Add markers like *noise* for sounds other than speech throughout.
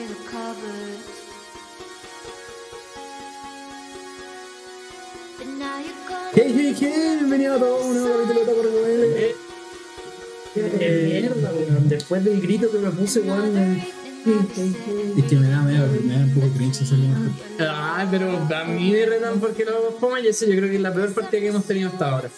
covered. But now you're gone. Hey, hey, hey, bienvenido a un nuevo capítulo de Taco Removible. Eh, Eh, mierda, weón. Después del grito que me puse, weón. eh, hey, hey, hey. Es que me da, me da, me da un poco cringe hacerlo. Ah, pero a mí me retan porque lo hago espuma y eso yo creo que es la peor partida que hemos tenido hasta ahora.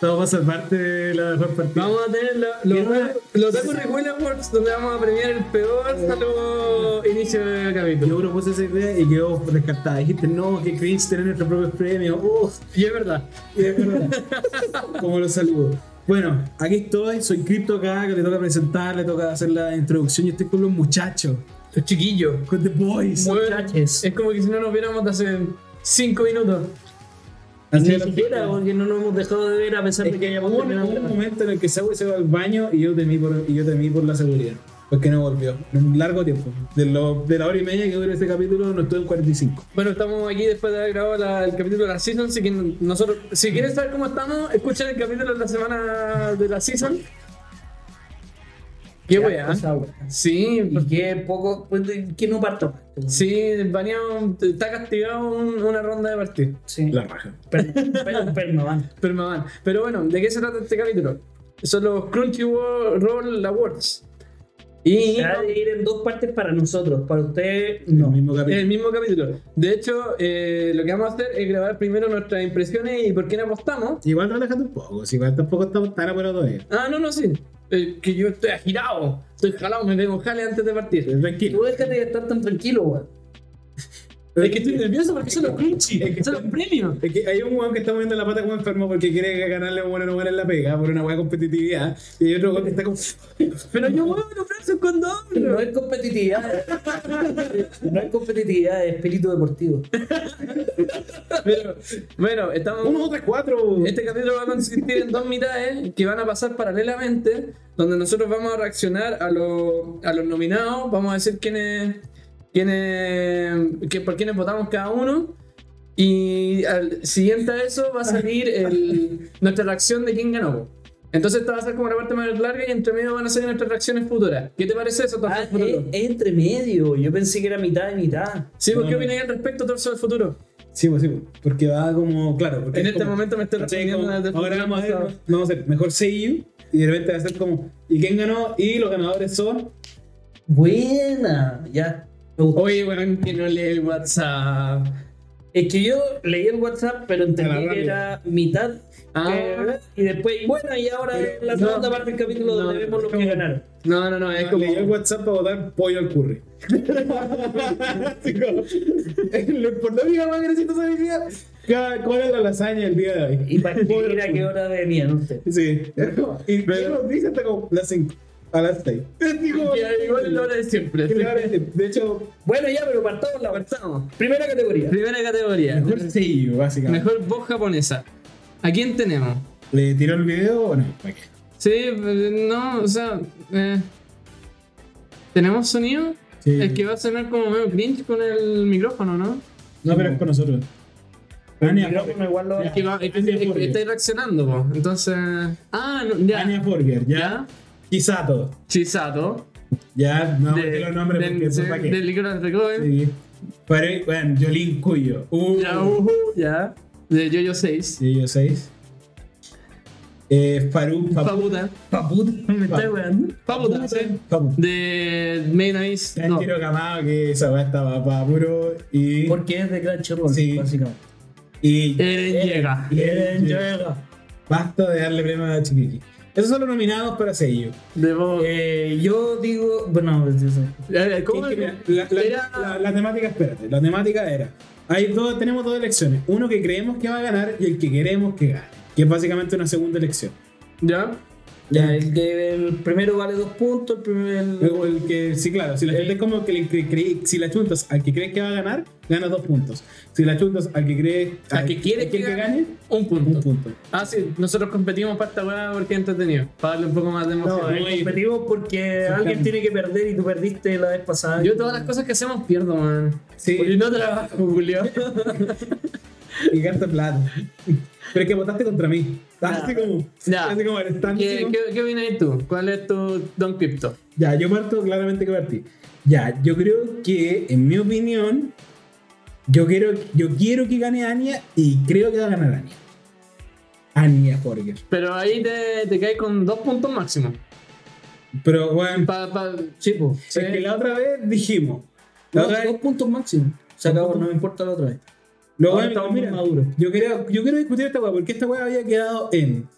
Todo va a ser parte de la mejor partida. Vamos a tener la- Mierda. los los Taco Rewind Awards donde vamos a premiar el peor saludo inicio de capítulo. Yo propuse esa idea y quedó descartada. Dijiste, no, que cringe tener nuestros propios premios. Uf. Y es verdad. Y es verdad. *laughs* Como los saludo. Bueno, aquí estoy, soy Crypto acá, que le toca presentar, le toca hacer la introducción y estoy con los muchachos, Los chiquillos. con The Boys. Weón, Muchachos. Es como que si no nos viéramos de hace 5 minutos. Así Ni es. siquiera, porque no nos hemos dejado de ver a pesar de que hayamos Hubo un, terminado. hubo un momento en el que Saúl se va al baño y yo temí por, y yo temí por la seguridad. Porque no volvió. En un largo tiempo. De, lo- de la hora y media que dura este capítulo, no estuve en 45. Bueno, estamos aquí después de haber grabado la- el capítulo de la season, así que nosotros, si quieren saber cómo estamos, escuchen el capítulo de la semana de la season. Qué weá. Esa wea. Sí, Y qué poco, pues, de- que no parto. sí, baneado, está castigado un- una ronda de partido. Sí. La raja. Per- per- Pernovan. Pero me van. Pero bueno, ¿de qué se trata este capítulo? Son los Crunchyroll Awards. Y Se ha de ir en dos partes para nosotros, para usted No. El no. mismo el capítulo. mismo capítulo. De hecho, eh, lo que vamos a hacer es grabar primero nuestras impresiones y por quién apostamos. Igual relájate un poco. Si igual tampoco estamos tan apurados de él. Ah, no, no, sí. Eh, que yo estoy agitado. Estoy jalado, me pego un jale antes de partir. Tranquilo. Tú déjate de estar tan tranquilo, weón. Es que estoy nervioso porque son los crunchy, Es que- son los premios. Es que hay un weón que está moviendo la pata como enfermo porque quiere ganarle a un buen lugar en la pega por una weá de competitividad. Y hay otro weón que está como. Pero yo voy a comprar un condón. No es competitividad. No es competitividad, es espíritu deportivo. Pero, *laughs* bueno, Uno, estamos. dos, tres, cuatro. Este capítulo va a consistir en dos mitades que van a pasar paralelamente, donde nosotros vamos a reaccionar a, lo- a los nominados, vamos a decir quiénes, quiénes, que, por quiénes votamos cada uno. Y al siguiente a eso va a salir el- nuestra reacción de quién ganó. Entonces esta va a ser como la parte más larga y entre medio van a ser nuestras reacciones futuras. ¿Qué te parece eso, Torso Ah, del es, Futuro? es entre medio. Yo pensé que era mitad y mitad. Sí, ¿por qué No, no. opináis al respecto, Torso del Futuro? Sí, pues sí, pues, porque va como, claro. Porque En es este como- momento me estoy ¿cachai? Como, respondiendo desde el Ahora futuro vamos a ver, pasado. vamos a hacer mejor seiyuu y de repente va a ser como, ¿y quién ganó? Y los ganadores son. Buena. Ya. Me gustó. Oye, bueno, que no lee el WhatsApp. Es que yo leí el WhatsApp, pero A la entendí rápida. que era mitad. Ah. eh, y después, bueno, y ahora es la No, segunda parte del capítulo donde no, vemos los como- que ganaron. No, no, no, Ah, es como. Leyó el WhatsApp para votar pollo al curry. *laughs* Así como, Lo importante es más gracioso de mi vida. Cada- ¿Cuál es la lasaña el día de hoy? Y para escribir a qué hora venían ustedes. Sí. es como- Y pero, nos dice hasta como las 5. A las 6. Ya, Igual es la hora de siempre. sí. De hecho, Bueno, ya, pero partamos la Partamos. primera categoría. Primera categoría. mejor seiyuu, básicamente. Mejor voz japonesa. ¿A quién tenemos? ¿Le tiró el video o no? ¿Para qué? Sí, eh, no, o sea. eh, ¿Tenemos sonido? Sí. Es que va a sonar como medio cringe con el micrófono, ¿no? No, pero es con nosotros. El Ania micrófono igual lo- Es que, va, es que- Anya es que Forger. estáis reaccionando, po. Entonces. Ah, no, ya. Anya Forger, ya. Ya. Kisato. Chisato. Ya, no de- de, los nombres del- porque eso de- para qué. del Licorice Recoil. Sí. Pero, bueno, Jolín Cuyo. Uh, Ya, ujú, ya. De Yo-Yo 6. Sí, yo seis. Eh, Faru, Papu. Paputa. *laughs* Paputa. ¿Me estás weando? Paputa, sí. De Made in Abyss, Está en No. tiro camado que esa weá estaba para puro y. Porque es de Crunchyroll, Sí. básicamente. Y. Eren Eh, llega. Eren llega. Basta de darle premio a Chiquiqui. Esos son los nominados para sello. De voz. Eh, yo digo. Bueno, es eso. Eh, ¿Cómo Es que era? mira, la, la- Era- la- la temática, espérate, la temática era, hay dos, tenemos dos elecciones, uno que creemos que va a ganar y el que queremos que gane, que es básicamente una segunda elección. ¿Ya? Ya, el, que- el primero vale dos puntos, el primero. Mm. el- Luego el que, sí, claro, Eh. si la gente es como que, le- que cree- si la chuntas al que crees que va a ganar, ganas dos puntos. Si la chuntas al que cree Al que quiere que, que gane, Un punto. un punto. Ah, sí, nosotros competimos para esta weá porque es entretenido. Para darle un poco más de No, emoción. eh, muy- competimos porque alguien tiene que perder y tú perdiste la vez pasada. Yo todas las cosas que hacemos pierdo, man. Sí. *laughs* Porque no trabajo, Julio. Y gasta plata. *laughs* Pero es que votaste contra mí. Así como. Ya. Así como eres tan ¿Qué, chico. qué, qué opinas tú? ¿Cuál es tu Don Crypto? Ya, yo parto claramente que partí. Ya, yo creo que, en mi opinión, yo quiero, yo quiero que gane Anya y creo que va a ganar Anya. Anya Jorger. Pero ahí te, te caes con dos puntos máximos. Pero bueno, Pa, pa, sí, po. Sí. es que la otra vez dijimos. La No, otra dos vez, puntos máximo. Se Dos acabó, puntos. no me importa la otra vez. luego ahora estamos mira, más maduros. Yo, quiero, yo quiero discutir esta weá, porque esta weá había quedado en.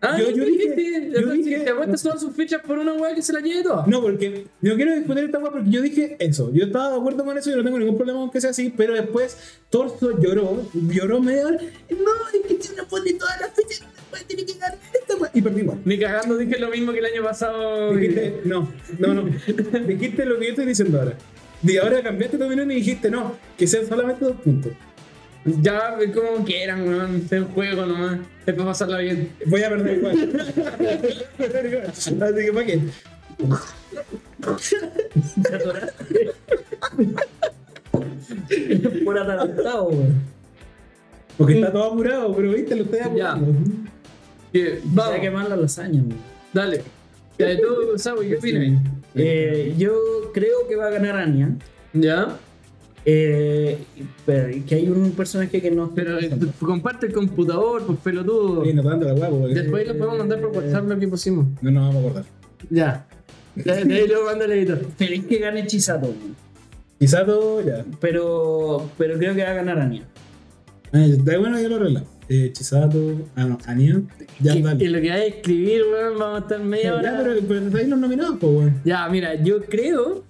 Ah, yo- yo, yo dije- dije, yo dije- te aguantas todas sus fichas por una weá que se la lleve toda. No, porque yo quiero discutir esta weá porque yo dije eso. Yo estaba de acuerdo con eso y no tengo ningún problema con que sea así. Pero después Torso lloró, lloró medio. No, es que si no pone todas las fechas, weá tiene que ganar esta weá. Y perdí igual. Ni cagando dije lo mismo que el año pasado. Dijiste, no, no, *laughs* no. Dijiste lo que yo estoy diciendo ahora. Y ahora cambiaste tu opinión y dijiste, no, que sean solamente dos puntos. Ya, como quieran, weón. Es un juego nomás. Es para pasarla bien. Voy a perder igual. Voy a perder igual. Así que, ¿para qué? Por atalantado, *laughs* weón. Porque está todo apurado, pero viste, lo estoy apurando. Que- Vamos. vamos, a quemar la lasaña, weón. dale. Ya, y tú, Sawi, ¿qué opinas? Eh, yo creo que va a ganar Anya. ¿Ya? Eh, pero que hay un personaje que no. Pero eh, comparte el computador, pues pelotudo. Estoy notando la hueá, porque Después lo podemos mandar por WhatsApp lo que pusimos. no nos vamos a acordar. Ya. De de ahí luego manda el editor. Feliz que gane Chisato, weón. Quizás todo ya. pero, pero creo que va a ganar Anya. Eh, Da bueno, yo lo arreglamos. Eh, Chisato, ah, no, Ania, ya Y, y dale. lo que hay a escribir, weón, vamos a estar media Ya, hora. pero, pero ahí los nominados, pues, weón. Ya, mira, yo creo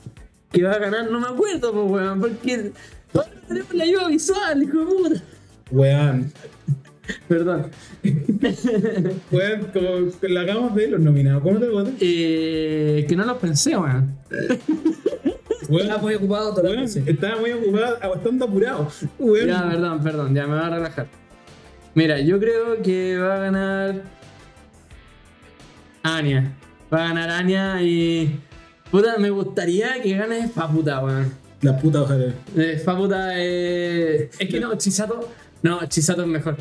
que va a ganar, no me acuerdo, pues, weón, porque ahora tenemos la ayuda visual, hijo de puta. Weón. Perdón. Weón, como la acabamos de los nominados. ¿Cómo te acuerdas? Eh, que no lo pensé, weón. Weón, Estaba muy ocupado toda la Weón, noche. estaba muy ocupado, bastante apurado. Weón. Ya, perdón, perdón, ya me va a relajar. Mira, yo creo que va a ganar. Anya. Va a ganar Anya y. Puta, me gustaría que gane esta puta, weón. La puta ojalá. Eh, Fabuta, eh, es que no, Chisato. No, Chisato es mejor.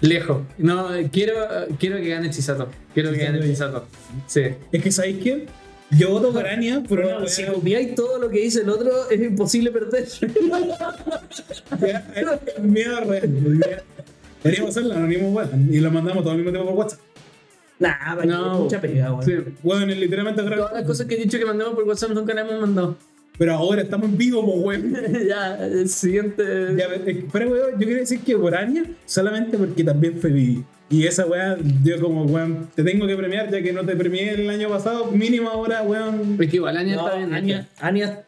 Lejos. No, eh, quiero, quiero que gane Chisato. Quiero que gane Chisato. Sí. Es que sabéis qué? Yo voto por Ania por una Bueno, si weá. copiáis todo lo que dice el otro, es imposible perder. *laughs* Ya, eh, Miedo real. Ya. Deberíamos hacerla anónimo weón. Y la mandamos todo al mismo tiempo por WhatsApp. nah, va No. mucha pega, weón. Sí. Weón, es literalmente Todas las grave. cosas que he dicho que mandamos por WhatsApp nunca las hemos mandado. Pero ahora estamos en vivo, pues, weón. *laughs* ya, el siguiente. Ya, eh, pero weón, yo quiero decir que por Ania solamente porque también fue Vivi. Y esa weá, yo como weón, te tengo que premiar ya que no te premié el año pasado, mínimo ahora, weón. Es que igual Anya No, está bien. Anya, Anya Ania,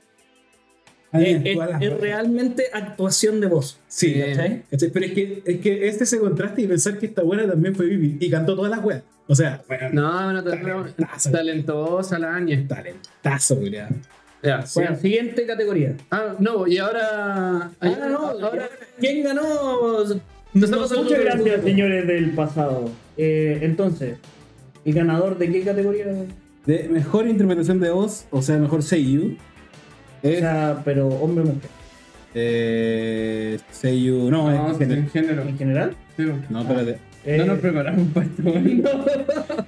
Ah, es, todas las es weas. realmente actuación de voz. Sí, Bien. ¿cachai? ¿Cachai? Pero es que, es que este se contraste y pensar que esta buena también fue Vivi y cantó todas las weas. O sea, weón, No, no, talentosa, Ah, Talentazo. talentosa la Anya. talentazo, weón. Ya, sí. Bueno, siguiente categoría. Ah, no, y ahora. Ah, no, ahora, ¿quién ganó? Nosotros somos Muchas los gracias, grupos. señores del pasado. Eh, entonces, ¿el ganador de qué categoría? O De mejor interpretación de voz, o sea, mejor Seiyu. Es, sea, pero hombre o mujer. eh, Seiyu, no, No, es en género. género. En general. Sí. No No, espérate. eh, nos preparamos para esto. *laughs* weón.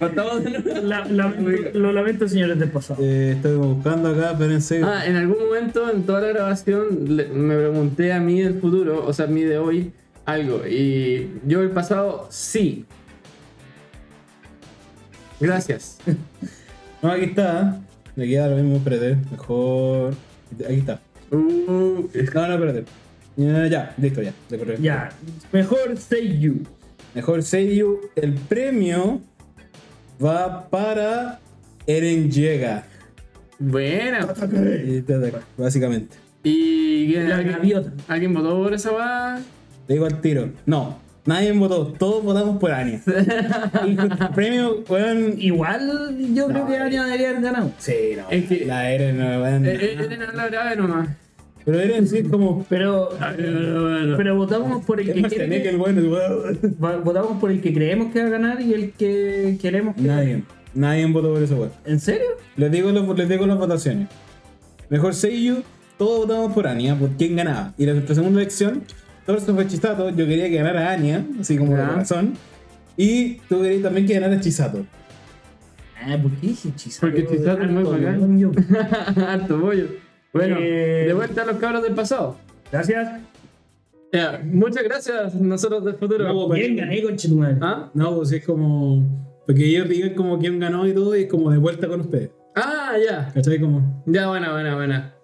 Faltamos de nuevo. la- lamento- lo lamento, señores del pasado. Eh, estoy buscando acá, espérense. Ah, en algún momento en toda la grabación le- me pregunté a mí del futuro, o sea, a mí de hoy, algo. Y yo del pasado, sí. Gracias. No, aquí está. ¿eh? Le queda lo mismo, espérate. Mejor. Aquí está. Uh, No, no, espérate. Ya, ya, listo, ya. de correr. Ya, mejor Say You. Mejor Seiyu, el premio va para Eren Llega. buena. Básicamente. ¿Y quién- La gaviota. alguien, alguien votó por esa va? Le digo al tiro. No, nadie votó. Todos votamos por *laughs* Anya. El premio, weón. Igual yo creo que No, eh. Anya debería haber ganado. Sí, no. Eh, Es que- La Eren, no, weón. Era Eh, la grave *laughs* nomás. Pero Eren sí es como. Pero, pero votamos por el Es que, Ah, más cree- tenía que el bueno. weón. va- votamos por el que creemos que va a ganar y el que queremos. que- Nadie. Nadie votó por eso, weón. ¿En serio? Les digo, los- les digo las votaciones. Mejor Seiyu, todos votamos por Anya, por quién ganaba. Y la, nuestra segunda elección Torso fue Chisato, yo quería que ganara Anya, así como de Ya. corazón. Y tú querías también que ganara Chisato. Ah, ¿por qué dije Chisato? Porque Chisato es muy Harto bacán. demonio. *laughs* Harto bollo. Bueno, Eh. de vuelta a los cabros del pasado. Gracias. Ya, muchas gracias, nosotros del futuro. No, pues. Bien, gané con Chetumal. ¿Ah? No, pues es como. Porque ellos digan como quién ganó y todo, y es como de vuelta con ustedes. ah, ya. ¿Cachai? Como. Ya, buena, buena, buena.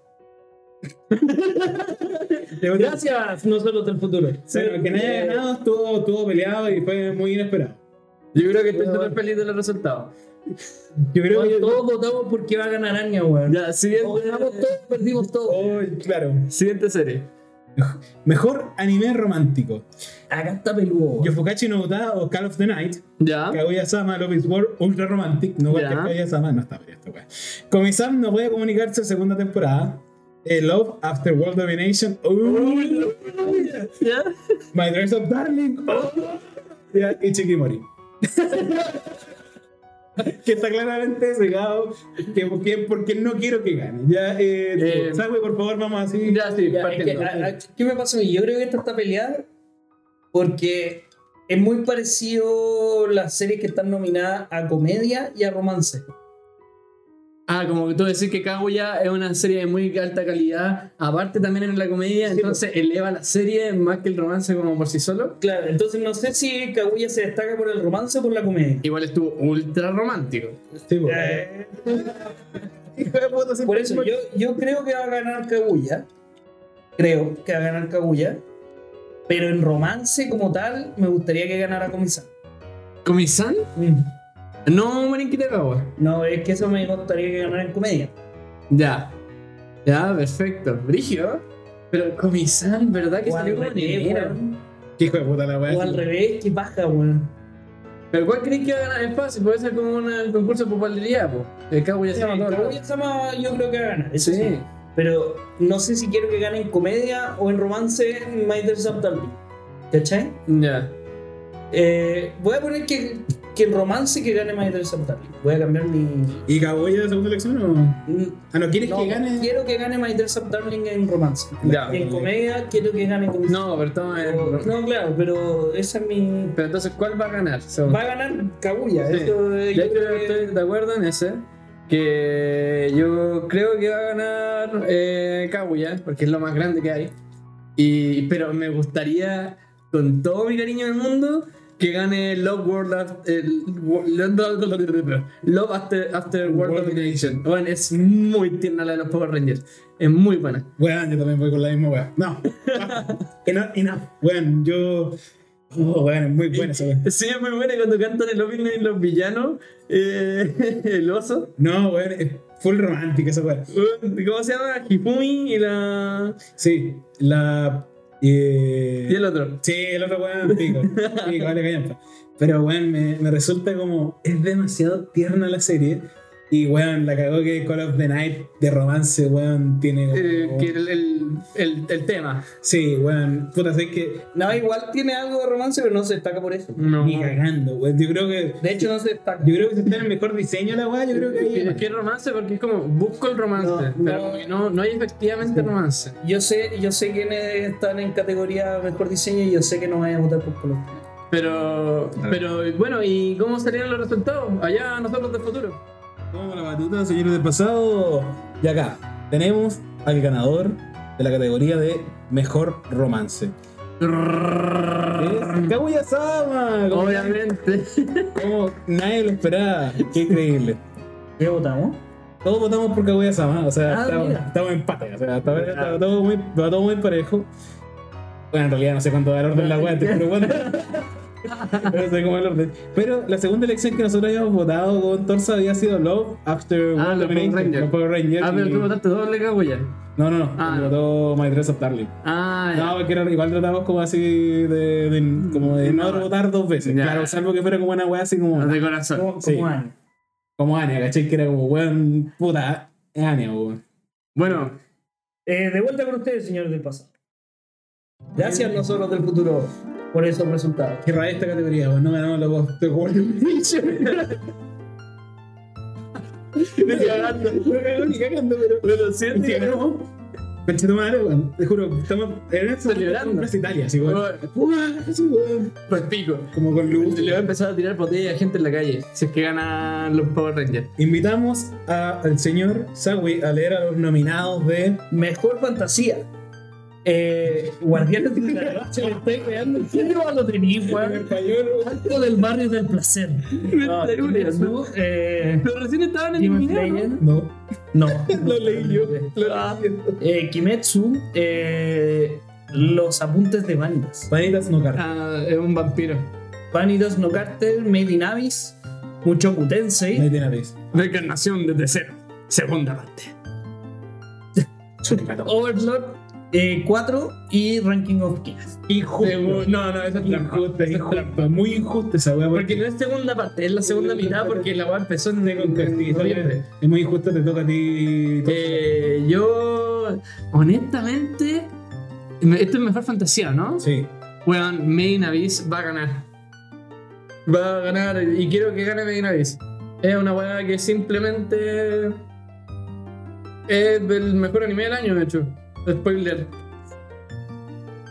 de vuelta. Gracias, nosotros del futuro. Bueno, que no haya ganado estuvo, estuvo peleado y fue muy inesperado. Yo creo que estoy Bueno, súper bueno. feliz de los resultados. Yo creo que. Todos, yo- todos votamos porque va a ganar Aña, weón. Ya, O siguiente, ganamos todos, perdimos todos. Oh, claro. siguiente serie. Mejor anime romántico. Acá está peludo. weón. Yofukachi no Uta o Call of the Night. Ya. Kaguya-sama, Love is War, Ultra Romantic. No ¿Ah? Ya. cualquier Kaguya-sama, no está bien esto, weón. Komi-san no puede comunicarse segunda temporada. Eh, Love After World Domination. Uy, ¿Ya? My Dress of Darling. Oh. Ya, y Chikimori. *laughs* que está claramente cegado. Que, que, porque no quiero que gane. Ya, eh, Eh, Sawe, por favor, vamos así. Ya, sí, Ya, es que, partiendo. a- a- ¿Qué me pasa a mí? Yo creo que esta está peleada porque es muy parecido las series que están nominadas a comedia y a romance. Ah, como que tú decís que Kaguya es una serie de muy alta calidad, aparte también en la comedia, entonces pues. eleva la serie más que el romance como por sí solo. Claro, entonces no sé si Kaguya se destaca por el romance o por la comedia. Igual estuvo ultra romántico. Sí, weón. Eh, Hijo de puta, por siempre eso mismo. yo, yo creo que va a ganar Kaguya. Creo que va a ganar Kaguya. Pero en romance como tal, me gustaría que ganara Comisán. ¿Comisan? No, Marinquita Kawa. Mm. No, es que eso me gustaría que ganara en comedia. Ya. Ya, perfecto. Brigio. Pero Comisan, ¿verdad que O al salió como revés, negro? weón. Qué hijo de puta la Ah, weá. O al revés, qué paja, weón. ¿Pero cuál crees que va a ganar el fácil? Puede ser como una- un concurso de popularidad, po. El Kaguya se llama todo el rato. Kaguya-sama yo creo que va a ganar, eso sí. Sí. Pero no sé si quiero que gane en comedia o en romance My Dress Up Darling. ¿Cachai? Ya. Eh, voy a poner que, que en romance que gane My Dress Up Darling. Voy a cambiar mi... ¿Y Kaguya de segunda elección o.? Ah, no, ¿quieres No, que gane? quiero que gane My Dress Up Darling en romance. Ya. En comedia quiero que gane con... No, pero estamos Pero- en... no, claro, pero esa es mi... Pero entonces, ¿cuál va a ganar? según Va a ganar Kaguya. Sí. Eso, eh, De yo hecho, creo que- estoy de acuerdo en ese. Que yo creo que va a ganar eh, Kaguya, porque es lo más grande que hay. Y, pero me gustaría, con todo mi cariño del mundo, que gane Love World After, Love After, After World World Domination. Bueno, es muy tierna la de los Power Rangers. Es muy buena. Weón, yo también voy con la misma weá. *laughs* No. enough, enough. Weón, yo. Oh, weón, es muy buena esa weá. Sí, es muy buena y cuando cantan el opening de los villanos, eh, *laughs* el oso. No, weón, es full romántica esa weá. ¿Cómo se llama? Hifumi y la... Sí, la. eh, Y el otro. Sí, el otro weón, pico. Pico, vale, callampa. Pero weón, me, me resulta como. Es demasiado tierna la serie. Y weón, la cagó que Call of the Night de romance, weón, tiene. como- Eh, que el, el, el, el tema. Sí, weón. Puta, sé que. No, igual tiene algo de romance, pero no se destaca por eso. No. Ni cagando, weón. Yo creo que. De hecho, no se destaca. Yo creo que si está en el mejor diseño la weá, yo creo que. ¿Qué romance? Porque es como, busco el romance, No, pero no. como que no, no hay efectivamente romance. Yo sé, yo sé quiénes están en categoría mejor diseño y yo sé que no vaya a votar por color. Pero, Claro. pero bueno, ¿y cómo salieron los resultados? Allá nosotros del futuro. Como la batuta, señores del pasado. Y acá tenemos al ganador de la categoría de mejor romance. Es Kaguya Sama. Como, *laughs* Obviamente. como nadie lo esperaba. Qué increíble. ¿Qué votamos? Todos votamos por Kaguya Sama. O sea, Ah, estamos, mira. estamos en empate. O sea, hasta ahora está, todo muy, va todo muy parejo. Bueno, en realidad no sé cuánto va el orden la weá, pero *laughs* bueno. No sé cómo va el orden. Pero la segunda elección que nosotros habíamos votado con Torsa había sido Love After World Ah, los Power Domination, Rangers. los Power Rangers Ah, pero y- tú votaste doble cabulla. No, no, no. Ah, me no. votó My Dress Up Darling. Ah, ya. No, porque era- igual tratamos como así de, de- como de no No. votar dos veces. Ya. Ah, Claro, salvo que fuera como una weá así como, de corazón. ¿Cómo, Sí. cómo van? como Ania, ¿cachai? Que era como weón, puta, Ania, weón. Bueno, Eh, de vuelta con ustedes, señores del pasado. Gracias nosotros del futuro por esos resultados. Qué rara esta categoría, weón. No ganamos los dos. Estoy como- *laughs* cagando. No cagó ni cagando, pero. Bueno, siento Sí, que- ganamos. Conchito madre, weón. Te juro, estamos en esto. Celebrando. Estamos en Italia, así, weón. Weón. Uah, así, weón. Pues pico. Como con luz. Le va a empezar a tirar botellas a gente en la calle. Si es que ganan los Power Rangers. Invitamos a- al señor Sawi a leer a los nominados de. Mejor fantasía. Eh, Guardianes de la Noche, me estoy creando. ¿Quién no lo tenéis, weón? español, Algo del barrio del *laughs* placer. No, Kimetsu, eh, Pero recién estaban en Demon eliminados, ¿no? Slayer. No. No. Lo leí yo. Lo Ah. leí. Eh, Kimetsu, eh, Los apuntes de Vanitas. Vanitas no carga. Ah, es un vampiro. Vanitas no Carter, Made in Abyss, Mucho No Tensei, hay tenapis. Reencarnación desde cero. Segunda parte. Overlord 4 y Ranking of Kings. Injusto. No, no, esa es trampa. Injusta, Esa es injusta. Muy injusta esa weá. Porque no es segunda parte, es la segunda mitad porque la weá empezó en, en, en noviembre. Es muy injusto, te toca a ti. Eh, yo, honestamente, me- esto es mejor fantasía, ¿no? Sí. Weón, Made in Abyss va a ganar. Va a ganar y quiero que gane Made in Abyss. Es una weá que simplemente es el mejor anime del año, de hecho. Spoiler.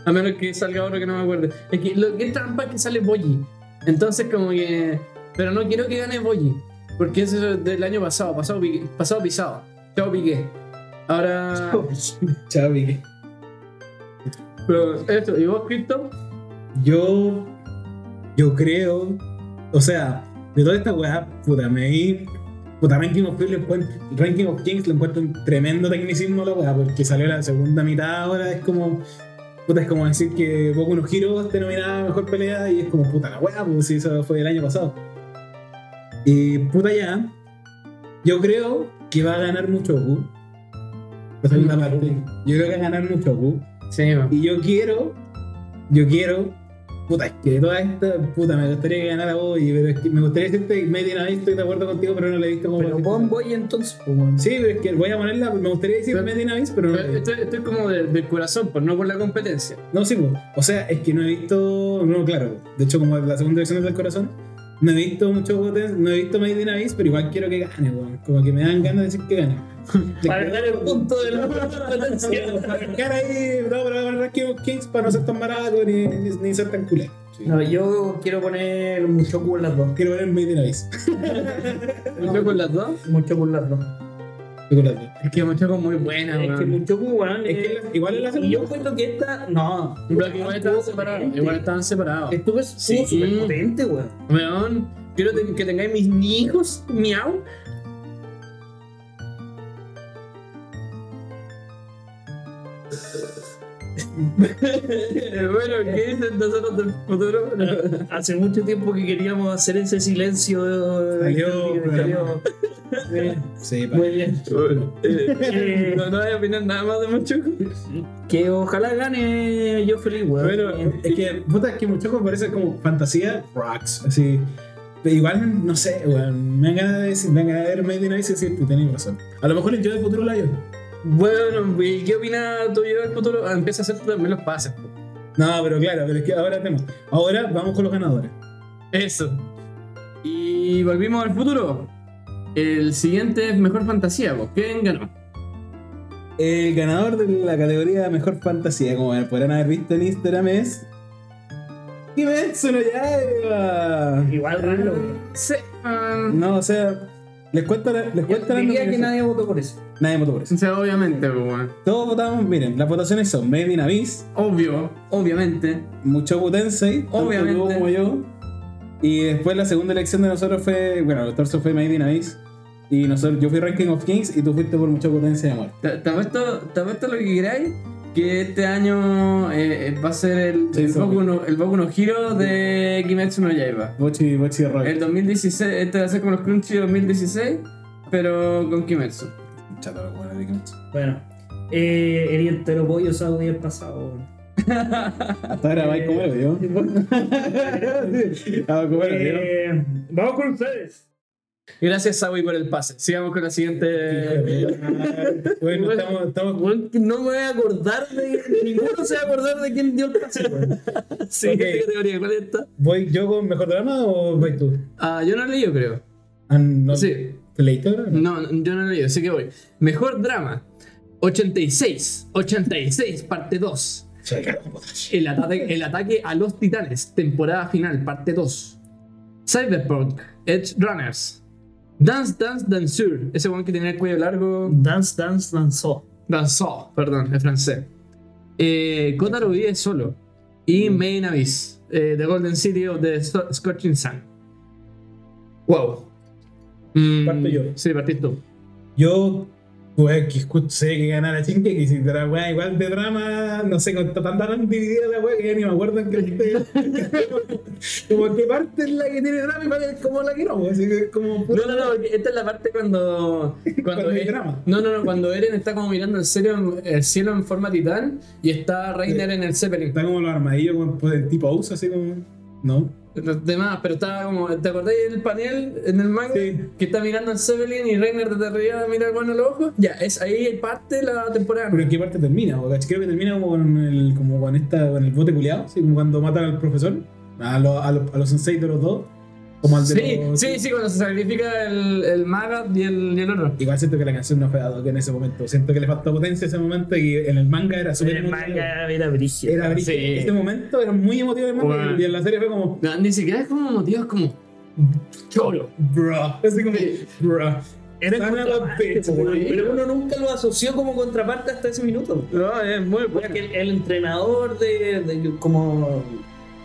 A menos que salga otro que no me acuerde. Es que lo que es trampa es que sale Boji. Entonces como que... Pero no quiero que gane Boji. Porque eso es del año pasado. Pasado, pique- pasado pisado. Chao piqué. Ahora... Chavi. Pero esto. ¿Y vos, Cristo? Yo. Yo creo. O sea, de toda esta weá, puta, me di- Puta, Ranking of, Kings lo encuentro, Ranking of Kings le encuentro un tremendo tecnicismo a la weá, porque salió la segunda mitad ahora, es como. Puta, es como decir que Boku no Hero te nominaba a mejor pelea y es como puta la weá, pues si eso fue el año pasado. Y puta ya. Yo creo que va a ganar mucho Goku. La segunda parte. Yo creo que va a ganar mucho Goku. Sí, weón. Y yo quiero, yo quiero, puta, es que de toda esta, puta, me gustaría que ganara Boy, pero es que me gustaría decirte, me tiene ahí, estoy de acuerdo contigo, pero no le he visto como. Pero para- Bon Boy entonces, pues, bueno. Sí, pero es que voy a ponerla, me gustaría decir Pero- me tiene ahí, pero no. la he Pero visto. Esto, esto es como de- del corazón, pues no por la competencia. No, sí, po. o sea, es que no he visto, no, claro, de hecho, como la segunda versión es del corazón, no he visto muchos botes, no he visto Made in Abyss, pero igual quiero que gane, weón. Como que me dan ganas de decir que *laughs* gane. Para *laughs* dar el punto de la competencia. Cara ahí, no, pero para Ranking of Kings, para no ser tan barato ni, ni, ni ser tan culé. No, yo quiero poner mucho con las dos. Quiero ver Made in Abyss. Mucho con las dos. Mucho con las dos. Chocolate. Es que mucho con muy buena, es que weón. mucho con bueno, Es que la- igual es la Y segunda. yo cuento que esta. No. Este, Pero que igual estaban Estuvo separados. potente. Igual estaban separados. Estuvo súper Sí. potente, weón. Weón, quiero te- que tengáis mis hijos, miau. *laughs* bueno, ¿qué dicen nosotros del futuro? Hace mucho tiempo que queríamos hacer ese silencio. Salió, eh, programa. Sí, pa. Muy bien. Eh, *laughs* no, no voy a opinar nada más de mucho. Que ojalá gane yo feliz, weón. Eh, Bueno, eh, es que, puta, es que Muchoco parece como fantasía rocks, así. Pero igual, no sé, weón. Me dan ganas de decir, me dan ganas de ver Made in Abyss y decirte, tenés razón. A lo mejor el yo del futuro la yo. Bueno, ¿y qué opina tu yo del futuro? Ah, Empieza a hacer también los pases. pues. po. No, pero claro, pero es que ahora tenemos. Ahora vamos con los ganadores. Eso. Y volvimos al futuro. El siguiente es Mejor Fantasía, po. ¿Quién ganó? El ganador de la categoría Mejor Fantasía, como podrán haber visto en Instagram, es. Kimetsu no Yaiba. Igual raro, weón. Se- ah, No, o sea, les cuento la, les cuento la Diría que nominación. nadie votó por eso. Nadie votó por eso. o sea, obviamente, po, weón. Todos votamos, miren, las votaciones son Made in Abyss, Obvio, obviamente. Mucho Tensei, tanto Obviamente. tú como yo. Y después la segunda elección de nosotros fue, bueno, el torso fue Made in Abyss. Y nosotros, yo fui Ranking of Kings y tú fuiste por Mucho Tensei de amor. Te te apuesto, te apuesto lo que queráis. Que este año eh, eh, va a ser el, Sí, el, sí. Boku no, el Boku no Hero de Kimetsu no Yaiba. Bochi, Bochi de Rock. El 2016, este va a ser como los Crunchy 2016, pero con Kimetsu. Chato, lo bueno de Kimetsu. Bueno. Eh, el entero pollo sábado y el pasado, weón. Eh, Hasta ahora va a comer, yo. *laughs* *laughs* Ah, como el Eh, Vamos con ustedes. Gracias, Sawi, por el pase. Sigamos con la siguiente. Eh. yo. Bueno, estamos, estamos Weón, que No me voy a *laughs* acordar de. Ninguno se va a acordar de quién dio el pase, weón. Siguiente Ok. categoría, ¿cuál es esta? ¿Voy yo con mejor drama o voy tú? Ah, yo no leí, yo creo. Ah, no. Sí. ¿Leíste ahora? No, no, yo no he leído, así que voy. Mejor drama. 86, 86, parte 2. El ataque, el ataque a los titanes, temporada final, parte 2. Cyberpunk, Edge Runners. Dance Dance Danceur, ese weón que tenía el cuello largo. Dance, dance, danzó. Danzó, perdón, es francés. Eh, Kotaro vive solo. Y Main Abyss, eh, The Golden City of the Sc- Scorching Sun. Wow. Mm, Parto yo. Sí, partís tú. Yo, pues, que escu- sé que ganara Chinque, que si la weá igual de drama, no sé, con tanta tan dividida la weá que ya ni me acuerdo en qué. *laughs* como que parte es la que tiene drama y cuál es como la que no, así que como. No, no, no, porque esta es la parte cuando. Cuando, Cuando hay E- drama. No, no, no, cuando Eren está como mirando el, cielo en- el cielo en forma titán y está Reiner en el Zeppelin. Está como los armadillos, como, pues, el tipo usa, así como. No. Demás, pero está como. ¿Te acordáis del panel en el manga? Sí. Que está mirando el Zeppelin y Reiner desde arriba mira bueno los ojos. Ya, es ahí parte la temporada. Pero en qué parte termina, o creo que termina como con el, como con esta, con el bote culiado, así como cuando matan al profesor, a, los a, los- a los senseis de los dos, como al de Sí, los- sí, sí, cuando se sacrifica el, el maga y el, y el otro. Igual siento que la canción no fue ad hoc en ese momento. Siento que le faltó potencia ese momento que en el manga era En súper el emotivo. manga era brígido. Era brillo. Sí. Este momento era muy emotivo en el manga Bueno. y en la serie fue como, No, ni siquiera es como motivo, es como. Cholo. bruh. Así como, Sí. bruh. Era Son a la contraparte, bitch, po, güey. güey. Pero uno nunca lo asoció como contraparte hasta ese minuto. No, es muy bueno. Porque el, el entrenador de, de- como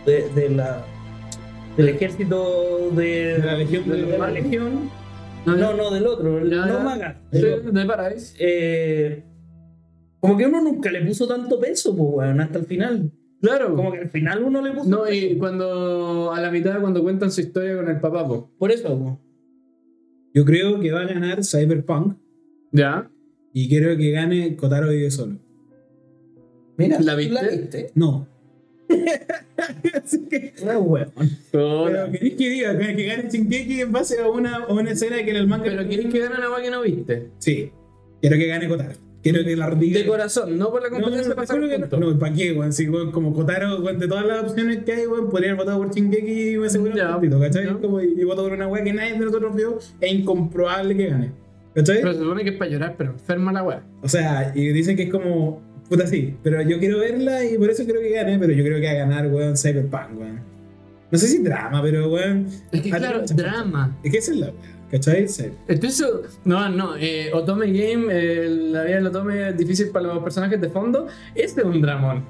de, de la del ejército de, De la legión de, de- la legión No, no no del otro el- Ya, no ya. maga Sí, del otro. de Paradise. Eh, como que uno nunca le puso tanto peso pues weón, hasta el final Claro. como que al final uno le puso No, eh, peso. y cuando a la mitad cuando cuentan su historia con el papá, po. por eso pues. po. Yo creo que va a ganar Cyberpunk ¿Ya? y creo que gane Kotaro vive solo. mira ¿La tú viste? No. Así que, Ah, weón. pero querés que diga que que gane Shingeki en base a una, a una escena que en el manga. Pero querés que gane una weá que no viste. Sí. Quiero que gane Kotaro. Quiero que la rodilla. De corazón, eh, no por la competencia no, pasar no, el no, punto. no, ¿para qué, weón? Si, weón, como Kotaro, weón, de todas las opciones que hay, weón, podría haber votado por Shingeki y me aseguro Ya, un puntito, ¿cachai? ya. Como, y, y voto por una weá que nadie de nosotros vio, es incomprobable que gane, ¿cachai? Pero se supone que es para llorar, pero enferma la weá. o sea, y dicen que es como, puta, sí, pero yo quiero verla y por eso creo que gane, pero yo creo que va a ganar, weón, Cyberpunk, weón. No sé si drama, pero, weón, Es que Ah, claro, no, drama. es que esa es la weá, ¿cachai? Sí. Entonces, no, no, eh, Otome Game, eh, la vida del Otome es difícil para los personajes de fondo. Este es un dramón.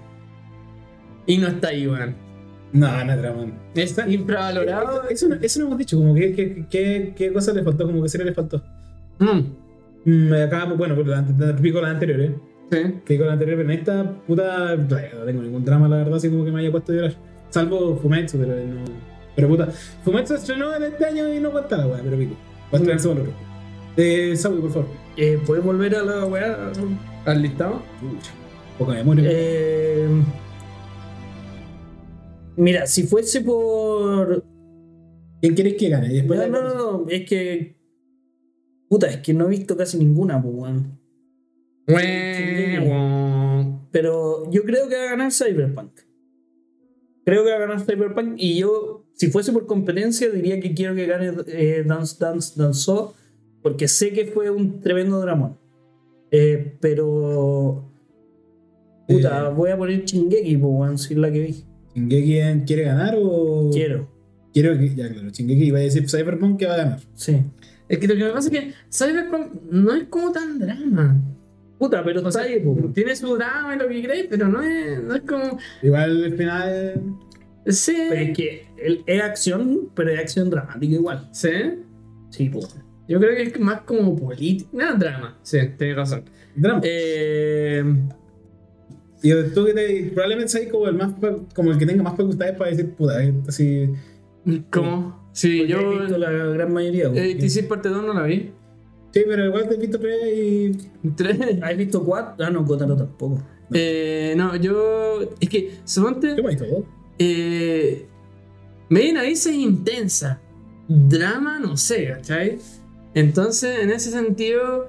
Y no está ahí, weón. No, no es drama. Es Está- infravalorado. Eso no, eso no hemos dicho, como que, que, que- qué cosa le faltó, como que serie le faltó. Mm, Mm, acá, bueno, pues, la, la, pico las anteriores, ¿eh? sí. que con la anterior, pero en esta puta. No tengo ningún drama, la verdad, así como que me haya puesto a llorar. Salvo Fumetsu, pero no. Pero puta, Fumetsu estrenó en este año y no cuenta la weá, pero pico. Va a Mm. estrenarse con otro. Eh, Sabu, por favor. Eh, ¿Puedes volver a la weá? ¿Has listado? Pucha, Poca memoria. Eh, mira, si fuese por ¿Quién querés que gane? Y después No, la- no, no, no, es que. Puta, es que no he visto casi ninguna, pues, weón. Pero yo creo que va a ganar Cyberpunk. Creo que va a ganar Cyberpunk. Y yo, si fuese por competencia, diría que quiero que gane eh, Dance Dance Danzó. Porque sé que fue un tremendo dramón. Eh, pero. Puta, Eh. voy a poner Chingeki, pues, weón, si es la que vi. ¿Shingeki en- quiere ganar o.? Quiero, Quiero que. Ya, claro, Shingeki iba a decir Cyberpunk que va a ganar. sí. Es que lo que me pasa es que Cyberpunk no es como tan drama. Puta, pero O está sea, ahí, pues, weón. tiene su drama y lo que queréis, pero no es, no es como. Igual el final. Sí. Pero es que el- es acción, pero es acción dramática igual. Sí. Sí, pues. Yo creo que es más como política. No, drama. Sí, tenés razón. Drama. Eh, Y tú que te, probablemente seas como el, más, pa- como el que tenga más facultades para decir, puta, eh, así. ¿Cómo? Sí, Yo he yo. visto la gran mayoría. güey. Eh, TC parte 2 no la vi. Sí, pero igual te he visto tres y Tres. ¿Has visto cuatro? Ah, no, Kotaro tampoco. Eh, no, yo. Es que, suponte. Yo me he visto dos. Eh, Medina dice intensa. Drama, no sé, ¿cachai? Entonces, en ese sentido.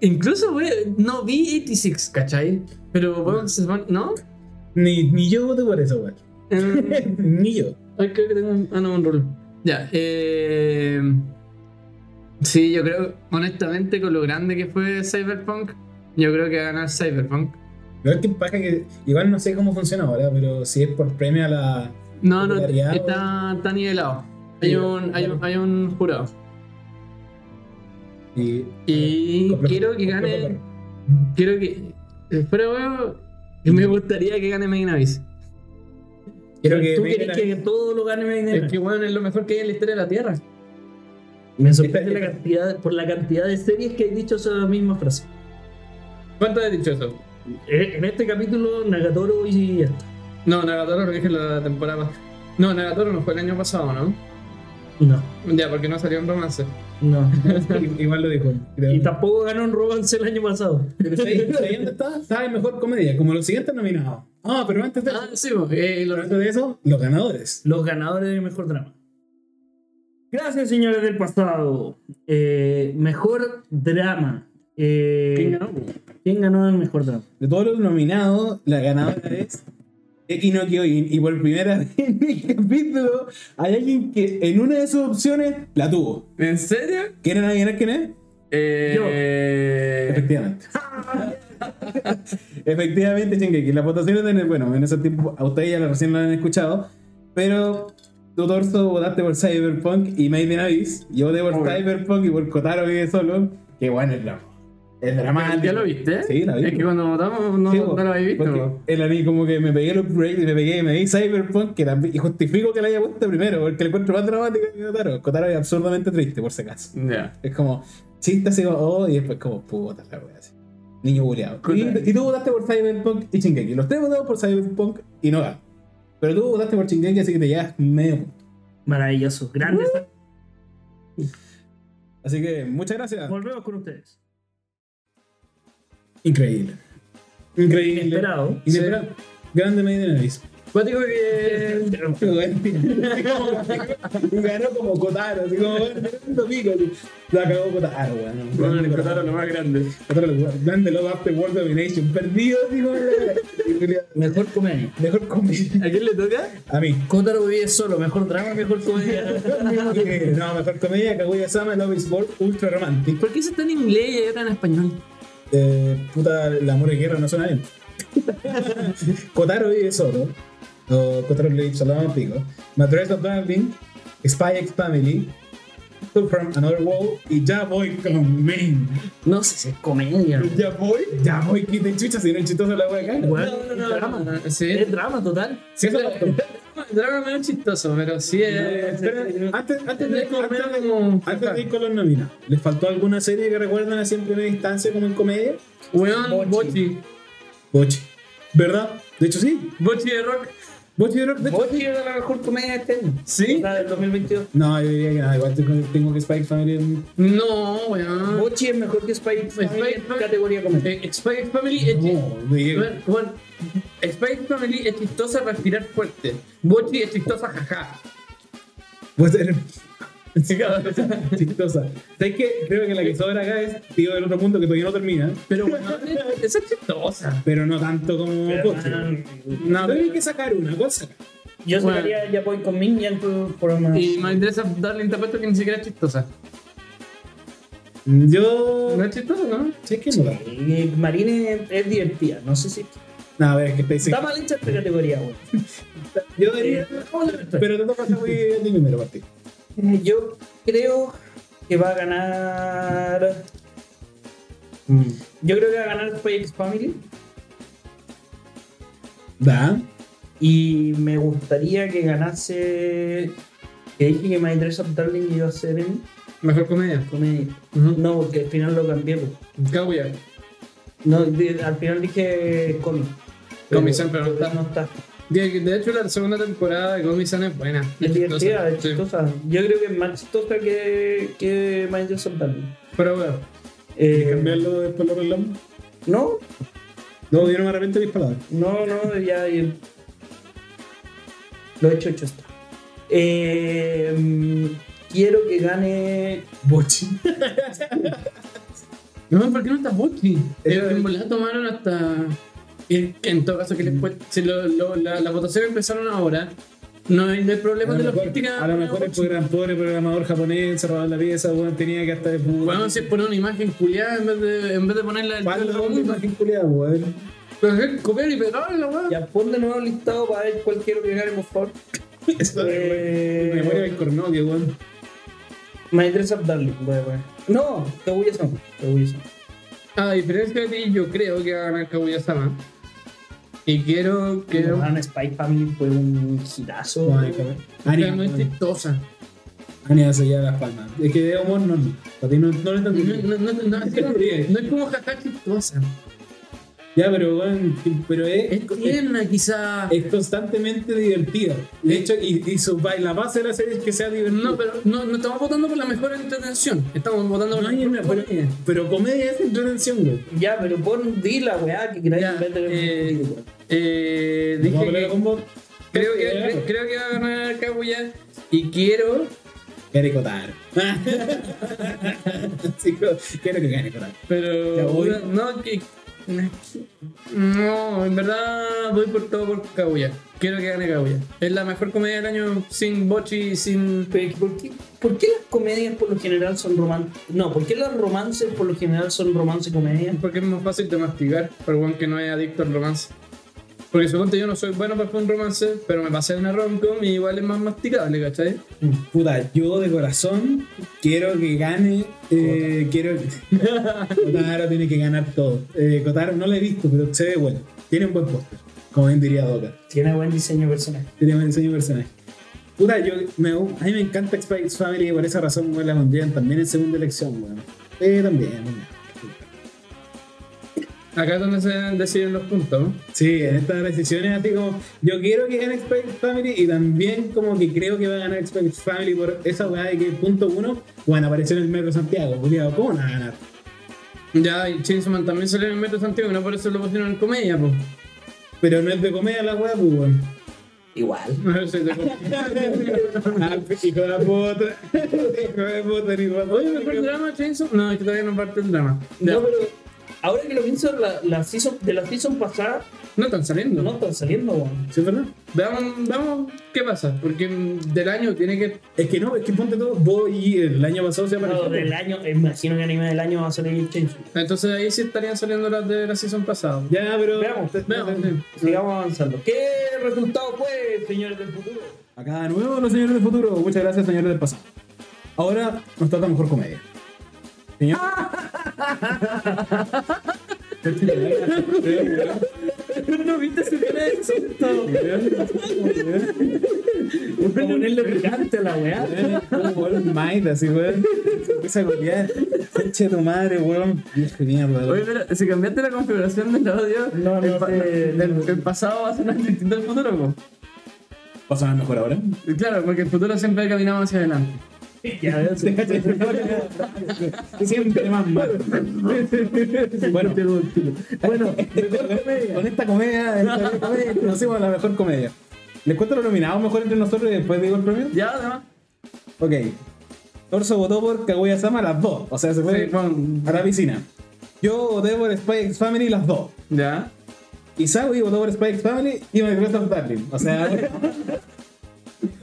Incluso, güey, no vi 86, ¿cachai? Pero, bueno, se supone- ¿no? Ni, ni yo voté por eso, güey. Eh, *laughs* ni yo. ay, creo que tengo un. Ah, no, un rol. Ya, eh. Sí, yo creo, honestamente, con lo grande que fue Cyberpunk, yo creo que va a ganar Cyberpunk. Lo que pasa es que igual no sé cómo funciona ahora, pero si es por premio a la. No, no, Popularidad, está, está nivelado. Hay Sí, un, hay, un- claro. hay un jurado. Y, Y Complejo, quiero que complejo, gane. complejo. Quiero que. eh, Pero, weón, me gustaría que gane Made in Abyss. Quiero que. ¿Tú me- querés que todo lo gane Made in Es Abyss? que, weón, es lo mejor que hay en la historia de la Tierra. Me sorprende Esta- la cantidad, por la cantidad de series que he dicho sobre la misma frase. ¿Cuánto has dicho eso? Eh, En este capítulo, Nagatoro y esto. No, Nagatoro lo dije la temporada. pas- No, Nagatoro no fue el año pasado, ¿no? No, Ya, porque no salió en romance. *laughs* no. Igual lo *laughs* dijo. Y tampoco ganó un romance el año pasado. Pero ¿sabes sabes dónde está? Está en mejor comedia, como los siguientes nominados. Ah, pero antes de, Ah, sí, pues, eh, pero lo- antes de eso, los ganadores. Los ganadores de mejor drama. Gracias, señores del pasado. Eh, mejor drama. Eh, ¿Quién ganó? ¿Quién ganó el mejor drama? De todos los nominados, la ganadora es Ekino Kyoin. Y por primera *laughs* vez en el capítulo, hay alguien que en una de sus opciones la tuvo. ¿En serio? ¿Quieren adivinar quién es? Eh, Efectivamente. *laughs* Efectivamente, Shingeki. Las votaciones, de, bueno, en ese tiempo a ustedes ya la- recién lo han escuchado, pero tu torso votaste por Cyberpunk y Made in Abyss. Yo voté por Obvio. Cyberpunk y por Kotaro vive solo. Qué bueno el drama. Es dramático. ¿Ya lo viste? Sí, la vi. Es que cuando votamos no, Sí, no po, lo habéis visto. porque po. el anime como que me pegué el upgrade y me pegué y me di Cyberpunk que también, y justifico que la haya puesto primero porque el encuentro más dramático que Kotaro. Kotaro es absurdamente triste por si acaso. Ya. Es como chiste así como, oh, y después como puta la wea así. Niño buleado. Y, Puta. y tú votaste por Cyberpunk y Shingeki. Los tres votaron por Cyberpunk y no ganó. Pero tú votaste por Shingeki, así que te llevas medio punto. Maravilloso. Grandes. Así que muchas gracias. Volvemos con ustedes. Increíble. Increíble. Inesperado. Inesperado. Grande medida de nariz. Pues Cuático que. *laughs* y ganó como Kotaro, así como tremendo pico. así. La cagó Kotaro, weón. Bueno, el Kotaro lo más grande. Kotaro, weón. Grande Love After World Domination. Perdido, dijo. Mejor comedia. Mejor comedia. ¿A quién le toca? A mí. Kotaro vive solo. Mejor drama, mejor *laughs* comedia. no, mejor comedia, Kaguya-sama, Love is War, Ultra Romantic. ¿Por qué eso está en inglés y está en español? Eh, puta, el amor y guerra no suena bien. Kotaro vive solo. O Kotaro lives alone, pico. Madres of Dublin, Spy X Family, Two from Another World y Ya Voy con Main. No sé si es comedia. Ya Voy, Ya Voy, que te chucha, si no es chistoso la wea cara. Bueno, Drama. Ah, Sí. Es drama total. Si eso *laughs* El drama es medio chistoso, pero sí Eh, es. espera, antes, antes de Es como antes de- medio como- antes de ir con los nominados, ¿les faltó alguna serie que recuerdan así en primera instancia como en comedia? Weón, Bochi. Bochi. Bochi. ¿Verdad? De hecho, sí. Bochi de rock. Bochi de Rock, de hecho. Bochi era la mejor comedia de este año. ¿Sí? La del 2022. No, yo diría que nada. Igual tengo, tengo que Spike Family. en- No, weón. Bochi es mejor que Spike Family en categoría comedia. Eh, Spy Family es chi- *laughs* No, diría weón, weón, Spy Family es chistosa respirar fuerte. Bochi es chistosa jaja. Pues *laughs* eres chistosa. ¿Sabes qué? Creo que la que sobra acá es Tío del Otro Mundo, que todavía no termina. *laughs* Pero weón, es- esa es chistosa. Pero no tanto como Bochi. No, Tendría que sacar una cosa. Yo Bueno. sacaría Ya voy con Minion por, por más. Y My Dress Up Darling te apuesto que ni siquiera es chistosa. Yo. No es chistosa, ¿no? ¿Sabes qué? No. Y Marine es, es divertida, no sé si. No, a ver, es que estáis. Está mal hecha esta categoría, Eh, güey. Yo diría. Pero te toca estar muy bien de número, Martín. Eh, Yo creo que va a ganar. mm, Yo creo que va a ganar Spikes Family. Da. Y me gustaría que ganase. Que dije que My Dress Up Darling iba a ser en Mejor comedia. comedia. Ujú. No, porque al final lo cambié. pues. Kaguya. No, de- al final dije cómic. Comic-Sans, pero no está. No está. De, de hecho, la segunda temporada de Gomi-san es buena. Es divertida, es chistosa. Sí. chistosa. Yo creo que es más chistosa que, que My Dress Up Darling. Pero bueno. Eh, ¿Quieres cambiarlo después lo arreglamos? No, No, yo no me arrepiento de mis palabras. no, no, ya. ya. Lo he hecho, hecho está. Eh, mm, quiero que gane. Bochi. No, ¿por qué no está Bochi? Eh, En volada tomaron hasta. En en todo caso, que les fue- si lo- lo- la- las votaciones empezaron ahora, No hay, no hay A problema lo de mejor, logística. a lo mejor el program- pobre programador japonés se robaba la pieza, weón, tenía que hasta. Bueno, si es poner una imagen culiada en vez de, en vez de ponerla del ¿Cuál título es de la la imagen culiada, weón? *laughs* Pero pues, es copiar y pegarla, weón. Ya pon de nuevo el listado para ver cuál quiero que gane, por favor. Eso Eh, es memoria del cornoque, weón. My Dress Up Darling, voy a poner. No, Kaguya-sama. Kaguya-sama. A diferencia de ti, yo creo que va a ganar Kaguya-sama. Y quiero que... Man, Spy Family fue un girazo. No, hay que ver. Es Ánimo, muy weón. chistosa. Ánimo, se lleva las palmas. Es que de humor no, no. Para ti no, no lo entendí. No, no, no, no, es que no, no es como jaja chistosa. Ya, pero weón, pero es, Es tierna, quizá. es constantemente divertida. De hecho, y, y su, ba- la base de la serie es que sea divertida. No, pero no, no estamos votando por la mejor entretención. Estamos votando por No la hay mejor una- pero, comedia. pero comedia es entretención, weón. Ya, pero pon, di la weá que queráis Ya, en vez de ver eh, un video, weón. Eh, Vamos dije a pelear que- con vos. creo, que, Creo cre- creo que va a ganar Kaguya. Y quiero... Quiere cotar. *laughs* sí, co- quiero que gane cotar. Ya Pero... voy. No, que... No, en verdad voy por todo por Kaguya. Quiero que gane Kaguya. Es la mejor comedia del año sin bochi, sin... Pero es que, ¿por qué, por qué las comedias por lo general son románticas? No, ¿por qué las romances por lo general son romance y comedia? Porque es más fácil de mastigar para el que no es adicto al romance. Porque suponte yo no soy bueno para un romance, pero me pasé una romcom y igual es más masticable, ¿cachai? Puta, yo de corazón quiero que gane. eh, quiero. *laughs* Kotaro tiene que ganar todo. Eh, Kotaro no lo he visto, pero se ve bueno. Tiene un buen póster, como bien diría Doka. Tiene buen diseño de personaje. Tiene buen diseño de personaje. Puta, yo, me- a mí me encanta X Family y por esa razón weón, la pondrían también en segunda elección, weón. Eh, también, weón. Acá es donde se deciden los puntos, ¿no? Sí, en estas decisiones así como yo quiero que gane Expect Family y también como que creo que va a ganar Expect Family por esa weá de que punto uno, bueno, apareció en el Metro Santiago, culiado, ¿cómo van a ganar? Ya, y Chainsaw Man también salió en el Metro Santiago, no por eso lo pusieron en comedia, po. *laughs* Pero no es de comedia la weá, pues *laughs* weón. Igual. No sé, de *laughs* comedia. Ah, Hijo de puta, hijo de puta, ni rato. Oye, ¿mejor drama Chainsaw? No, es que todavía no parte el drama. Ya. No, pero ahora que lo pienso, la, la season- de la season pasada No están saliendo. no están saliendo, weón. ¿Sí es verdad? Veamos, veamos qué pasa, porque mm, del año tiene que... Es que no, es que ponte todo, vos y el año pasado se No, apareció. del año, eh, imagino que anime del año va a salir Chainsaw. Entonces ahí sí estarían saliendo las de la season pasada. Ya, pero. Veamos, veamos, sí. Sigamos avanzando. ¿Qué resultado fue, señores del *laughs* futuro? Acá de nuevo los señores del futuro. Muchas gracias, señores del pasado. Ahora nos trata mejor comedia. Señor. ¿eh? No viste ese *laughs* insulto. Para ponerle picante a la weá. Weón, Maida, así, weón. Esa goleada. Concha de tu madre, weón. Viejo de mierda, weón. pero si cambiaste la configuración del audio, No, no, el pa- eh, del- el pasado va a sonar distinto al futuro, ¿Va a sonar mejor ahora? Claro, porque el futuro siempre caminamos hacia adelante. Ya veo, sí. Siempre más mal. Bueno, Bueno, Con esta comedia, esta comedia conocimos la mejor comedia. ¿Les cuento lo nominados mejor entre nosotros y después digo el premio? Ya, además. Ok. Torso votó por Kaguya-sama las dos. O sea, se fue Sí, bueno. a la piscina. Yo voté por Spy X Family las dos. Ya. Isawi votó por Spy X Family y My Dress of Darling. O sea... *laughs*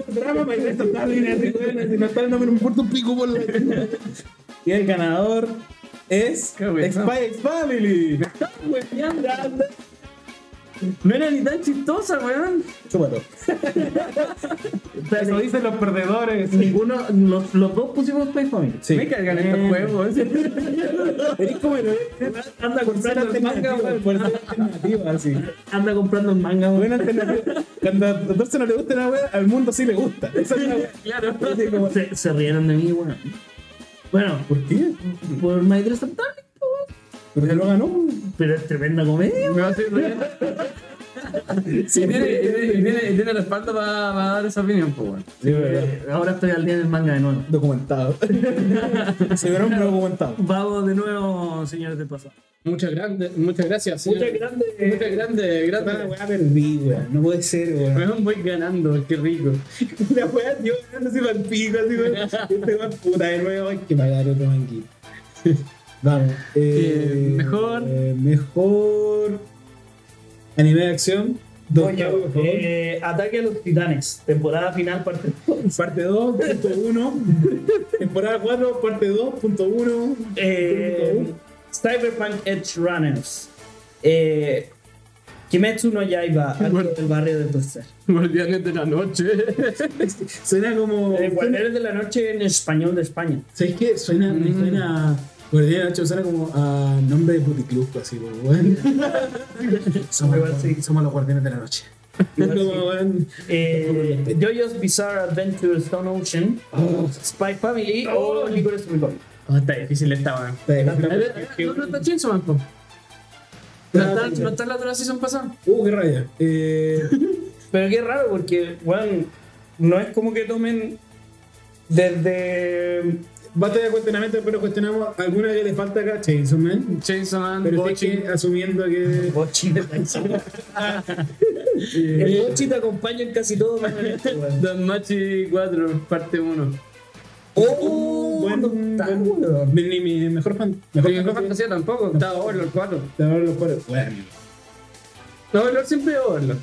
Drama My Dress of Darling. así, weón, Si no está el nombre, me importa un pico por la... *laughs* Y el ganador es Kaguya-sama. Spy X Family. No era ni tan chistosa, weón. Chúpalo. Eso dicen los perdedores. ninguno, los, los dos pusimos Play Family. Sí. Me cargan estos *laughs* juegos. Eres como el Anda fuerza comprando el manga, alternativa, weón. fuerza alternativa, así. Anda comprando el manga, weón. Buena alternativa. Cuando a Torso no le gusta una wea, al mundo sí le gusta. Esa es la wea. Claro. Así como, Se, se rieron de mí, weón. Bueno, ¿Por qué? por My Dress Up Darling, weón. Pero se lo ganó. Pero es tremenda comedia. Me va a hacer reír. Y tiene, y tiene, y tiene, y tiene la espalda para, dar esa opinión, pues, weón. Sí, verdad. Eh, Ahora estoy al día del manga de nuevo. Documentado. Se verá un documentado. Vamos de nuevo, señores del pasado. Muchas, grandes muchas gracias. Muchas señor. grandes. Muchas grandes, La gracias. wea perdí, wea. No puede ser, wea. Weón, voy ganando, qué rico. *laughs* La wea, yo no así para el pico, así, wea. Este wea, puta, de nuevo hay que pagar otro manguito. *laughs* Vamos. eh, Eh, mejor. eh, mejor. Anime de acción. Don Oye, Tavo, por favor. eh, Ataque a los Titanes, temporada final, parte Parte 2.1, *laughs* temporada 4, parte 2.1. Eh, Cyberpunk Edge Runners. Eh, Kimetsu no Yaiba, algo del barrio del tercer. Guardianes de la noche. Suena como. Eh, suena- Guardianes de la Noche en español de España. ¿Sabes qué? Suena, me suena. Guardián de la Noche suena como a nombre de puticlub, así como, weón. somos, Igual sí. somos los guardianes de la noche. Igual Como, sí. weón, Eh, JoJo's Bizarre Adventure Stone Ocean, Spy Family o Licorice Recall. Oh, está difícil esta, weón. está bien, A está- ver, ¿No no está Chainsaw Man, po? ¿No está, no está en la otra season pasada? Uh, qué rabia. Eh, Pero qué raro porque, bueno, no es como que tomen desde... basta de cuestionamiento, pero cuestionamos alguna que le falta acá, Chainsaw Man. Chainsaw Man, Pero sé Bocchi. que asumiendo que. Bochi de Tyson. El Bochi te acompaña en casi todo. menos en esto, weón. Don Machi 4, parte 1. ¡Oh! Buen- ¿dónde está, buen- weón? mi- ni mi mejor fan. Mejor Porque no fan- fantasía tampoco, está Overlord 4. Te abro los cuadros. Bueno. No, Overlord siempre es Overlord.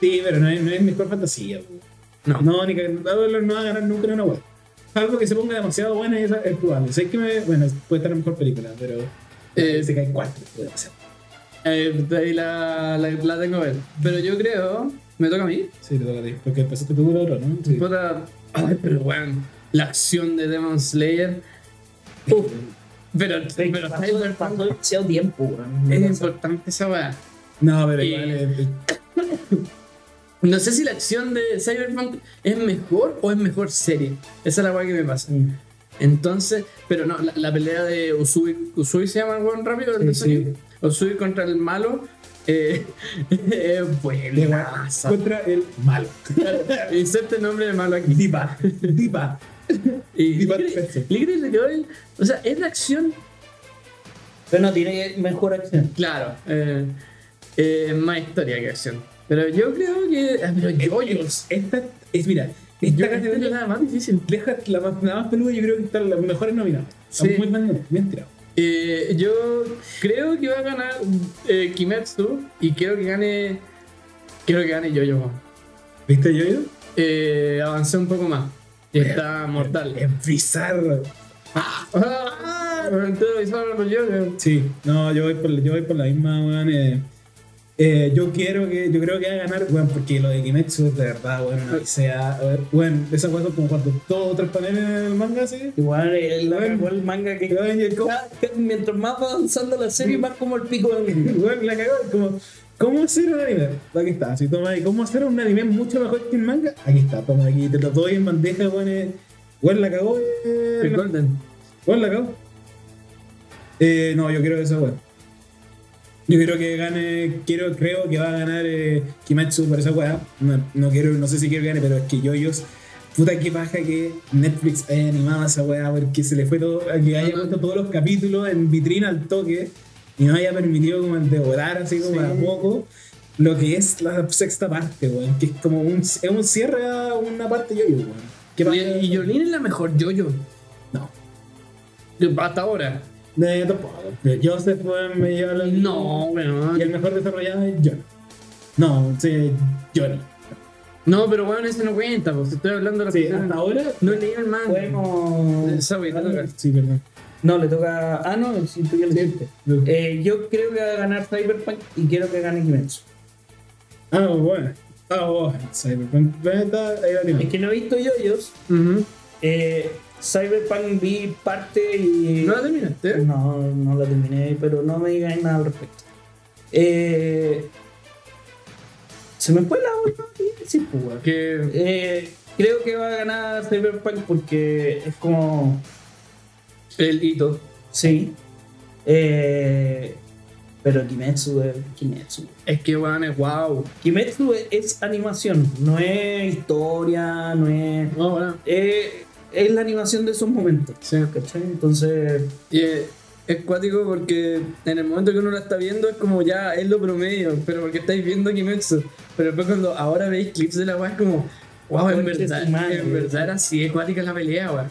Sí, pero no es, no es mejor fantasía. weón. No. No, ni que Dumbledore no va a ganar nunca en una web. Algo que se ponga demasiado buena y esa es probable. Sé que me, bueno, puede estar en mejor película, pero Eh, se cae cuatro. puede ser. Eh, de ahí la, la, la tengo a ver. Pero yo creo. ¿Me toca a mí? Sí, te toca a ti. Porque empezaste tú duro, ¿no? Sí. Puta, ay, pero weón. La acción de Demon Slayer. Uf, pero, pero Pasó- Cyberpunk pasó demasiado tiempo, weón. es importante esa weá. No, pero Y- igual. eh, No sé si la acción de Cyberpunk es mejor o es mejor serie. Esa es la weá que me pasa. Entonces, pero no, la, la pelea de Usui, Usui se llama el weón rápido, el de Sí, Sonic. Usui contra el malo. Eh, *laughs* eh, le bueno, va contra el malo. inserte nombre de malo aquí. Dipa. Dipa. Y Diva Licorice- Perfect. Licorice Recoil, o sea, es la acción, Pero no tiene mejor acción. claro, eh, eh, más historia que acción. Pero yo creo que. ah, Pero yoyos. Esta es, mira, Yo esta creo que es categoría la más difícil. deja la más, la más peluda. Yo creo que está la mejor nominada. Está Sí. muy bien, bien tirado. Eh, yo creo que va a ganar eh, Kimetsu y quiero que gane. Quiero que gane Yoyo. ¿Viste, Yoyo? Eh, avancé un poco más. Y está mortal. Es bizarro. Ah, entonces, avisaron con Yoyo. Sí, no, yo voy por, yo voy por la misma, weón. eh, eh, yo quiero que, yo creo que va a ganar, weón, porque lo de Kimetsu es de verdad, weón, una odisea, a ver, weón, esas weas son como cuando todos tres paneles en el manga, así. *laughs* Igual el, la Weón. cagó el manga que. Weón, y el co- Cada- cada- mientras más va avanzando la serie, más como el pico del mundo. weón, la cagó, es como, ¿cómo hacer un anime? Aquí está, así toma ahí, ¿cómo hacer un anime mucho mejor que el manga? Aquí está, toma aquí, te lo doy en bandeja, weón, eh, weón, la cagó, eh, El la- Golden. ¿Cuál la acabo? Eh, no, yo quiero esa weá. Yo quiero que gane. Quiero, creo que va a ganar eh, Kimetsu por esa weá. No, no quiero, no sé si quiero que gane, pero es que yo, yo. Puta que paja que Netflix haya animado esa weá, porque se le fue todo, a que haya Ajá. puesto todos los capítulos en vitrina al toque y nos haya permitido como devorar así como a poco lo que es la sexta parte, weón, que es como un, es un cierre a una parte yo, yo, weón. Qué paja. Y, y Yolin es la mejor Yoyo. No. Hasta ahora. Eh, tampoco. Joseph fue me lleva la- No, bueno. Y el mejor desarrollado es John. No, sí, Johnny. No, pero bueno, ese no cuenta, porque estoy hablando de la Sí, persona- hasta ahora. Ah, No leí el manga. Podemos. Ah. Esa wey, te toca. Sí, perdón. No, le toca. Ah, no, si tú ya lo dijiste. Eh, yo creo que va a ganar Cyberpunk y quiero que gane Kimetsu. Ah, bueno. Ah, bueno. Cyberpunk. Planeta, ahí va Es anime. que no he visto yoyos. Ujú. Eh, Cyberpunk vi parte y. ¿No la terminaste? No, no la terminé, pero no me digáis nada al respecto. Eh, se me fue la onda, sí, pues, weón. Que. Eh, creo que va a ganar Cyberpunk porque es como. El hito. Sí. Eh, pero Kimetsu es Kimetsu. Es que, weón, es wow. Kimetsu es, es animación, no es historia, no es. No, weón. eh, es la animación de esos momentos. Sí. ¿Cachai? Entonces. Y eh, es cuático porque en el momento que uno la está viendo es como ya es lo promedio, pero porque estáis viendo Kimetsu. Pero después cuando ahora veis clips de la weá es como, wow, en Conche verdad, su madre. en eh, verdad era así, es cuática la pelea, weón.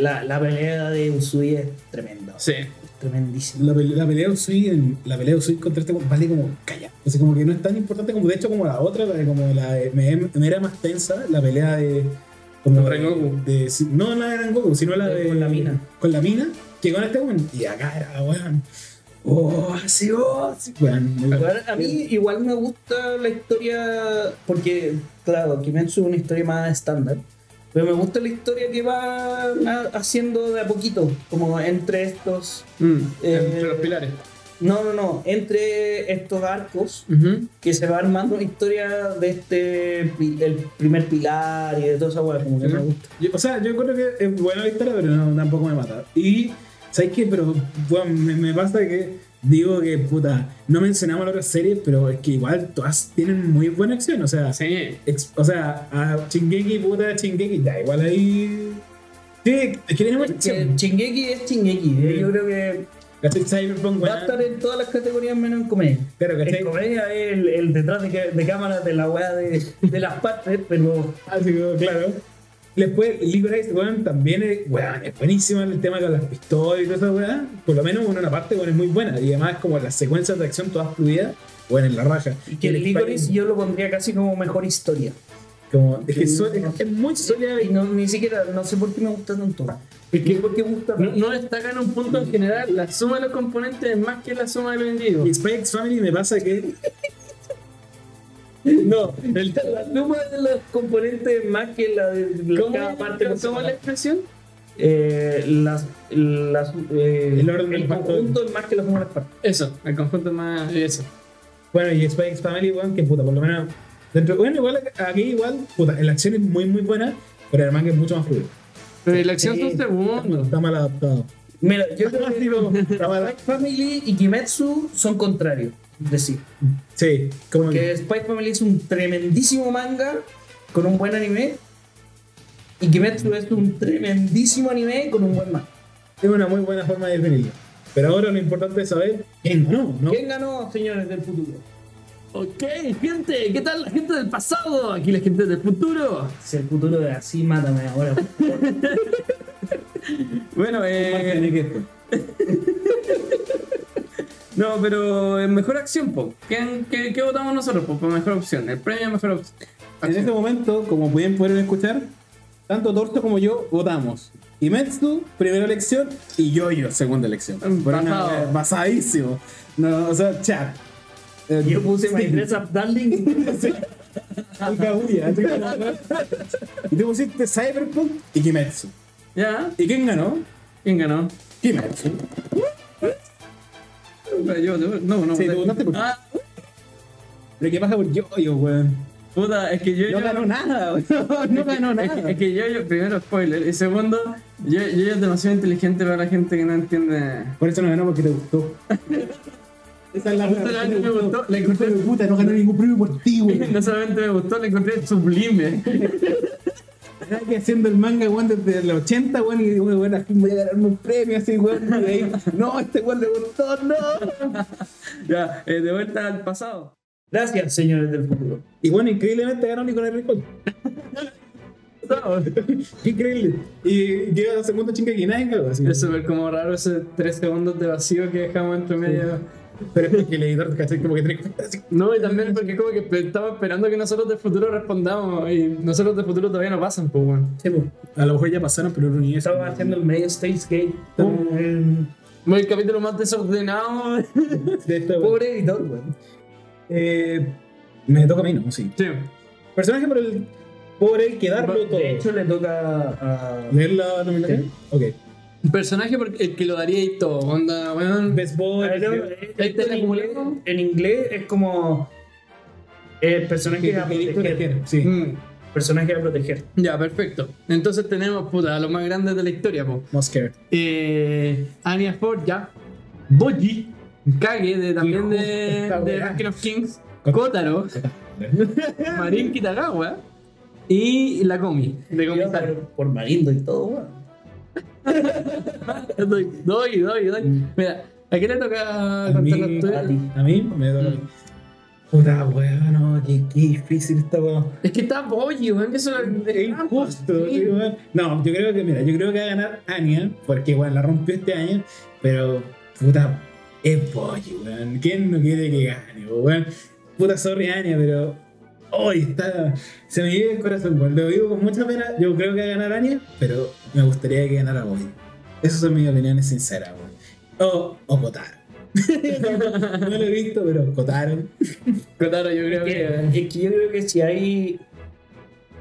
La, la pelea de Usui es tremenda. Sí. Tremendísimo. La, pele- la pelea de Usui, en- la pelea de Usui contra este weón vale como calla. Así como que no es tan importante como de hecho como la otra, la de- como la de- me, me era más tensa, la pelea de como Contra Rengoku. de- si- no la de Rengoku, sino la de Con la mina. Con la mina, que con este weón. Y acá era weón. Oh, sí, oh, sí. Weón, muy bueno. Igual, a mí igual me gusta la historia, porque claro, Kimetsu es una historia más estándar, pero me gusta la historia que va a- haciendo de a poquito, como entre estos, Mm, Eh, entre los pilares. no, no, no, entre estos arcos Ujú. que se va armando una historia de este, pi- el primer pilar y de toda esa hueá, como que me gusta. Yo- o sea, yo creo que es buena la historia, pero no, tampoco me mata. Y, ¿sabes qué? Pero, bueno, me, me pasa que digo que, puta, no mencionamos la otra serie, pero es que igual todas tienen muy buena acción. O sea, Sí. ex- o sea a Chingeki, puta, Chingeki, ya, igual ahí. Sí, es que tiene mucha Que acción. Chingeki es Chingeki, eh, yo creo que ¿Cachai? Cyberpunk, va a weón. estar en todas las categorías menos en comedia. Claro, En ¿cachai? comedia es el, el detrás de, ca- de cámaras de la weá de, de las partes, pero Así que, Ah, claro. Después, Licorice, weón, también es, weón, es buenísimo el tema con las pistolas y toda esa weón. Por lo menos, bueno, una parte, weón, es muy buena. Y además, como las secuencias de acción todas fluidas, weón, en la raja. y que el Licorice yo lo pondría casi como mejor historia. Como, es que so- es, es muy sólida Y y no, ni siquiera, no sé por qué me gusta tanto. Es que porque me gusta No, no destaca en un punto en general. La suma de los componentes es más que la suma de los individuos. y Spy X Family me pasa que *laughs* *laughs* No, el- la suma de los componentes más que la de la- ¿Cómo, cada parte. ¿cómo por es la separado. expresión? Eh, las, las, eh, El orden del factor. conjunto es más que la suma de las partes. Eso, el conjunto más. Eso. Bueno, y Spy X Family, weón, que puta, por lo menos. Dentro, bueno, igual aquí, igual, puta, la acción es muy, muy buena, pero además que es mucho más fluida. Pero la acción Sí. son segundos. Está mal adaptado. Mira, yo creo que Así *laughs* como, está mal- Spy Family y Kimetsu son contrarios. Es decir, Sí, como que. que Spy Family es un tremendísimo manga con un buen anime. Y Kimetsu es un tremendísimo anime con un buen manga. Es una muy buena forma de definirlo. Pero ahora lo importante es saber quién ganó, ¿no? ¿Quién ganó, señores del futuro? Ok, gente, ¿qué tal la gente del pasado? Aquí la gente del futuro. Si el futuro es así, mátame ahora. *laughs* Bueno, eh, que no, pero en mejor acción, po. ¿Quién- qué, qué votamos nosotros, po? Por mejor opción. El premio a mejor opción. En este momento, como pueden poder escuchar, tanto Torto como yo votamos. Y Metsu, primera elección, y yo, yo, segunda elección. Pero Empatado. no, eh, basadísimo. No, o sea, chat. Eh, Yo puse My sí, Dress Up Darling. *laughs* un Kaguya. Y tú pusiste Cyberpunk y Kimetsu. ¿Ya? ¿Y quién ganó? ¿Quién ganó? Kimetsu. Pero Yo, yo- no, no. Sí, tú votaste por- Ah, Pero ¿qué pasa por yo, yo, weón? puta, es que yo. No yo- ganó nada, weón. No ganó Es que- nada. Es que yo, yo- primero spoiler, y segundo, yo, yo es demasiado inteligente para la gente que no entiende. *laughs* Por eso no ganó porque te gustó. Esa es la No solamente te me gustó, le Hijo encontré, de puta, no ganó ningún premio por ti, weón. no solamente me gustó, le encontré sublime. *laughs* Estaba aquí haciendo el manga, weón, desde los 80, weón, y weón, weón, al fin voy a ganarme un premio, así, weón. Y ahí, no, este weón le gustó, no. Ya, eh, de vuelta al pasado. Gracias, señores del futuro. Y bueno, increíblemente ganó Nicolás Ricoll. No, Qué increíble. Y llega la segunda chinga que nadie cagó, así. es súper como raro ese tres segundos de vacío que dejamos entre medio. Pero es porque el editor, ¿cachai? Como que tiene que- así. No, y también porque como que estaba esperando que nosotros del futuro respondamos y nosotros del futuro todavía no pasan, pues bueno. Sí, pues, A lo mejor ya pasaron, pero era un universo. Estaba haciendo el medio stage gate. Oh. Eh, El capítulo más desordenado. De esta, weón. Pobre editor, weón. Eh, me toca a mí, ¿no? *laughs* Sí. Sí. Personaje por el, por el que darlo todo. De hecho, le toca a. ¿Leer la nominación? Ok. Personaje porque el que lo daría y todo, onda, weón. Best Boy. a- Ahí está el en, inglés, acumulado. en inglés es como. eh, personaje a proteger. Sí. Mm. Personaje a proteger. Ya, perfecto. Entonces tenemos, puta, a los más grandes de la historia, po. No scared. Eh, Anya Ford, ya. Boji, Kage, de, también Hijo, de, esta de weá. Ranking of Kings. *laughs* Kotaro, Marin Kitagawa y la Komi, de Yo, Komitaro. por, por Marindo y todo, weón. Doy, doy, doy. doy. Mira, Mm. ¿a qué le toca A contar mí, la a historia? ti. A mí me toca a mí. Puta weón, no, qué, qué difícil esta weón. Es que está Boji, weón, que eso es Es pues injusto, sí, weón. No, yo creo que, mira, yo creo que va a ganar Anya, porque weón la rompió este año, pero Puta, es Boji, weón. ¿Quién no quiere que gane, po, weón? Puta, sorry, Anya, pero. Hoy está. Se me vive el corazón, weón. Lo digo con mucha pena. Yo creo que va a ganar Anya, pero me gustaría que ganara Boji. Esas son mis opiniones sinceras, weón. O, o Kotaro. *laughs* no lo he visto, pero Kotaro. Claro, yo creo que. Es que yo creo que si hay.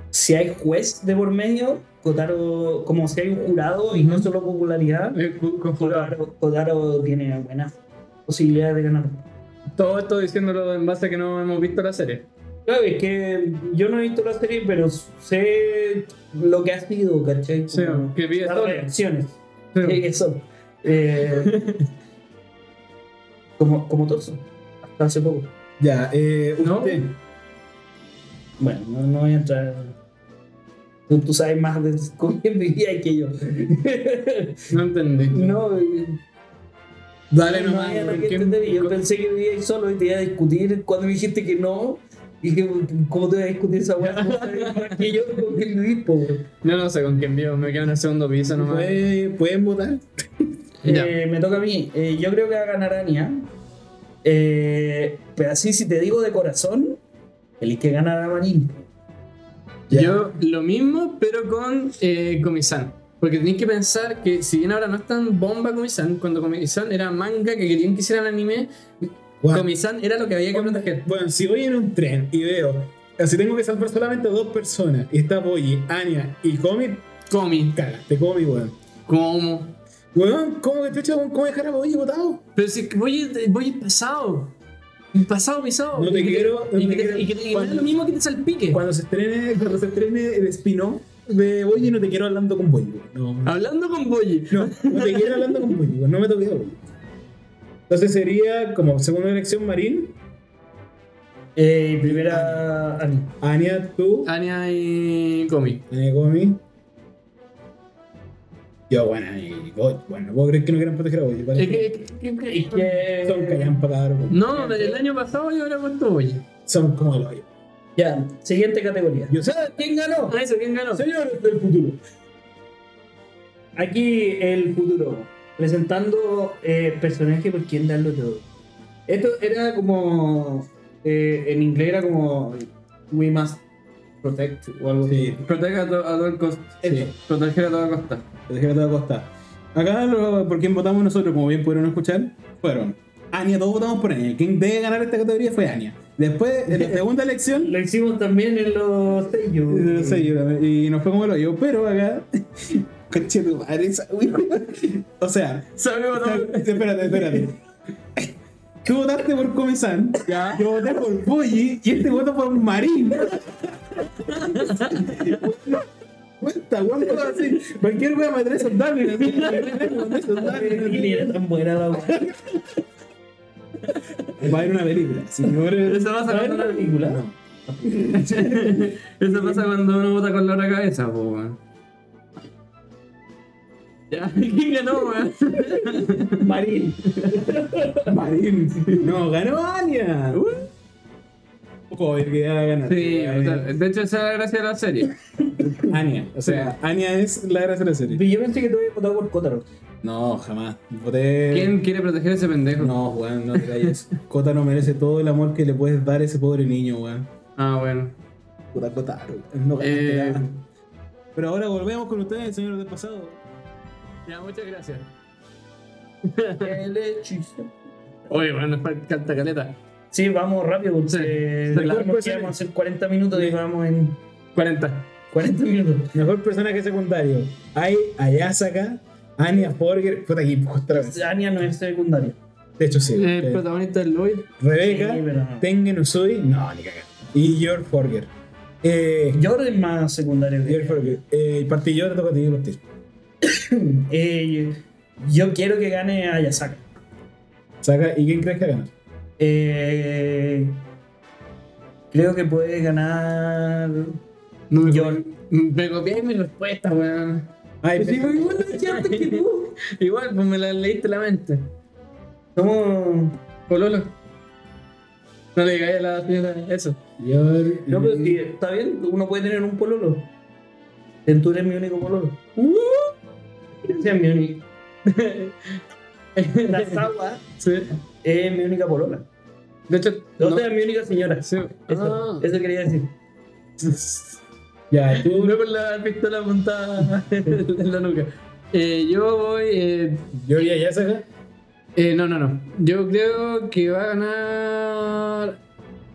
Si hay juez de por medio, Kotaro. Como si hay un jurado y no solo popularidad, eh, cu- conjurar. Kotaro, Kotaro tiene buenas posibilidades de ganar. Todo esto diciéndolo en base a que no hemos visto la serie. Claro, es que yo no he visto la serie, pero sé lo que ha sido, ¿cachai? Sí, Como que vi las esto. reacciones. *laughs* Sí. Sí, eso. Eh, como, como torso, hasta hace poco. Ya, eh. ¿No? usted. Bueno, no, no voy a entrar. Tú, tú sabes más de *laughs* con quién vivía que yo. *laughs* No entendí. no, eh, Dale no nomás, había nada weón. que ¿quién- entender. Y Yo con- pensé que vivía ahí solo y te iba a discutir. Cuando me dijiste que no, dije, ¿cómo te voy a discutir esa weá? Tú sabes más que yo con quién vivís, po, weón. Yo no sé con quién vivo, me quedo en el segundo piso nomás. ¿Pueden, pueden votar? Ya. Eh, me toca a mí. Eh, yo creo que va a ganar Ania. Eh, pero así, si te digo de corazón, feliz que ganará Marín. Ya. Yo lo mismo, pero con eh, Comisan. Porque tenéis que pensar que, si bien ahora no es tan bomba Comisan, cuando Comisan era manga que querían que hicieran anime, Weón, Comisan era lo que había que proteger. Bueno, si voy en un tren y veo, si tengo que salvar solamente a dos personas, y está Boyi, Anya y Comi, Comi. caga, te come, weón. ¿Cómo? Weón, ¿cómo que te echa cómo dejar a Boyi botado? Pero si voy, voy pasado. Pasado, pisado. No te Y que- quiero, no y te que- quiero. Y que y que me da Cuando- lo mismo que te salpique. Cuando se estrene, cuando se estrene el spin-off de Boyi, no te quiero hablando con Boyi, weón. No, no, Hablando con Boyi. no, no te quiero hablando con Boyi, weón. No me toques a Boyi. Entonces sería como segunda elección Marín, Eh, primera Ania. Anya, tú, Anya y Comi. Anya y Comi. Yo, bueno, y, Boyi, bueno, no puedo creer que no quieran proteger a Boyi. ¿vale? Es que- es que- es que- Es que- Son callampa, cabrón. No, el año pasado yo habría puesto Boyi. Son como el hoyo. Ya, siguiente categoría. Yo sé, ¿Quién ganó? Ah, eso, ¿quién ganó? señores del futuro. Aquí el futuro. Presentando eh, personaje por quien darlo todo. Esto era como. eh, en inglés era como. We must protect o algo así. Sí, Protege a, to- a todo el costo. Sí. Proteger a toda costa. te dejé a toda costa. Acá, lo- por quien votamos nosotros, como bien pudieron escuchar, fueron Anya, todos votamos por Anya. Quien debe ganar esta categoría fue Anya. Después, en la segunda *laughs* elección, Lo hicimos también en los sellos. no sé, *laughs* yo también, y nos fue como el hoyo, pero acá. *laughs* Conche tu madre, esa- uy, O sea, Sabemos *laughs* todo. espérate, espérate. Tú votaste por Comisan, Ya. yo voté por Boyi y este voto por Marín. Cuenta, weón, todo así. Cualquier weón me trae sandalias. así, me trae Y sandalias. era tan buena la weá. Va a haber una película. Si no eres- Eso pasa, ¿Va a haber cuando, una película? No. *laughs* eso pasa cuando uno vota con la otra cabeza, po, weón. Ya, *laughs* ¿quién ganó, weón? Marín. Marín. No, ganó Uh. Anya. Joder, que ya ganar. Sí, o sea, de hecho esa es la gracia de la serie. Anya. O sea, Anya es la gracia de la serie. Yo pensé que tú habías votado por Kotaro. No, jamás. Voté. ¿Quién quiere proteger a ese pendejo? No, weón, no te calles. Cota no merece todo el amor que le puedes dar a ese pobre niño, weón. Ah, bueno. Puta Cota, no ganaste Eh, nada. Pero ahora volvemos con ustedes, señores del pasado. ya, muchas gracias. El hechizo. Oye, bueno, nos falta caleta. Sí, vamos rápido porque Sí. recordemos que íbamos a hacer 40 minutos y vamos en 40. 40 minutos. Mejor personaje secundario. Hay Ayasaka, Anya Forger. Puta aquí, otra vez. Anya no es secundaria. De hecho, sí. Eh, Eh, El protagonista es Lloyd. Rebeca, Sí, pero no. Tengen Usui. No, ni cagar. Y George Forger. Eh, Jordan es más secundario que George Forger. Eh, partí yo, te toca a ti partir. Eh, Yo quiero que gane Ayasaka. Saca, ¿y quién crees que gana? Eh, creo que puede ganar. No me Yo- Me copiáis mi respuesta, weón. Pues Ay, Sí, pero igual lo decía antes que *laughs* tú. Igual, pues me la leíste la mente. Somos. Pololo. No le digáis a la señora eso. George. No, pero sí, está bien, uno puede tener un pololo. Uh. Ventura es mi único pololo. Ese es mi único. Urasawa *laughs* Sí. es mi única polola. De hecho, No, no- es mi única señora. sí. Ah. Eso, eso quería decir. *laughs* Ya, tú. Uno con la pistola apuntada *laughs* en la nuca. Eh, yo voy. eh, Yo ya, ya saca. eh, no, no, no. Yo creo que va a ganar.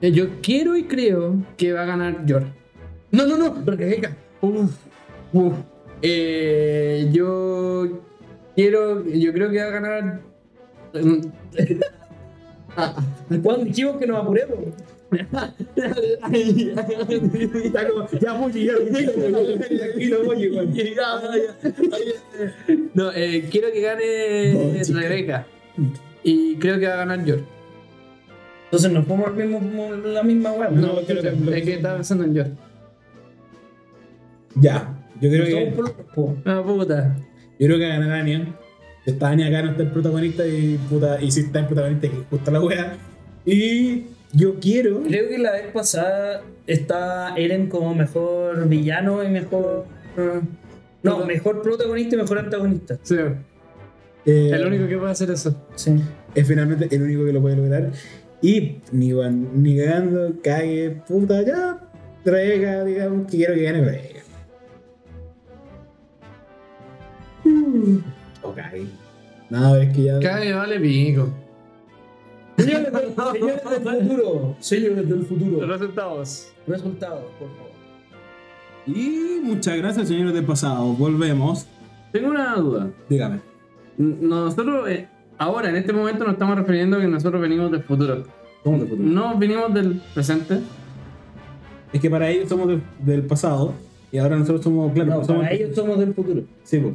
eh, yo quiero y creo que va a ganar Yor. No, no, no. Rebeca. Uf, uf. Eh, yo quiero. Yo creo que va a ganar. mm, *laughs* ¿Cuándo dijimos que nos apuremos? Está como, ya, Bully, ya, *laughs* tranquilo, Bully, weón. No, eh, quiero que gane No, chica. Rebeca. Y creo que va a ganar Yor. Entonces nos fuimos al mismo, la misma hueá. No, No, creo que- es que estaba pensando en Yor. Ya, yo creo que. Somos pololos, po. Ah, puta. Yo creo que ganará Ania. Esta Ania acá no está el protagonista y puta, y si está el protagonista que gusta la wea. Y yo quiero. eh, Creo que la vez pasada está Eren como mejor villano y mejor. No, mejor protagonista y mejor antagonista. Sí, eh, el único que puede hacer eso. Sí. Es finalmente el único que lo puede lograr. Y ni, van- ni cagando, cague, puta, ya. Rebeca, digamos, que quiero que gane Rebeca. Mm. O cague. No, es que ya. Cada vez vale pico. *laughs* Señores del, señores del futuro. Señores del Los futuro. resultados. Resultados, por favor. Y muchas gracias, señores del pasado. Volvemos. Tengo una duda. Dígame. N- Nosotros, eh, ahora, en este momento, nos estamos refiriendo que nosotros venimos del futuro. ¿Cómo te puedo- No venimos del presente. Es que para ellos somos del, del pasado y ahora nosotros somos, claro, No, somos. para ellos somos del futuro. Sí, po.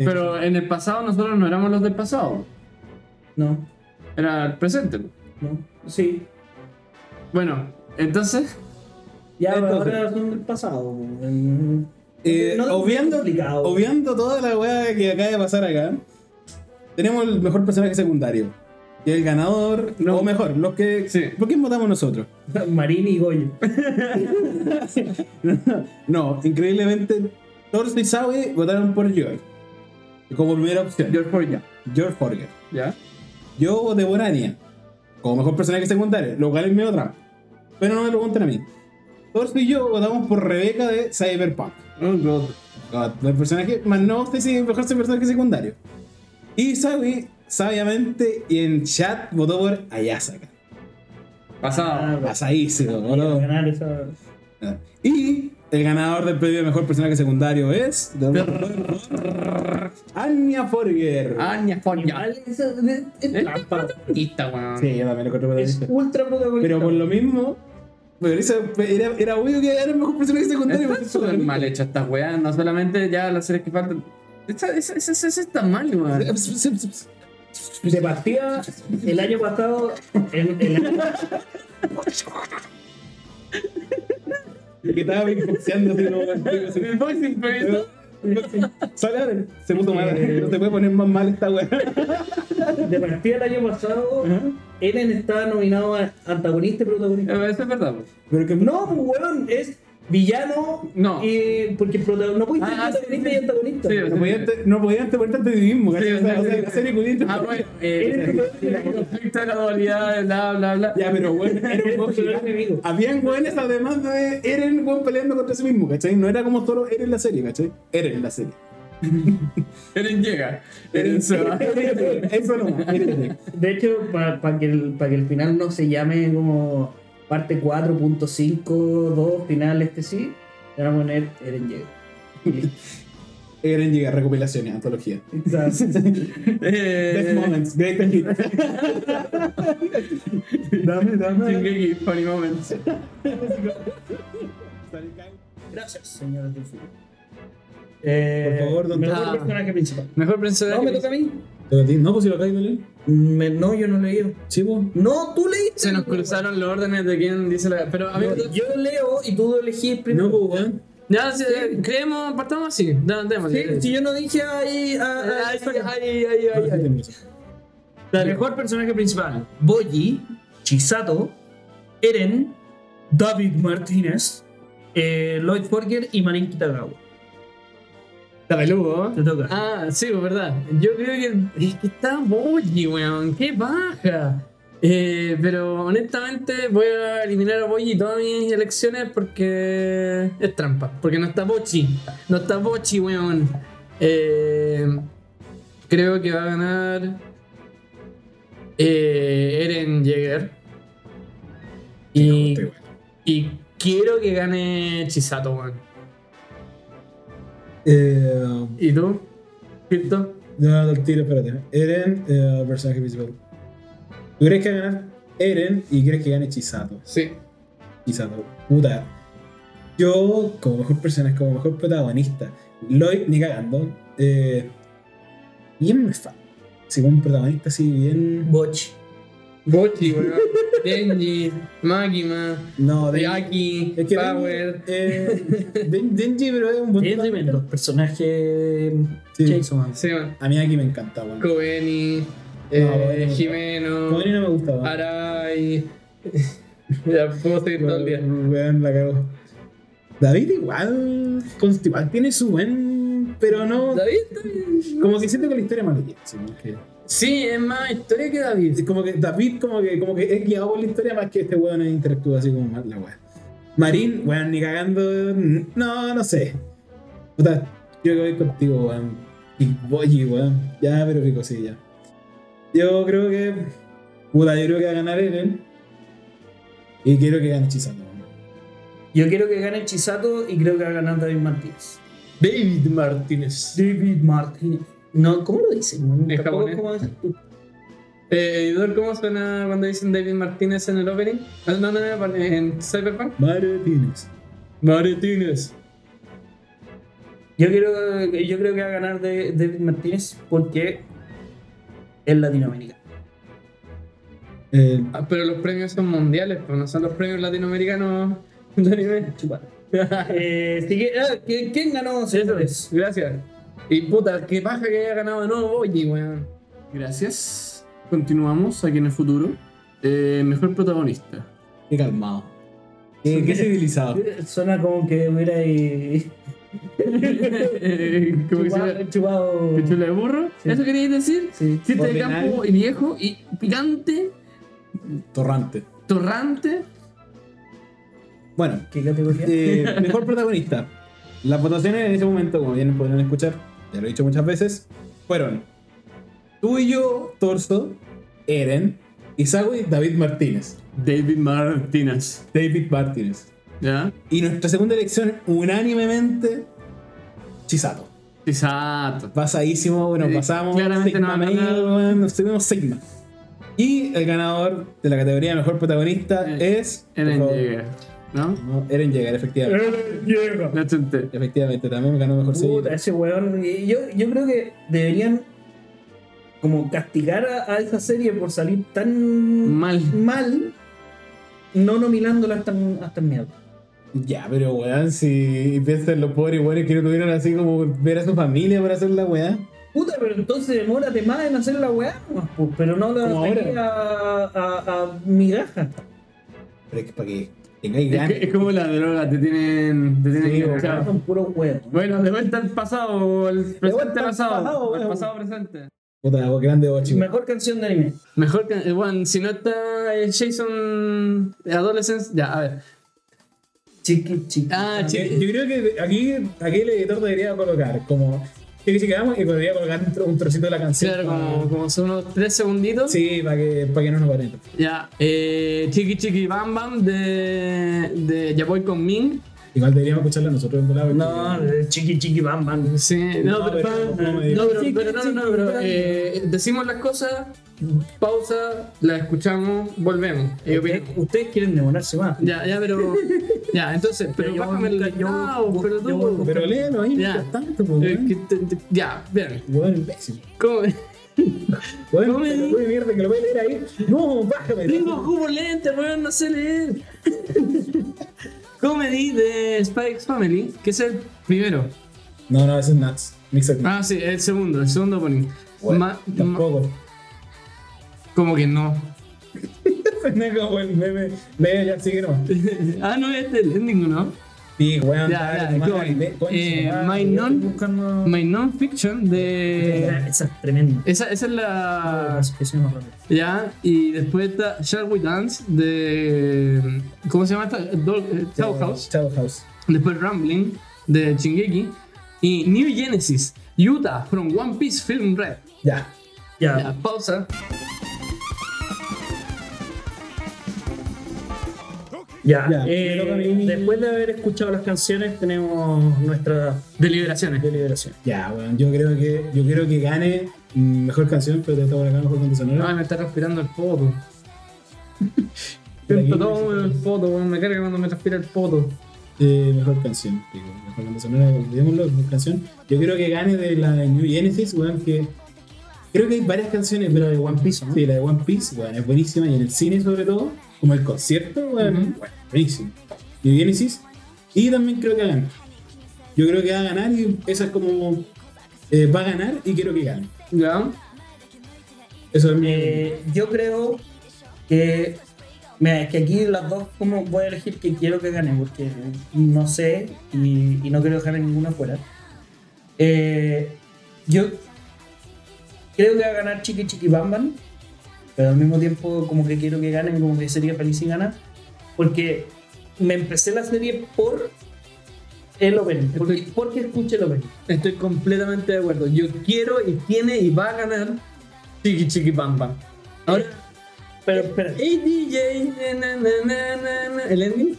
Eh, Pero en el pasado, nosotros no éramos los del pasado. No, Era el presente. no. Sí. Bueno, entonces. Ya, pero Entonces. ahora son del pasado. eh, no, no, obviando, complicado. obviando toda la weá que acaba de pasar acá, tenemos el mejor personaje secundario. Y el ganador, o mejor, los que. Sí. ¿Por qué votamos nosotros? *laughs* *laughs* Marini y Goyo. no, increíblemente, Torso y Sawi votaron por George. Como primera opción. George Ford ya. George Forger. ¿Ya? Yo voté por Anya como mejor personaje secundario, lo cual es medio trampa. Pero no me pregunten a mí. Torso y yo votamos por Rebeca de Cyberpunk. Oh, God. Ah, El personaje, más no usted si es mejor ese personaje secundario. Y Sabi, sabiamente, y en chat votó por Ayasaka. Pasado. Pasadísimo, Para boludo. ganar esa. Y el ganador del premio de mejor personaje secundario es. Anya Forger. Aña, Ford ya. Ah, ¿Eh? Igual es, es- es Es trampa. protagonista, weón. Sí, yo también lo encuentro por Es ultra protagonista. Pero por lo mismo, pero esa- era, era obvio que pues, era el mejor personaje Este secundario. Están súper mal hechas estas weas, no solamente ya las series que faltan. Esa, esa, esa, esa- esa está mal, pues, weón. De partida, el año pasado. El, el- pues, que estaba boxeando así como así. El boxing, pero- Sale, se puso Eh. mal. No te puede poner más mal esta weá. de partida, el año pasado, Eren estaba nominado a antagonista y protagonista. Eh, Eso es verdad, pues. Pero que no. No, pues, weón, es villano. No. Y porque prota- no puede ser Ah, protagonista sí, y antagonista. Sí, No podían, te- no podían te ponerte a ti mismo, ¿cachai? O sea, o sea, la serie culienta. Ah, bueno. Eh, Eres el conflicto de la dualidad, bla, bla, bla. Ya, pero bueno, era *laughs* un juego tu peor gigante. enemigo. Habían weones además de Eren weón, peleando contra sí mismo, ¿cachai? No era como solo Eren la serie, ¿cachai? Eren la *laughs* serie. Eren llega. Eren se va. Eso no, Eren llega. De hecho, para que, el- pa' que el final no se llame como parte 4.52, final este sí, le vamos a poner Eren llega. *laughs* Eren llega, recopilaciones, *laughs* antología. Best Eh, moments, greatest hits. *laughs* dame, dame. Shingeki, funny moments. Gracias, señores del fútbol. Eh, Por favor, don mejor Tata. personaje principal. Mejor pensar. No, me toca a mí. No, pues si lo acabas de leer. Me- no, yo no leí. Sí, pues. No, tú leíste. Se nos cruzaron los órdenes de quién dice la. Pero a mí. No, yo leo y tú elegís primero. No, pues, weón. Ya, sí, creemos, partamos así. Da- demos. Sí, si yo no dije ahí. ah, ah, Ay, ah, ah, ay, ay, ay, ay. Dale. Mejor personaje principal. Boyi, Chisato, Eren, David Martínez, eh, Lloyd Forger y Marin Kitagawa. Está peludo, Te toca. Ah, sí, es verdad. Yo creo que, el- es que está Boji, weón. ¡Qué baja! Eh, pero honestamente voy a eliminar a Boji de todas mis elecciones porque es trampa. Porque no está Bochi. No está Bochi, weón. Eh, creo que va a ganar eh, Eren Jäger. Y, Estoy bueno. y quiero que gane Chisato, weón. Eh, ¿Y tú? ¿Crypto? No, no, tiro, espérate. Eren, eh, personaje principal. ¿Tú crees que va a ganar Eren y crees que gane Chisato? Sí. Chisato, puta. Yo, como mejor personaje, como mejor protagonista, Lloyd ni cagando. Eh, bien me fa. Si como un protagonista así, bien. Botch. Bochi, *laughs* weón. Denji, Makima, No, Yaki, Es que Power. Denji, eh, Den- Denji, pero es un buen Es protagonista. tremendo. Personaje. mm, Sí. Jason. man. Sí, weón. A mí aquí me encanta, weón. Kobeni, eh, bueno. Jimeno, Como a mí no me gustaba. Arai. *laughs* ya puedo seguir todo el día. Weón, la cagó. David igual, con- igual tiene su buen, pero no, David, David. como que siento que la historia más le lleva, así como que- Sí, es más historia que David. es como que David como que, como que es guiado por la historia más que este weón interactúa así como mal, la weá. Marín, weón, ni cagando, no, no sé. Puta, yo que voy contigo, weón. Y voy, weón. Ya, pero qué cosilla. Yo creo que, puta, yo creo que va a ganar Eren. Y quiero que gane Chisano, weón. Yo quiero que gane Chisato y creo que va a ganar David Martínez. David Martínez. David Martínez. No, ¿cómo lo dicen? man? En Tampoco japonés. es como decir tú. Eh, editor, ¿cómo suena cuando dicen David Martínez en el opening? Ah, No, no, no, en Cyberpunk. Martínez. Martínez. Yo, quiero, yo creo que va a ganar de- David Martínez porque es Latinoamérica. Eh, Ah, pero los premios son mundiales, pues no son los premios latinoamericanos *laughs* de anime. Chupa. Eh, así que, ah, ¿quién quién ganó? señores? Gracias. Y puta, qué paja que haya ganado de nuevo Boji, weón. Gracias. Continuamos aquí en el futuro. Eh, mejor protagonista. *laughs* qué calmado. Eh, Qué, qué civilizado. Suena como que hubiera ahí Eh, Como que se chupado. chupado- pichula de burro. Sí. ¿Eso queríais decir? Sí. Chiste de Ordenar. campo y viejo y picante, Torrante. torrante. Bueno, ¿Qué categoría? eh, mejor protagonista. Las votaciones en ese momento, como bien podrán escuchar, ya lo he dicho muchas veces, fueron tú y yo, Torso, Eren, Isago y David Martínez. David Martínez. David Martínez. ¿Ya? Y nuestra segunda elección, unánimemente, Chisato. Exacto. Pasadísimo, bueno, Eh, pasamos. claramente Sigma no va a Male, ganar. weón, nos tuvimos Sigma. Y el ganador de la categoría de mejor protagonista Eh, es. por Eren favor, Yeager, Eh. ¿No? No, Eren Yeager, efectivamente. La chunté. Efectivamente, también ganó mejor Puta, seguidor. ese weón. y Yo, yo creo que deberían como castigar a, a esa serie por salir tan Mal. mal, no nominándola hasta, hasta el miedo. Ya, pero weón, si piensas en los pobres weones que no tuvieron así como ver a su familia para hacer la weá. Puta, pero entonces demórate más en hacer la weá, nomás, pues, pero no la Como saqué a, a, a migaja. Pero es que para que tengáis Es, ganas. que- es como la droga, te tienen. Te tienen Sí, que o enganchar. Son puros weón. Bueno, de vuelta al pasado, al presente vuelta al pasado. pasado, al weón. pasado presente. Puta, vos grande ocho. Mejor canción de anime. Mejor que. eh, Bueno, si no está eh, Jason eh, Adolescence, ya, a ver. Chiqui, chiqui. Ah, Yo, chiqui. yo creo que aquí, aquí el editor debería colocar como. Yo que si quedamos y debería colocar un, tro- un trocito de la canción. Claro, para- como, como son unos tres segunditos. Sí, para que, para que no nos paren. Ya, eh, Chiqui Chiqui Bam Bam de, de Ya Voy con Ming. Igual deberíamos escucharla nosotros en volada. No, chiqui, chiqui, bam, bam. Sí, no, No, pero, pero- no, pero- no, pero- Chiqui pero no, no, no, Chiqui pero, Bam. eh, decimos las cosas, pausa, las escuchamos, volvemos. Eh, Y opinamos. Ustedes, ustedes quieren demorarse más. Ya, ya, pero. Ya, entonces, pero yo voy a bájame el buscar- yo listado, voy- pero yo voy a tú. buscar- Pero léelo ahí, Ya. mientras tanto, po, eh, que weón. te- te- Ya, bien. Weón, imbécil. ¿Cómo? Weón, Come. pero weón, mierda, que lo voy a leer ahí. No, bájame. Tengo jugo lente, weón, no sé leer. Comedy de Spike's Family, que es el primero. No, no, eso es Nuts. Mix up. Ah, sí, el segundo, el segundo opening. Bueno, Ma- ma- tampoco. como que no. *laughs* Pendejo, el meme. Ve, ya sigue nomás. ah, no, este es el ending, ¿no? Sí, weón. Ya, dale, ya, madre, go on. ve, concha, Eh, madre, my yo non- estoy buscando- My non-fiction de. Esa es tremenda. Esa, esa es Ah, la. Eso es más rápido. Ya, y después está Shall We Dance de. ¿Cómo se llama esta? Dol- eh, Doll House. Chao House. Después Rambling de Chingeki. Y New Genesis, Utah from One Piece Film Red. Ya. Ya, Ya, pausa. ya. Ya, Eh, me toca a mí. después de haber escuchado las canciones, tenemos nuestra Deliberaciones. deliberación. Ya, weón. Yo creo que, yo creo que gane mm, mejor canción, pero te está por acá mejor canción sonora. Ay, me está respirando el poto. Pero aquí- Siento todo el poto, weón. Me carga cuando me transpira el poto. Eh, mejor canción, digo, mejor banda sonora, olvidémoslo, mejor canción. Yo creo que gane de la de New Genesis, weón, que. Creo que hay varias canciones, pero la de One Piece, Sí, la de One Piece, weón, es buenísima, y en el cine sobre todo, como el concierto, weón, bueno, buenísimo. New Genesis, y también creo que va a ganar. Yo creo que va a ganar, y esa es como. eh, va a ganar, y quiero que gane. Ya. Eso es mi. Eh, yo creo que. Mira, es que aquí las dos, como voy a elegir que quiero que gane, porque no sé y, y no quiero dejar a ninguna fuera. Eh, yo creo que va a ganar Chiqui Chiqui Bam Bam, pero al mismo tiempo, como que quiero que ganen, como que sería feliz si gana, porque me empecé la serie por el opening, porque, porque escuché el opening. Estoy completamente de acuerdo. Yo quiero y tiene y va a ganar Chiqui Chiqui Bam Bam. Ahora, Pero espera, hey DJ, na, na, na, na, na. el ending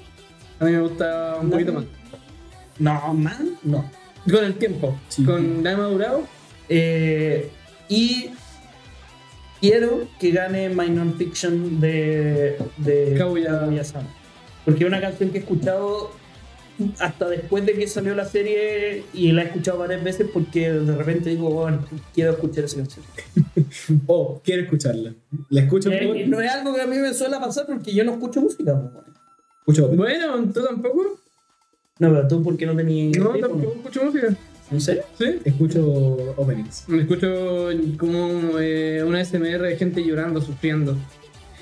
a mí me gusta un poquito más. no, man, no. Con el tiempo, Sí. con la he madurado. Eh, y quiero que gane My Nonfiction de, de Kaguya. Kaguya-sama. Porque es una canción que he escuchado hasta después de que salió la serie y la he escuchado varias veces porque de repente digo, bueno, quiero escuchar esa canción. Oh, quiero escucharla. La escucho por. Eh, no es algo que a mí me suele pasar porque yo no escucho música. pues, bueno. Escucho por- Bueno, ¿tú tampoco? No, pero tú, ¿por qué no tenías No, teléfono? tampoco escucho música. ¿En serio? ¿Sí? Escucho openings. Me escucho como eh, una SMR de gente llorando, sufriendo.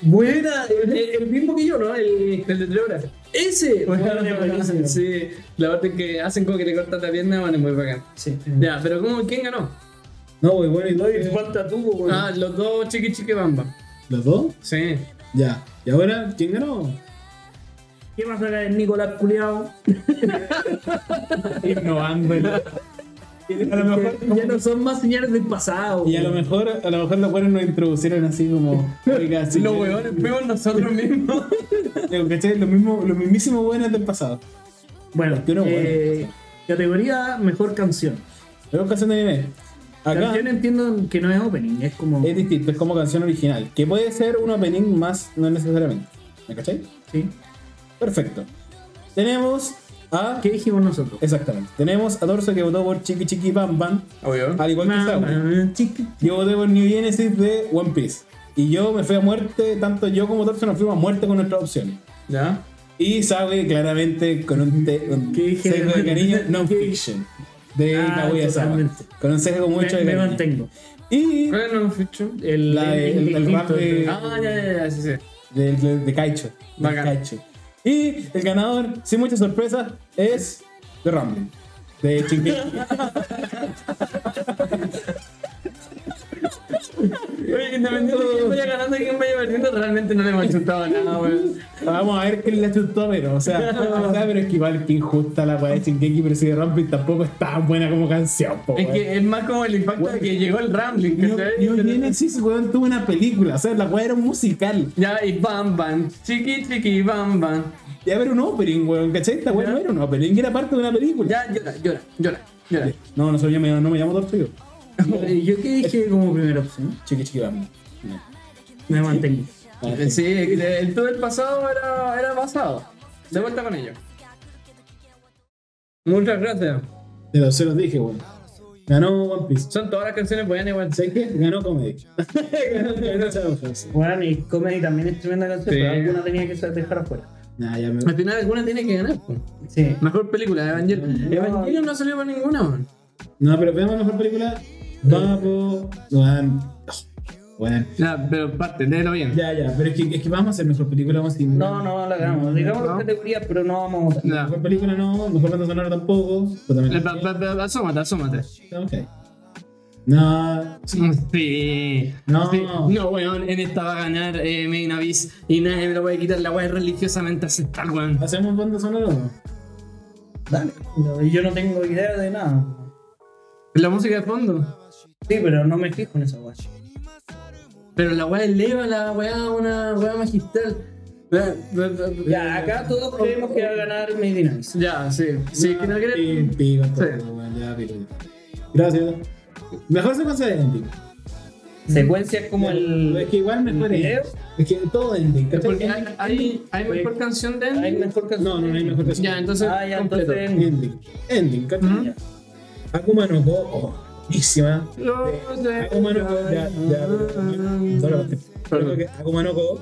Buena, El, el mismo que yo, ¿no? El, el de tres horas. ese. *laughs* Bueno, Bueno, buenísimo. sí, la parte que hacen como que le cortan la pierna, bueno, es muy bacán. Sí. Ya, pero ¿cómo, ¿quién ganó? No, voy bueno y doy. Oye, falta tú, pues, bueno. Ah, los dos chiqui chiqui bamba. ¿Los dos? Sí. Ya. ¿Y ahora quién ganó? ¿Qué más acá es Nicolás Culeado? Innovando. *laughs* A lo mejor, *laughs* Ya no son más señales del pasado. *laughs* y a lo mejor, a lo mejor los buenos nos introducieron así como. *laughs* Oiga, así. Los huevones fuimos nosotros mismos. ¿Cachai? Los, mismos, los mismísimos buenos del pasado. Bueno, Pero bueno. eh, categoría mejor canción. Pero es canción de anime. Acá Canción entiendo que no es opening, es como. es distinto, es como canción original. Que puede ser un opening más, no necesariamente. ¿Me cachai? ¿sí? Perfecto. Tenemos a. ¿Qué dijimos nosotros? Exactamente. Tenemos a Dorso que votó por Chiqui Chiqui Bam Bam. Obvio. Al igual que Saúl. Mamá, chica. Yo voté por New Genesis de One Piece. Y yo me fui a muerte, tanto yo como Torso nos fuimos a muerte con nuestras opciones. Ya. Y sabe claramente con un, te- un ¿Qué dije? sesgo de *laughs* cariño non-fiction de Ah, Kaguya Sama. totalmente. Con un sesgo mucho Me, de me cariño. mantengo. Y ¿Cuál es el ficho? El, La de- el- el rap de- Ah, ya, ya, ya, sí, sí. de, de, de Kaicho. de Bacán. Kaicho. Y el ganador, sin mucha sorpresa, es The Rumbling. De Chingeki. *laughs* Oye, independiente de quién vaya ganando y quién vaya perdiendo, realmente no le hemos insultado nada, *laughs* weón. Vamos a ver quién la chutó, pero, *laughs* o sea, o sea, pero es que igual que injusta la weá de Shingeki, pero si de Rumbling tampoco es tan buena como canción, po, Es weón. que es más como el impacto de que llegó el Rambling, Yo, ¿cachai? yo Genesis, weón, tuvo una película, o sea, la weá era un musical. Ya, y bam bam, chiqui chiqui bam bam. Y era un opening, weón, ¿cachai? Esta weá no era un opening, era parte de una película. Ya, llora, llora, llora, llora. No, no soy yo, me- no me llamo Torto yo. Eh, ¿Yo qué dije como primera ¿Mm? opción? Chiqui, chiqui, vamos. No. Me mantengo. Ah, Eh, Sí, el, el todo el pasado era, era pasado. De vuelta con ello. Muchas gracias. De los se los dije, weón. Ganó One Piece. Son todas las canciones buenas igual. ¿Sabes qué? Ganó Comedy. *laughs* ganó ganó Shadow Fans. Bueno, y Comedy también es tremenda canción, Sí. pero alguna tenía que ser- dejar afuera. Nah, ya me. Al final alguna tiene que ganar. po. Sí. Mejor película de Evangelion. Evangelion no salió para ninguna, man. No, pero veamos la mejor película. Vamos. Weón. Bueno. Ya, pero parte, léelo bien. Ya, ya, pero es que, es que vamos a hacer mejor película, vamos a decir, No, no, la Mm, hagamos. Digamos las categorías, pero no vamos a votar. Ya. Mejor película no, mejor banda sonora tampoco. pero también- Eh, pa- pa- pa- Asómate, asómate. Ok. No, Sí. No. Sí. No, weón, en esta va a ganar eh, Main Abyss y nadie me lo puede quitar. La weá es religiosamente aceptar, weón. ¿hacemos banda sonora o no? Dale. No, Yo no tengo idea de nada. La música de fondo. Sí, pero no me fijo en esa guacha. Pero la weá eleva la weá a una weá magistral. Ya, Ya, acá todos creemos que va a ganar Made in Abyss. Ya, sí. Sí, que no quiere. Sí, pico, todo, Sí. bueno, ya, pico, ya. Gracias. Mejor secuencia de ending. Secuencias como el. Es que igual mejor el ending. Es que todo ending. ¿cachai? Porque hay, hay, hay mejor canción de Hay él. mejor canción. No, no, no hay mejor canción. Ya, entonces. Ah, ya, completo. entonces. Ending. Ending, ¿cachai? Ujú. Akuma no Go, oh, buenísima. Los de- Akuma no Go, ya, ya. pero- Solo porque- Perdón. creo que Akuma no Go.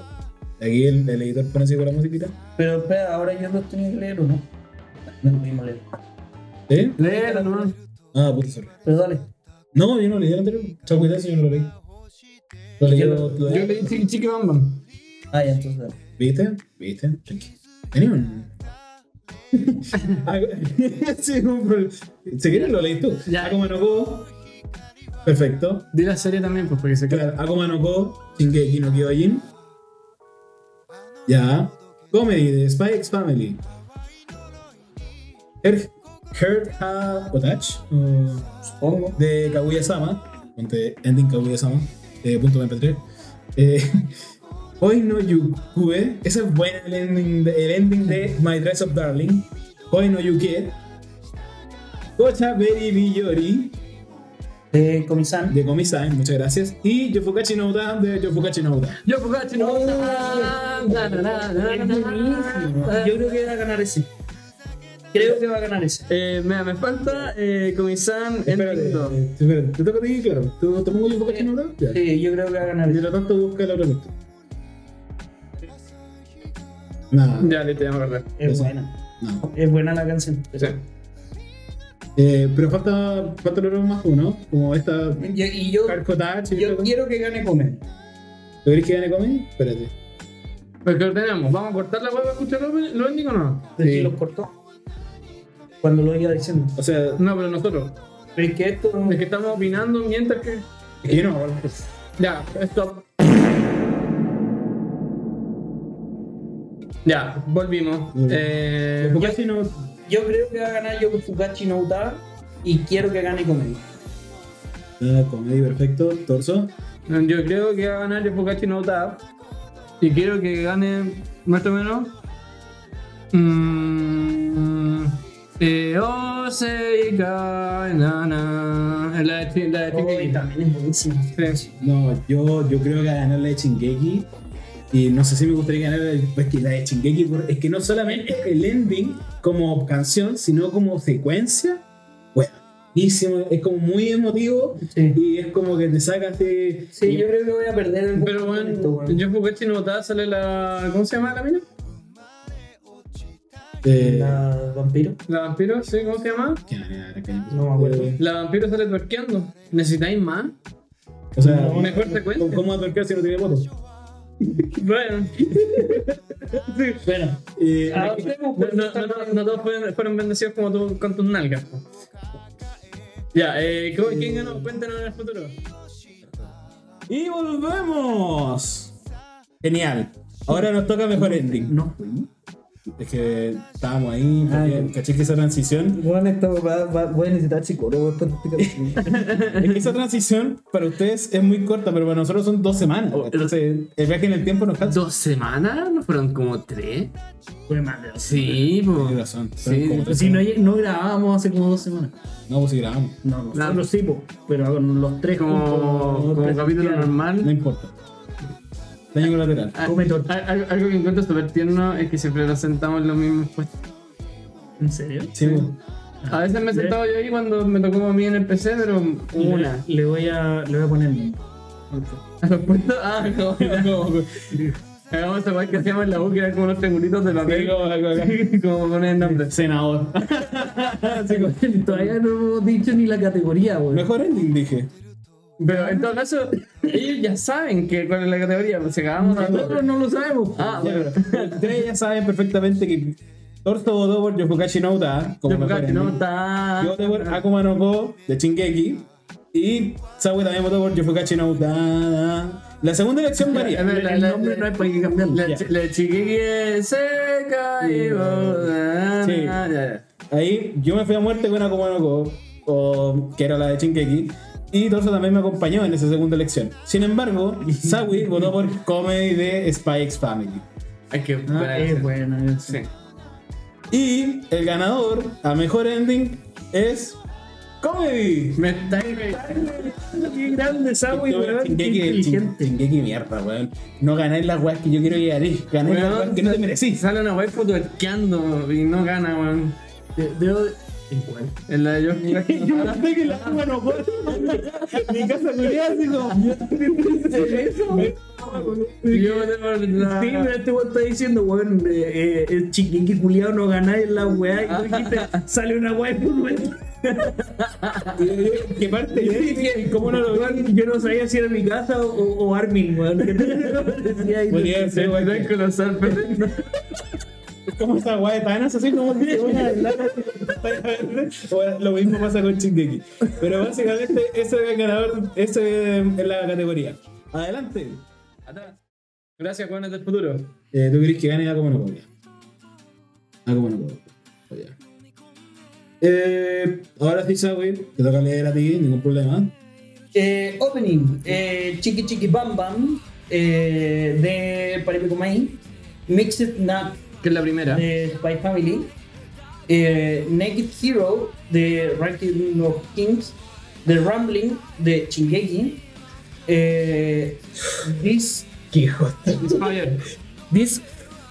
Aquí el, el editor pone así con la musiquita. Pero espera, ahora yo los tenía que leer o no. No lo mismo leer. ¿Eh? Léelo, nomás. Ah, puta sorry. Pero dale. No, yo no leí el anterior. Chao, cuidado, yo no lo leí. Lo leí Yo- lo- Yo leí Chiqui Chiqui Bam Bam. Ah, ya, entonces dale. ¿Viste? ¿Viste? Tranqui. Tenía un. *laughs* Algo- sí, un problema. Si quieres lo leí tú. Ya. Akuma no Go. Perfecto. Di la serie también, pues, porque se queda. Claro, Akuma no Go, Shingeki no Kyojin. Ya. Comedy de Spy X Family. Her- Heart Ha Otach. o- Supongo. de Kaguya-sama, ponte ending Kaguya-sama, eh, punto MP3. Eh, *laughs* Hoy no Yukue, ese es bueno el ending, de, el ending de My Dress of Darling. Hoy no Yuke. Gocha Beri Biyori De Comisan. de Komi-san, muchas gracias. Y Yofukachi no Uta de Yofukachi no Uta. Yo, Pugachi, no. Es buenísimo. Yo creo que va a ganar ese. Creo que va a ganar ese. Eh, mira, me falta eh, Comisan en Espérate, TikTok. eh, espérate, te toca a ti, claro. ¿Tú, ¿Te pongo Yofukachi no Uta? Ya. Sí, yo creo que va a ganar ese. Mientras tanto, busca la otra cuestión. Nada, Ya, listo, ya me acordé. Es Eso. buena. no. Es buena la canción. Sí. Eh, pero falta, falta el más uno, como esta Y, y yo, Carco Touch. y yo todo. quiero que gane Comen. ¿Lo querés que gane Comedy? Espérate. Pues que ordenamos, ¿vamos a cortar la hueva a escuchar lo, lo ending o no? ¿De Sí. los cortó? Cuando lo iba diciendo. O sea, No, pero nosotros. Pero es que esto. Es que estamos opinando mientras que. es que yo no me acuerdo. Ya, stop. Ya, volvimos. Muy bien. Eh, Porque si no. Yo creo que va a ganar Yoko Fukachi no Utada y quiero que gane Comen. Nada, Comedy perfecto, torso. yo creo que va a ganar el Pugachi no Tap. Y quiero que gane, más o menos. Mmm. Eh, oh, na, na. La de Chi- la de Hoy Shingeki. también es buenísimo. Sí. No, yo, yo creo que va a ganar la de Chingeki. Y no sé si me gustaría ganar la, pues, que la de Chingeki. por- Es que no solamente el ending como canción, sino como secuencia. Bueno, buenísimo. Es como muy emotivo. Sí. Y es como que te sacas de. Sí, yo creo que voy a perder el Pero momento, bueno, weón. yo Pugachi no Tap sale la. ¿Cómo se llama la mina? Eh, ¿La vampiro? La vampiro, sí, ¿cómo se llama? ¿quién era? ¿Era quién? No me acuerdo. Eh, La vampiro sale twerkeando. ¿Necesitáis más? O sea, Mejor secuencia. ¿cómo- ¿Cómo atorcar si no tiene votos? Bueno, Bueno, Eh, Ah. avancemos, no, pues, no, no, está- no, no todos fueron, fueron bendecidos como tú con tus nalgas. po. Ya, eh, ¿cómo- ¿quién ganó? Cuéntanos en el futuro. Y volvemos. Genial. Ahora nos toca mejor ending. No. Es que estábamos ahí, porque caché que esa transición. Bueno, esto va, va- voy a necesitar psicólogo después de este capítulo. Es que esa transición para ustedes es muy corta, pero para nosotros son dos semanas. Entonces, el viaje en el tiempo nos cansa. ¿Dos semanas? ¿No fueron como tres? *laughs* Fue madre. Sí, po. Tienes razón. Sí. Como tres Si no, no grabábamos hace como dos semanas. No, pues si grabamos. No, Claro. nosotros sí, po, pero con los tres Como, como juntos, capítulo No normal. importa. Daño colateral. Ah, Come torta. al- al- Algo que encuentro súper tierno es que siempre nos sentamos en los mismos puestos. ¿En serio? Sí, pues. A veces me sentaba yo ahí cuando me tocó a mí en el PC, pero *laughs* una. Le, le voy a, le voy a poner mi- ¿A los puestos? Ah, no, no. Hagamos esa guay que hacíamos en la U, que eran como unos triangulitos de papel. *laughs* como poner el nombre. Senador. *laughs* pues. Todavía no hemos dicho ni la categoría, güey. Mejor ending, dije. Pero en todo caso, ellos ya saben que cuál es la categoría, pues si acabamos nosotros no lo sabemos. pues. Ah, Ya, bueno. pero Ustedes ya saben perfectamente que Torso Dover Yofukashi no Uta, como mejor Yofukashi no anime. Uta. Yo voté por Akuma no Go de Shingeki. Y Sawe también votó por Yofukashi no Uta. La segunda elección varía. El, nombre no hay por qué cambiarlo. La, Ya. la chiquique seca y vos- Sí. Ya, ya. Ahí yo me fui a muerte con Akuma no Go, o, que era la de Shingeki. Y Torso también me acompañó en esa segunda elección. Sin embargo, Sawi votó por Comedy de Spy X Family. Hay que Ah, es buena. es- Sí. Y el ganador a mejor ending es Comedy. Me está Qué grande Ah, Este, Sawi, weón. Qué Shingeki, inteligente. Shingeki mierda, weón. No ganáis las weas que yo quiero llegar. Ganáis las weas que no te merecís. Sale una web fotoqueando y no gana, weón. De- Debo. ¿En cuál? En la de *laughs* Yofukashi *laughs* no Yo pensé que la agua no corta. Mi casa culiada, así Y Yo voté por la. Sí, pero este weón está diciendo, weón, eh, eh, el chiquiqui culiado no ganáis la weá. Y tú dijiste, sale una weá de *laughs* fútbol. como. Que parte de ¿Cómo no lo Weón, Yo no sabía si era mi casa o, o Armin, *laughs* weón. Decía ahí, Podría ser, El weón. gran colosal, pero- ¿Cómo esa guay de Thanos así como que voy *laughs* a hablar así? Bueno, Lo mismo pasa con Shingeki. Pero básicamente ese es el ganador, ese es la categoría. Adelante. Gracias, Juanes del Futuro. Eh, ¿Tú crees que gane Akuma no Koya? Akuma no Koya. Koya. Oh, Eh, ahora sí, Sawi, te toca leer a ti, ningún problema. Eh, opening, eh, Chiqui Chiqui Bam Bam, eh, de Paripicumay, Mixed Nut Que es la primera. de Spy Family, eh, Naked Hero de Ranking of Kings, The Rambling de Chingeki, eh, This, Javier. This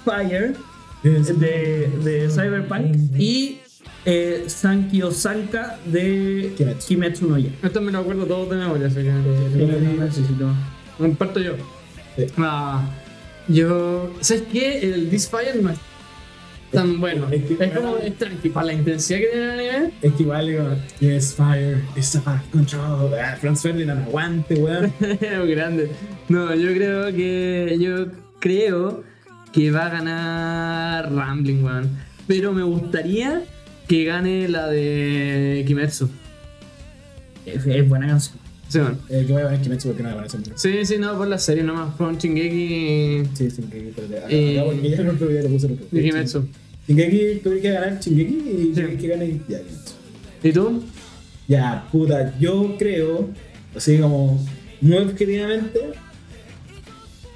Fire de, de Cyberpunk y eh, Sankyo Sanka de Kimetsu. Kimetsu no Ya. Esto me lo acuerdo todos de memoria, así que. Comparto yo. Sí. Ah, yo. ¿Sabes qué? El This Fire no es tan bueno. es que- Es como. Es tranqui. Para la intensidad que tiene el anime. *laughs* Es que igual, digo, yes, fire, it's out of control. Ah, Franz Ferdinand, aguante, weón. Muy grande. No, yo creo que. Yo creo que va a ganar Rambling, weón. Pero me gustaría que gane la de Kimetsu. Es, es buena canción. Sí, weón. Eh, que voy a poner Kimetsu porque no me parece mucho. Sí, sí, no, por la serie nomás. Fue un Chingeki Sí, Shingeki, espérate. Acá, Eh, acá, porque ya no lo le puse el otro. de Kimetsu. Shingeki, tuve que ganar Shingeki y Sí. Shingeki gana y ya, Kimetsu. ¿Y tú? Ya, puta, yo creo, así como muy objetivamente,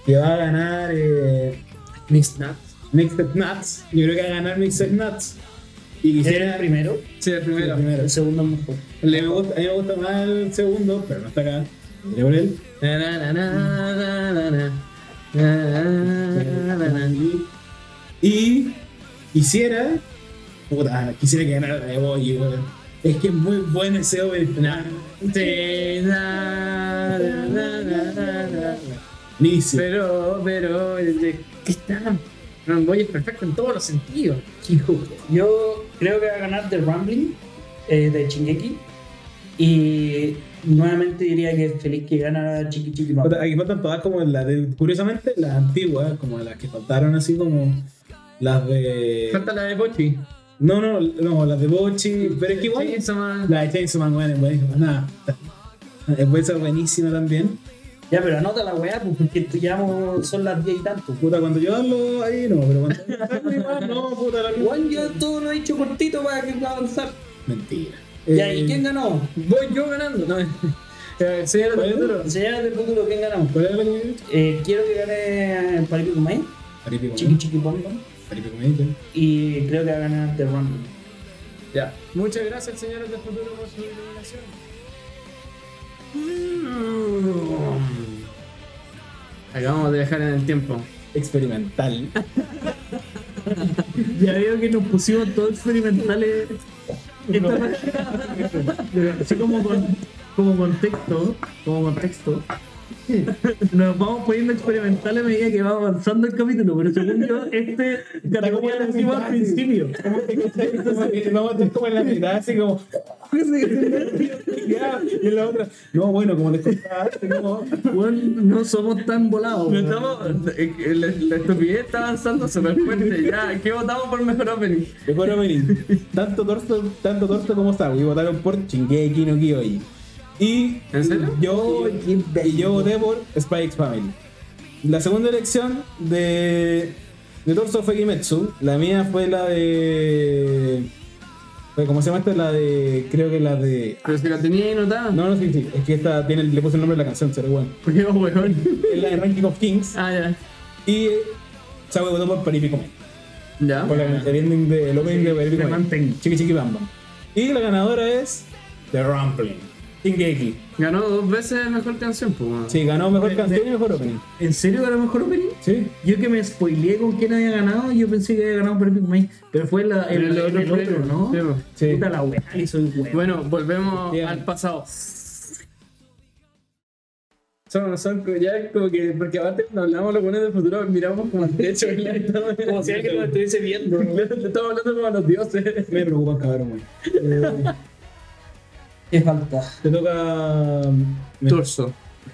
que va a ganar eh, Mixed Nuts. Mixed Nuts. Yo creo que va a ganar Mixed Nuts. Y quisiera primero, Sí, el el primero. primero. el segundo mejor. Le me gusta, a mí me gusta más el segundo, pero no está acá. Iré por él. Na, na, na, na, na, na, na. Na, na, na, na. Y quisiera. Puta, quisiera que ganara la de Boy, weón. Es que es muy buen ese opening. Nah, Sí, na, na, na, na, na. buenísimo. Pero, pero, ¿de ¿qué está? Ramboy es perfecto en todos los sentidos. *laughs* Yo creo que va a ganar The Rambling eh, de Chingeki. Y nuevamente diría que feliz que gana Chiqui Chiqui Bam Puta, Bam. Aquí faltan todas como las de. Curiosamente, las antiguas, como las que faltaron así como. Las de. Falta la de Pochi. No, no, no, las de Bochi. Pero es que igual. Sí, esa más. La de Chainsaw Man, weón, es buenísima. Nada. Es buena, buenísima también. Ya, pero anota la weá, pues, porque te llamo, son las 10 y tanto. Puta, cuando yo hablo ahí no, pero cuando saco igual, no, puta, la misma. Igual yo todo lo he dicho cortito para que pueda avanzar. Mentira. Ya, Eh, ¿y quién ganó? Voy yo ganando. No, *laughs* eh, señora del ¿Puedo? futuro. Señales del futuro, ¿quién ganó? ¿Cuál era la que me dijiste? Eh, quiero que gane Paripi Kumai, Aripi Chiqui Comedy. Chiqui Bom Bom, Aripi Comedy. y creo que va a ganar The Rambling. Ya. Muchas gracias, señores del futuro, por su iluminación. Mm. Acabamos de viajar en el tiempo. *laughs* Experimental. Ya veo que nos pusimos todos experimentales. Esta- Así como, con- como contexto, como contexto, Nos vamos poniendo experimental a medida que va avanzando el capítulo, pero según yo, este como categoría en la la pusimos al mitad, principio. Vamos a estar como en la mitad, así como. *laughs* ya, y en la otra. No, bueno, como les contaba antes, no. Bueno, no somos tan volados. No weón. estamos- eh, eh, La, la estupidez está avanzando súper fuerte. Ya, ¿qué votamos por mejor opening? Yo puedo venir. Tanto torso, tanto torso como Sawi votaron por Chingeki no Kyojin. Y ¿En serio? yo, y yo voté por Spy X Family. La segunda elección de, de Torso fue Kimetsu. La mía fue la de. fue, ¿Cómo se llama esta? La de. Creo que la de. Pero si la tenía ahí Ah. anotada. No, no, sí, sí. Es que esta tiene, le puse el nombre de la canción, será igual. Qué huevón. Es la de Ranking of Kings. Ah, ya. Y eh, Sawi votó por Paripico Man. Ya. Con la, el ending de, el opening de Baby me Boy. mantengo. Chiqui Chiqui Bam Bam. Y la ganadora es The Rumpling. Shingeki. Ganó dos veces mejor canción, pues. weón. Sí, ganó mejor canción y mejor opening. ¿En serio ganó mejor opening? Sí. Yo que me spoileé con quién había ganado, yo pensé que había ganado Perfect Mind, pero fue la- el, El otro el otro, premio, ¿no? sí, po. Sí. Puta la weá, y soy weá. Bueno, volvemos Bien. al pasado. Son, son co- ya como que, porque aparte cuando hablamos los buenos del futuro, miramos como al techo, *laughs* ¿verdad? Y estamos- *laughs* Como si alguien nos estuviese viendo. Estamos hablando como a los dioses. Me preocupan cabrón, güey. Eh, *laughs* ¿Qué falta? te toca. um, Torso.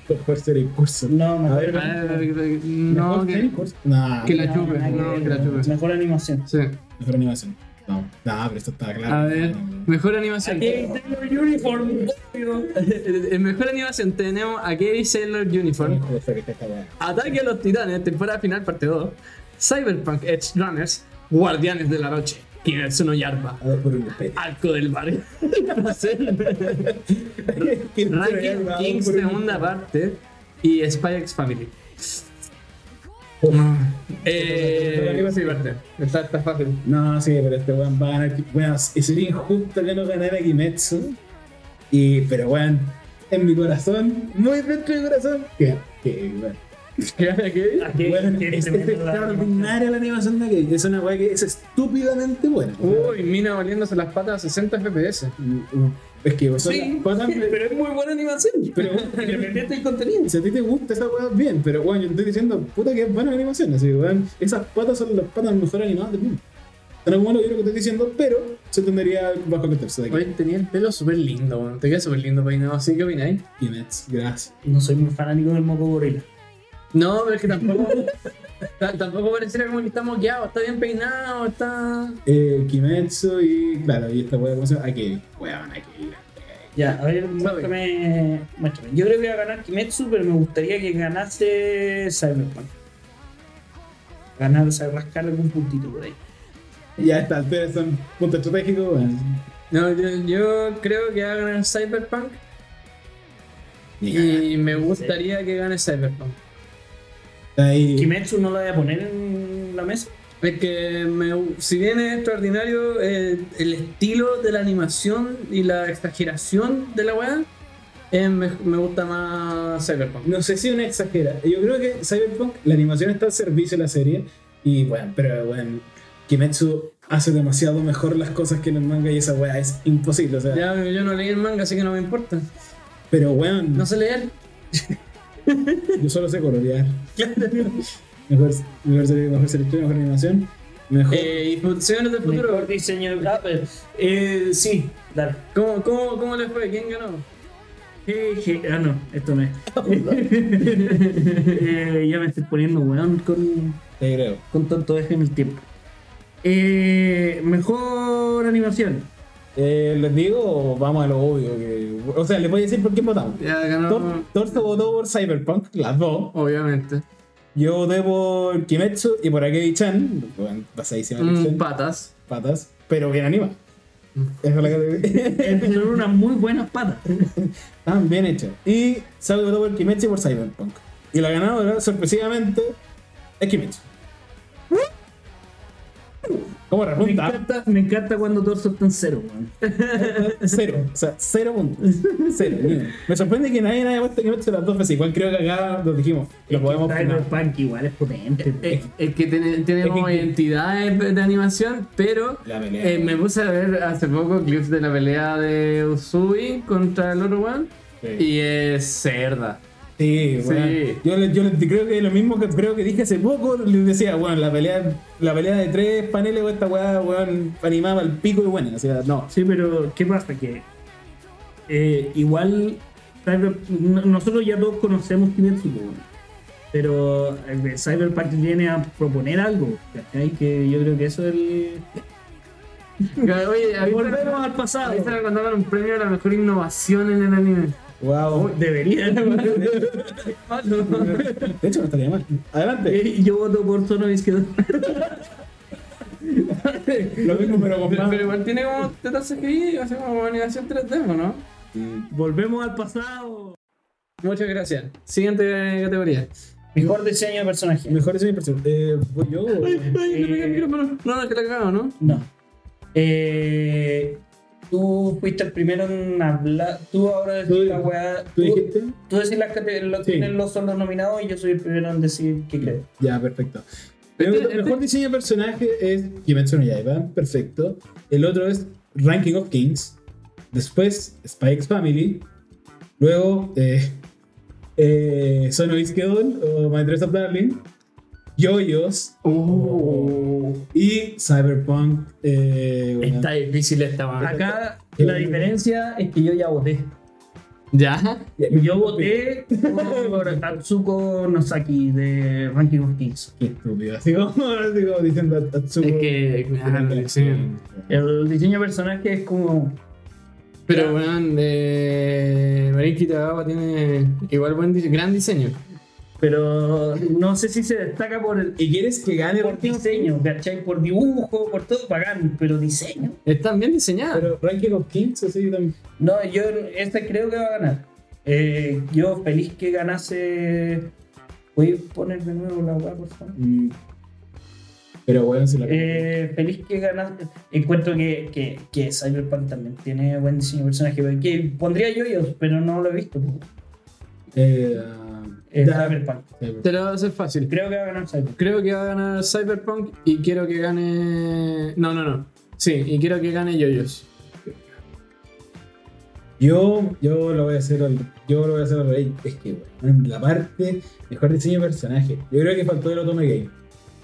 Mejor serie y curso. No, A mejor, ver, Ah, eh, No, mejor serie y que, curso. Nah, que no, la chupe. nada que No, ver, que la chupe. mejor animación. Sí. mejor animación. No, nah, pero esto está claro. A ver, mejor animación. Taylor Uniform, obvio. *laughs* En mejor animación tenemos a Gary Sailor Uniform. Ataque a los Titanes, temporada final, parte 2. Cyberpunk Edge Runners, Guardianes de la Noche, Kimetsu no Yarba, A ver, por un *laughs* respeto. Arco del Barrio. No sé. *laughs* Ranking Kings, segunda parte, y Spy X Family. Eh, sí, parte. Está, está fácil. No, sí, pero este weón va a ganar. Weón, sería injusto que no ganara Kimetsu. Y, pero weón, en mi corazón, muy dentro de mi corazón, que, que weón. ¿A Ah, qué? Weón, qué es, es tremendo la extraordinaria la animación de aquel. Es una weá que es estúpidamente buena. Uy, Mina valiéndose las patas a 60 FPS. Mm, mm, Es que vos Sí, cosas, pero es muy buena animación. pero Independiente del contenido. si a ti te gusta esa weá, bien, pero weón, yo te estoy diciendo, puta que es buena animación, así weón, esas patas son las patas mejor animadas del mundo. En algún modo yo lo que estoy diciendo, pero se tendría bajo el contexto de aquí. Oye, tenía el pelo súper lindo, weón. Te queda súper lindo peinado, así que opináis. Kimetsu, gracias. No soy muy fanático del moco gorila. No, pero es que tampoco. *laughs* ta- tampoco pareciera como que está moqueado, está bien peinado, está. Eh, Kimetsu y claro, y esta weá, ¿cómo se llama? Akeri. Weón, Akeri. la cagué. Ya, a ver, muéstrame, muéstrame. Yo creo que va a ganar Kimetsu, pero me gustaría que ganase Cyberpunk. Ganar, o sea, rascarle algún puntito por ahí. Y a estas alturas son puntos estratégicos, weón. No, yo, yo creo que va a ganar Cyberpunk Ni cagada. y me gustaría que gane Cyberpunk. Ahí. Kimetsu no la voy a poner en la mesa. Es que me- si bien es extraordinario eh, el estilo de la animación y la exageración de la weá, eh, me, me gusta más Cyberpunk. No sé si una exagera. Yo creo que Cyberpunk, la animación está al servicio de la serie. Y bueno, pero bueno, Kimetsu hace demasiado mejor las cosas que en el manga y esa weá es imposible. O sea, Ya, yo no leí el manga, así que no me importa. pero weón, No sé leer. yo solo sé *laughs* colorear. Mejor, mejor serie, mejor selección, mejor animación. Mejor. Eh, y funciones del futuro. Mejor diseño de... Ah, pero, eh, sí, dale. ¿Cómo, cómo, ¿Cómo les fue? ¿Quién ganó? Jeje, ah no, esto *laughs* no es. Eh, ya me estoy poniendo weón con, Te creo. con tanto eje en el tiempo. Eh, mejor animación. Eh, ¿Les digo o vamos a lo obvio? Que, o sea, les voy a decir por quién votamos. Ya ganó, Tor- Torso votó por Cyberpunk, las dos. obviamente. Yo voté por Kimetsu y por Akeri-chan. Bueno, basadísima Mm, elección. patas. patas, pero bien anima. Mm. Esa es la *laughs* categoría. Es tener unas muy buenas patas. Están Ah, bien hecho. Y sabe todo por Kimetsu y por Cyberpunk. Y la ganadora, sorpresivamente, es Kimetsu. ¿Cómo ¿Mm? Me repunta? encanta, me encanta cuando torso está en cero, weón. Cero. O sea, cero puntos. Cero. ni uno. Me sorprende que nadie haya puesto Kimetsu las dos veces. Igual creo que acá lo dijimos. Lo podemos poner. Cyberpunk igual es potente. Es, es que tiene- tenemos Es que- identidades de animación, pero La pelea. eh, me puse a ver hace poco clips de la pelea de Usui contra el otro weón, Sí. y es cerda. Sí, weón. Sí. Yo, le- yo le- creo que lo mismo que creo que dije hace poco, les decía, weón, la pelea, la pelea de tres paneles, weón, esta weá, weón, animaba al pico y bueno, o sea, no. Sí, pero ¿qué pasa? Que eh, igual Cyber- no- nosotros ya todos conocemos Kimetsu, po, weón. pero eh, Cyberpunk viene a proponer algo, ¿cachai? Que yo creo que eso es el... Oye, ahí Volvemos al pasado. Ahí se me contaban un premio a la mejor innovación en el anime. Wow. *laughs* Debería. De hecho, no estaría mal. Adelante. Eh, yo voto por Sono Izquierdo. Lo mismo, pero con Pero, más. pero igual tiene como tetas CGI y hace como animación 3D, ¿o ¿no? *laughs* Volvemos al pasado. Muchas gracias. Siguiente categoría. Mejor diseño de personaje. Mejor eso es mi personaje. Eh, voy yo. o- Eh, No, no, que la cagado, ¿no? no. Eh, tú fuiste el primero en hablar. Tú ahora Tú- decís la weá. ¿Tú tú- dijiste? Tú decís las cate- lo- Sí. quiénes los son los nominados y yo soy el primero en decir qué creo. Ya, perfecto. El Este- este- mejor diseño de personaje es Kimetsu no Yaiba, perfecto. El otro es Ranking of Kings. Después Spike's Family. Luego eh, eh, Son of Iskedon o My Dress of Darling. Yoyos y Cyberpunk. eh, bueno. difícil esta, weón. Acá Sí. la diferencia es que yo ya voté. ¿Ya? Yo voté por Tatsuko Nosaki de Ranking of Kings. Qué estúpido. Así como, *laughs* así como diciendo a Tatsuko. Es que. claro, sí. El diseño de personaje es como. Pero, weón, eh. Marín Kitagawa tiene igual buen dise- gran diseño. Pero no sé si se destaca por el ¿Y quieres que gane Por Ranking of Kings? diseño, ¿cachai? Por dibujo, por todo, bacán, pero diseño. Están bien diseñadas. Pero Ranking of Kings, así también. No, yo este creo que va a ganar. Eh, yo feliz que ganase. Voy a poner de nuevo la weá, por favor. Mm. Pero bueno, si la. Eh, feliz que ganaste. Encuentro que, que, que Cyberpunk también tiene buen diseño de personaje. pero Que pondría yoyos, pero no lo he visto. po. Eh, Eh, ya, Cyberpunk. Te lo voy a hacer fácil. Creo que va a ganar Cyberpunk. Creo que va a ganar Cyberpunk y quiero que gane. No, no, no. Sí, y quiero que gane Yoyos. yo, yo lo voy a hacer al, yo lo voy a hacer al rey. Es que bueno, la parte mejor diseño de personaje. Yo creo que faltó el Otome Game.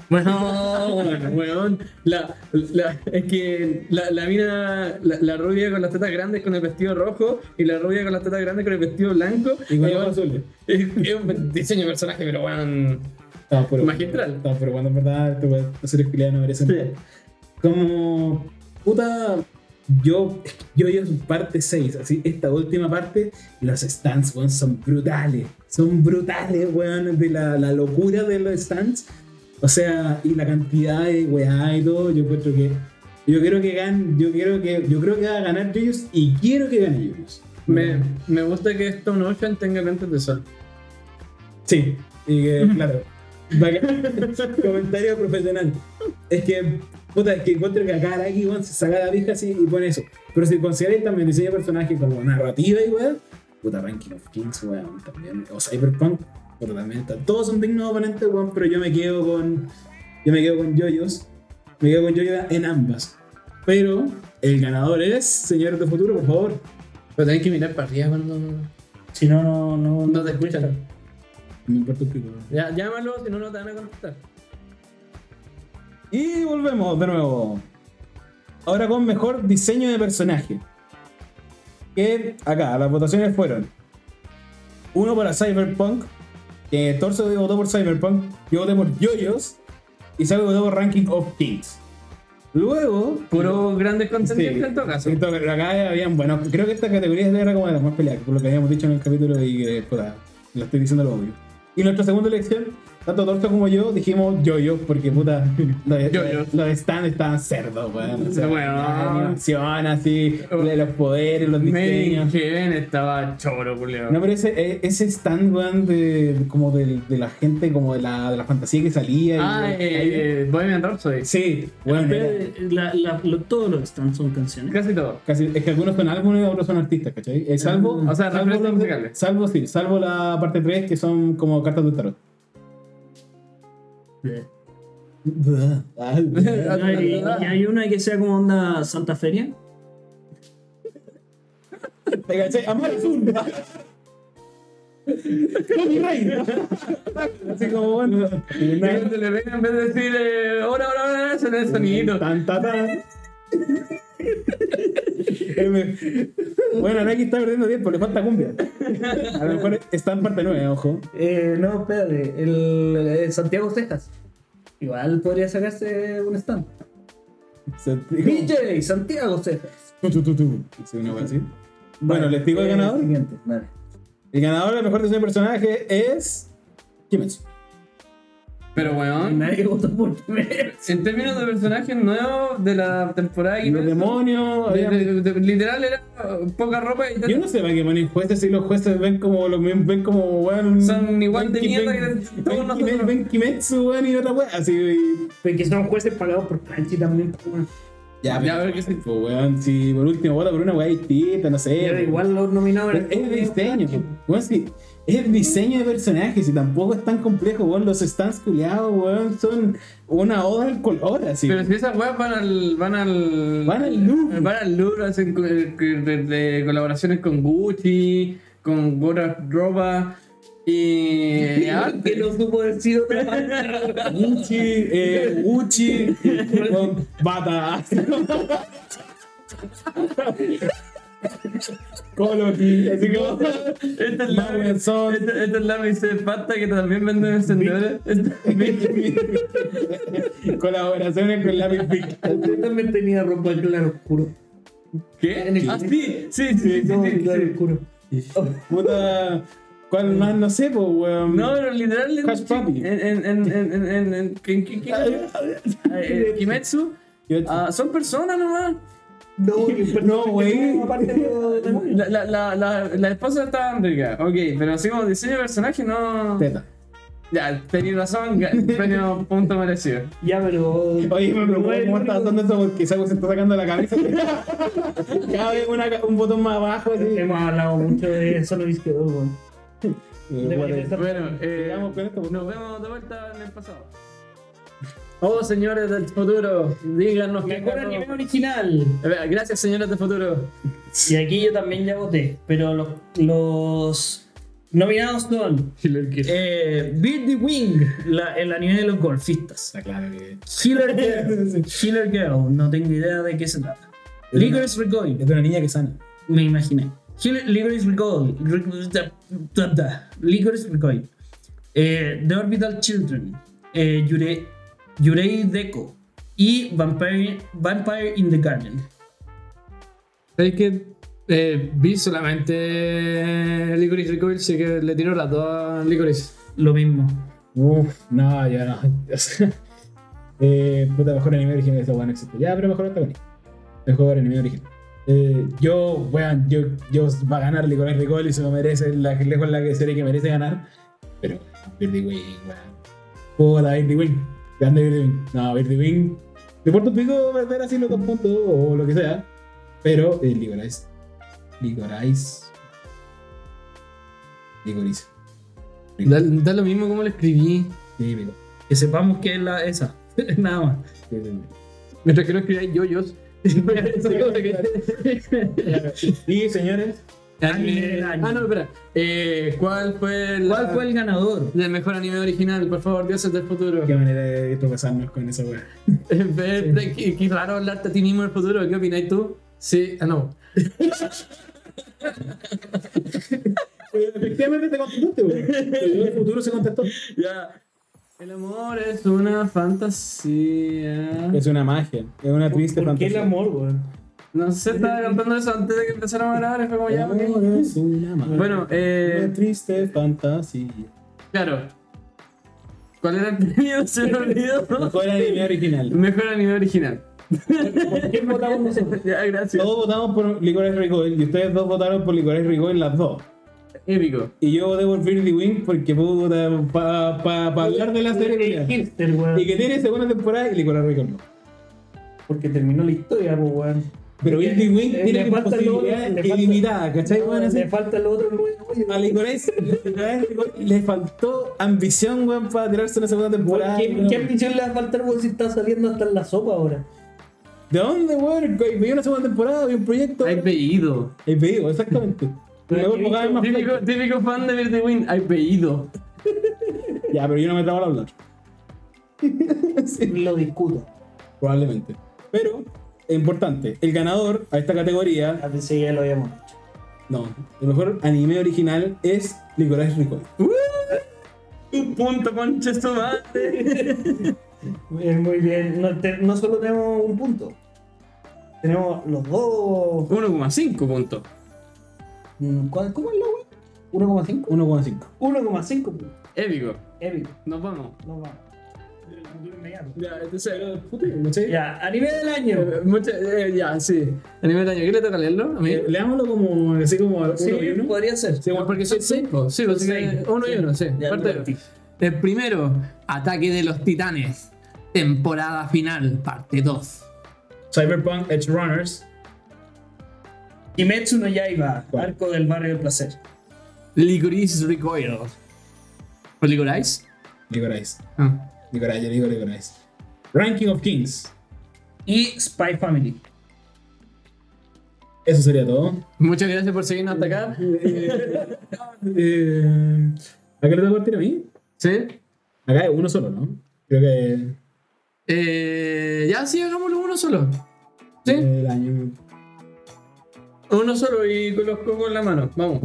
Bueno, bueno, weón. La, la- es que la, la mina, la, la rubia con las tetas grandes con el vestido rojo y la rubia con las tetas grandes con el vestido blanco. Igual Eh, los weón, azules. es, es un diseño de personaje, pero weón. Estamos por Magistral. Estamos por cuando en verdad esto, weón, los seres culiados no merecen. nada. Como puta. Yo, yo, yo, parte 6, así, esta última parte, los stands, weón, son brutales. Son brutales, weón, de la, la locura de los stands. O sea, y la cantidad de weá y todo, yo encuentro que. Yo creo que gan, yo quiero que. Yo creo que va a ganar Yoyos y quiero que gane Yoyos. Me, me gusta que Stone Ocean tenga lentes de sol. Sí, y que, claro. bacán. *laughs* Comentario profesional. Es que, puta, es que encuentro que acá Araki weón, se saca la vieja así y pone eso. Pero si consideráis también diseño de personaje como narrativa y weón, puta, Ranking of Kings, weón, también. O Cyberpunk, pero también está. Todos son dignos oponentes, weón, pero yo me quedo con. Yo me quedo con Yoyos. Me quedo con Yoyos en ambas. Pero el ganador es, señores de futuro, por favor. Pero tenés que mirar para arriba cuando. Si no, no, no, No te escuchan. No importa un pico, weón. Ya, llámalo, si no, no te van a contestar. Y volvemos de nuevo. Ahora con mejor diseño de personaje. Que acá, las votaciones fueron. Uno para Cyberpunk. Que Torso votó por Cyberpunk. Yo voté por Yoyos. Y Sabe votó por Ranking of Kings. Luego. Puro grandes Sí, consentientes en todo caso. en todo caso, acá habían, bueno, creo que esta categoría era como de las más peleadas, por lo que habíamos dicho en el capítulo y que puta, lo estoy diciendo lo obvio. Y nuestra segunda elección, tanto Torto como yo dijimos yo-yo, porque puta, *laughs* los Yo-yo. los stands estaban cerdos, weón. O sea, Bueno. la animación así, de los poderes, los Made in diseños. Heaven estaba choro, culiao. No, pero ese, e- ese stand, weón, de, como del- de, la gente, como de la, de la fantasía que salía. y- ah, eh, eh, Bohemian Rhapsody. sí, bueno, era- Pero, Eh, la- la- lo- todos los stands son canciones. Casi todo. Casi, es que algunos son álbumes y otros son artistas, ¿cachai? Eh, salvo, Ah, o sea, salvo, referencias la- musicales. salvo, sí, salvo la parte 3 que son como cartas de tarot. *laughs* Eh, Ah, ¿Y hay, y hay una que sea como onda Santa Feria? *laughs* ¿Te cachai? Amar es un. Así como bueno. eh, Y cuando le ven, en vez de decir, eh, ahora, ahora, ahora, se el sonidito. Tan, ta, tan. bueno, Naki está perdiendo tiempo, le falta cumbia. A lo mejor está en parte nueva, ojo. Eh, no, espérate. El, eh, Santiago Cejas. Igual podría sacarse un stand. Se- DJ Santiago Cejas. Tu, tu, tu, tu. Sí, una wea así. Bueno, Vale, les digo el eh, ganador. siguiente, Vale. El ganador, la mejor de su personaje es. Kimetsu. Pero, weón, Nadie votó por primero. en términos de personajes nuevos de la temporada, Y los Kimetsu, demonios. de- había- de- de- literal era eh, poca ropa y Yo no sé para qué ponen jueces si los jueces ven como los ven, ven como weón. Son igual ven de Ki- mierda ven- que ven todos Ki- nosotros. Ven Kimetsu, weón, y otra weón. Así. y- Pero que son jueces pagados por Crunchy también. pues. Ya, Ya, pero pero que sí. pues, weón, si por último vota por una weá distinta, no sé. Pero pues. igual los nominados Pero eran es todos diseño, Crunchy. pues. weón, sí. Es diseño de personajes y tampoco es tan complejo, weón. Los stands culiados, weón, son una oda al color, así. Pero si esas weas van al. Van al. Van al Louvre. Van al Louvre, hacen co- eh, de, de colaboraciones con Gucci, con otras ropa y. Que arte. no supo *laughs* decir otra palabra. Gucci, eh, Gucci, weón, bata. Coloqui, así como. Esta es la. Marvel Son. Esta, esta es la mice de pasta que también venden encendedores. Esta- Colaboraciones con Lápiz Big. Usted también tenía ropa claro oscuro. *laughs* ¿Qué? Ah, sí, sí, sí, sí, sí, No, sí, claro sí. oscuro. Puta. ¿Cuál más? No sé, pues, weón. No, pero literal. en- Hash Puppy. En. En. En. En. En. en, en- ¿qué- *laughs* qué- qué- eh, Kimetsu. Yo- ah, son personas nomás. No, *laughs* pues, No, güey. La, la, la, la, la esposa está rica, ok, pero así como diseño de personaje no. Teta. Ya, tenéis razón, ga- premio punto merecido. Ya, pero. Oye, me preocupa Bueno, cómo está único- pasando esto porque Sago se está sacando la cabeza. Cada vez una ca- un botón más abajo. Así. Hemos hablado mucho de solo izquierdo, weón. Debería estar- Bueno, eh, Sigamos con esto, por nos vemos de vuelta en el pasado. Oh, señores del futuro, díganos qué Mejor carajo- anime original. Eh, Gracias, señores del futuro. Y aquí yo también ya voté, pero los, los nominados son eh, Beat the Wing, la- el anime de los golfistas. *laughs* Killer Girl, Killer Girl, no tengo idea de qué se trata. Licorice Recoil, Es de una niña que sana. me imaginé. Killer- Licorice Recoil, Licorice Recoil, eh, The Orbital Children, eh, Yure- Yurei Deco y Vampire, Vampire in the Garden. Es que eh, vi solamente Licorice Recoil, así que le tiro las dos a Licorice. Lo mismo. Uf, no, *laughs* ya no. eh, puta, mejor anime original de esta weá no existe. Ya, pero mejor antagonista. Mejor anime original. Eh, yo, weón, yo, yo va a ganar Licorice Recall y se lo merece, la, lejos la que serie que merece ganar. Pero, Birdie Wing, weón. Puta, Birdie Wing. Grande Birdie Wing. No, Birdie Wing. Me importa un pico perder así los dos puntos o lo que sea. Pero, eh, Licorice. Licorice. Licorice. Da, da lo mismo como lo escribí. Sí, pico. Que sepamos que es la, esa. *laughs* Nada más. Sí, sí, sí. Mientras que no escribí *laughs* yoyos. Y señores, Eh, ah, no, espera. Eh, ¿Cuál fue la- ¿Cuál fue el ganador? del mejor anime original? Por favor, dioses del futuro. *laughs* qué manera de tropezarnos con esa wea. Eh, eh, qué, qué raro hablarte a ti mismo del futuro. ¿Qué opináis tú? Sí, ah, no. Efectivamente te contestaste, weón. *laughs* El futuro se contestó. Ya. El amor es una fantasía. Es una magia, es una triste ¿Por qué el fantasía. amor, weón? No sé, estaba cantando eso antes de que empezáramos a grabar. y Fue como ya, El ok. amor es una magia. Bueno, eh, Una triste fantasía. Claro. ¿Cuál era el premio? *laughs* Se me olvidó. Mejor anime original. Mejor anime original. ¿Por qué votamos *laughs* nosotros? *laughs* Ya, gracias. Todos votamos por Licorice Recoil y ustedes dos votaron por Licorice Recoil las dos. Épico. Y yo voté por Birdie Wing porque puta, para pa, pa hablar de la serie. El culiao. hipster, weón. Y que tiene segunda temporada y Licorice Recoil no. Porque terminó la historia, pues, weón. Pero Birdie Wing Eh, tiene le falta el posibilidades otro, le falta- ilimitadas, ¿cachai? Bueno, así- Ah, Le falta lo otro nuevo, A weón. *laughs* Licorice, Licorice Recoil le faltó ambición, weón, para tirarse una segunda Ah, temporada. ¿Qué, weón. ¿Qué ambición le va a faltar, weón, si está saliendo hasta en la sopa ahora? ¿De dónde, weón? Veía una segunda temporada, había un proyecto. Hay pedido. *laughs* El pedido, exactamente. Me vuelvo cada vez más Típico, típico fan de Verde Win, hay pedido. Ya, pero yo no me trago al hablar. Lo discuto. Probablemente. Pero, es importante, el ganador a esta categoría, A veces Ah, pues ya lo habíamos hecho. no, el mejor anime original es Nicolás Rico. Un punto, concha, esto Bien, muy bien. No, te- no solo tenemos un punto. Tenemos los dos. 1,5 puntos. Mm, ¿cuál- ¿Cómo es la web? 1,5. 1,5. 1,5 puntos. Épico. Épico. Nos vamos. No vamos. De inmediato. Ya, entonces, Ya, anime del año. eh, mucha- eh, ya, sí. A nivel año, ¿qué le toca leerlo? A mí. Eh, Leámoslo como, así como uno Sí, y uno. podría ser. Sí, bueno, Porque son seis, po. Sí, pues, así que seis. uno y uno, sí. Ya, Parte- no, sí. el primero, Ataque de los Titanes. Temporada final, parte 2. Cyberpunk Edge Runners. Kimetsu no Yaiba, ¿Cuál? Arco del Barrio del Placer. Licorice Recoil. ¿O Licorice? Licorice. Ah. Licorice, yo digo Licorice. Ranking of Kings. Y Spy Family. Eso sería todo. Muchas gracias por seguirnos hasta acá. Eh, ¿A qué le tengo que partir a mí? Sí. Acá es uno solo, ¿no? Creo que Eh, ya, sí, hagámoslo uno solo. ¿Sí? el año. Uno solo y con los cocos en la mano. Vamos.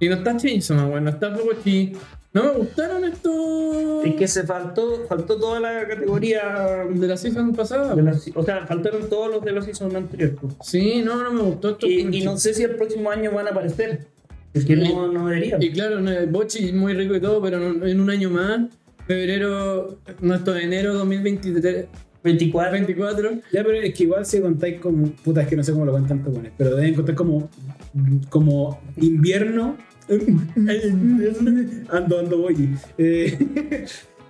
Y no está Chainsaw, weón. No está Robochi. No me gustaron estos. Es que se faltó, faltó toda la categoría. De la season pasada. de las- o sea, faltaron todos los de los season anteriores. pues. Sí, no, no me gustó esto. Y, y no sé si el próximo año van a aparecer. Porque no, no deberían. Y claro, no, el Bochi es muy rico y todo, pero en un, en un año más, febrero, nuestro enero 2023, 24. 24, Ya, pero es que igual si contáis como. Puta, es que no sé cómo lo cuentan tanto buenos, pero deben contar como. Como invierno. *laughs* ando, ando, voy. Eh, *laughs*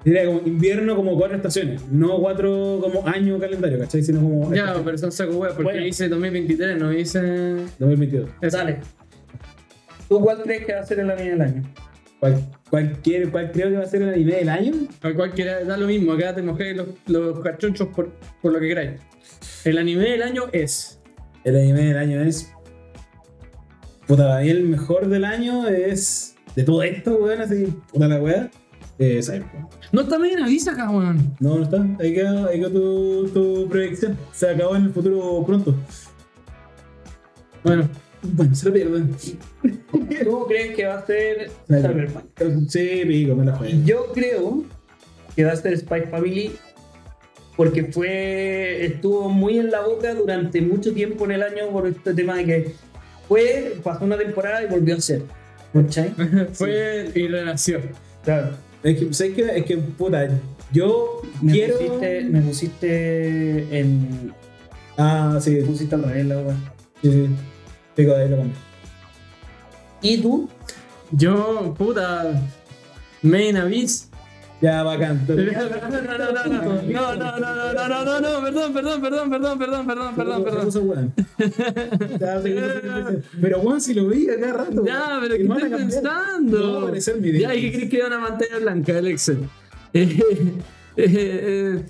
Era como invierno como cuatro estaciones, no cuatro como año calendario, ¿cachai? Sino como ya, pero son saco hueá, porque Bueno. dice 2023, no dice... 2022. Dale. ¿Tú cuál crees que va a ser el anime del año? ¿Cuál, cuál, quiere- cuál creo que va a ser el anime del año? A cualquiera da lo mismo, acá te mojé los, los cachonchos por, por lo que queráis. El anime del año es... El anime del año es. Puta, para mí el mejor del año es. De todo esto, weón, así. Puta la weá. Eh, Cyberpunk. No está bien, avisa acá, weón. No, no está. Ahí quedó, ahí quedó tu, tu proyección. Se acabó en el futuro pronto. *laughs* Bueno, Bueno, se lo *laughs* pierden. ¿Tú crees que va a ser Cyberpunk. Cyberpunk? Sí, pico, me la juego. Y yo creo que va a ser Spy Family porque fue estuvo muy en la boca durante mucho tiempo en el año por este tema de que fue, pasó una temporada y volvió a ser. ¿Cachai? fue y renació. Claro. Es que, ¿sabes qué? Es que, puta, yo Me quiero. pusiste, me pusiste en. Ah, sí, Me pusiste al revés la weá. sí, sí. Pico, ahí lo cambio. ¿Y tú? Yo, puta... Main Abyss. Ya, bacán. No, no, no, no, no, no, no, no, no, no, no, no, perdón, perdón, perdón, perdón, perdón, perdón, perdón, perdón. Eso, weón. Ya, sí, sí, sí. Pero Juan, si lo vi cada rato. Ya, weón. pero Y ¿qué no van estoy a cambiar. No va a pensando? aparecer mi idea. Ya, ¿y qué crees que era una pantalla blanca del Excel? Eh, eh, eh,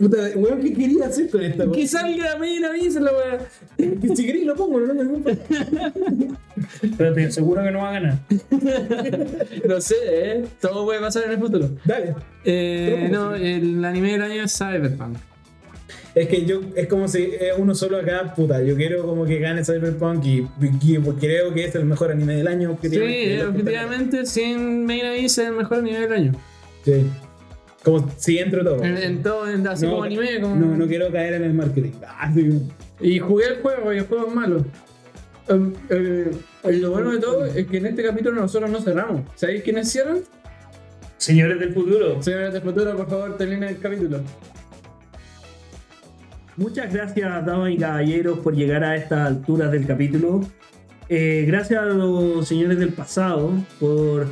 Puta, weón, ¿qué quería hacer con esta eh, weón? que salga, mira, avísala, weá. Si queréis lo pongo, no no me importa. Pero te aseguro que no va a ganar. No sé, ¿eh? Todo puede pasar en el futuro. Dale. Eh, no, el anime del año es Cyberpunk. Es que yo, es como si eh, uno solo acá, puta, yo quiero como que gane Cyberpunk y, y- pues, creo que es el mejor anime del año. Sí, objetivamente. eh, objetivamente, sin Main Abyss es el mejor anime del año. Sí. Como si entro todo. En, en todo, en- así como anime, como... No, no quiero caer en el marketing. Ah, sí. Y jugué el juego y el juego es malo. Em, eh, lo bueno de todo es que en este capítulo nosotros no cerramos. ¿Sabéis quiénes cierran? Señores del futuro. Señores de futuro, por favor, terminen el capítulo. Muchas gracias, damas y caballeros, por llegar a estas alturas del capítulo. Eh, gracias a los señores del pasado por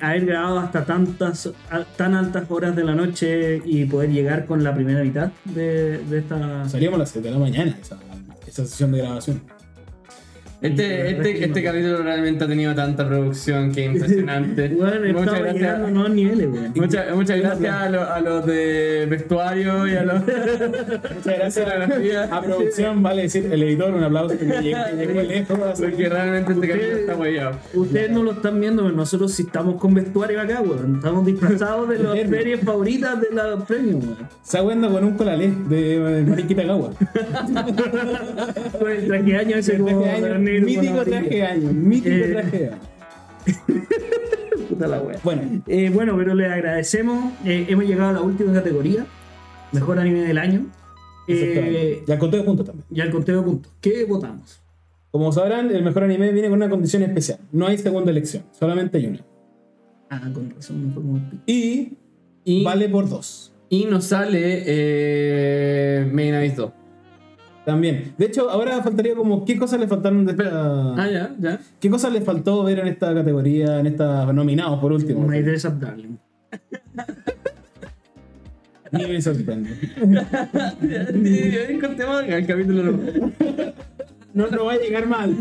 haber grabado hasta tantas, a- tan altas horas de la noche y poder llegar con la primera mitad de, de esta. Salíamos a las 7 de la mañana esa, esa sesión de grabación. Este, este, este capítulo realmente ha tenido tanta producción que *laughs* impresionante. Bueno, muchas estamos gracias. llegando a nuevos niveles, weón. Muchas, muchas gracias a, lo- a los de vestuario y a los *laughs* Muchas gracias a fotografía. la producción, vale decir, el editor, un aplauso que me llegó, que llegó lejos. Porque realmente este capítulo está guayado. Ustedes no lo están viendo, pero nosotros sí estamos con vestuario acá, weón. Estamos disfrazados *laughs* de las Eterno. series favoritas de la premium, weón. Está jugando con un colalé de Mariquita Gawa. Con el traje de año ese Traje como de año, negro, mítico con traje de amarilla. año, mítico Eh. traje de año. Puta la wea. Bueno, Eh, bueno, pero les agradecemos. Eh, hemos llegado a la última categoría. Mejor anime del año. Eh, exactamente. ya con todo junto también. y al conteo de puntos. ¿Qué votamos? Como sabrán, el mejor anime viene con una condición especial. No hay segunda elección, solamente hay una. Ah, con razón, me fue como el pico. Y, Y, vale por dos. y nos sale eh, Main Abyss 2. También. De hecho, ahora faltaría como qué cosas le faltaron de esta. Ah, ya, ya. *laughs* ¿Qué cosas le faltó ver en esta categoría, en esta nominados por último? My Dress Up Darling. Ni me sorprende. Cortemos acá el capítulo. no. No, no va a llegar *laughs* mal.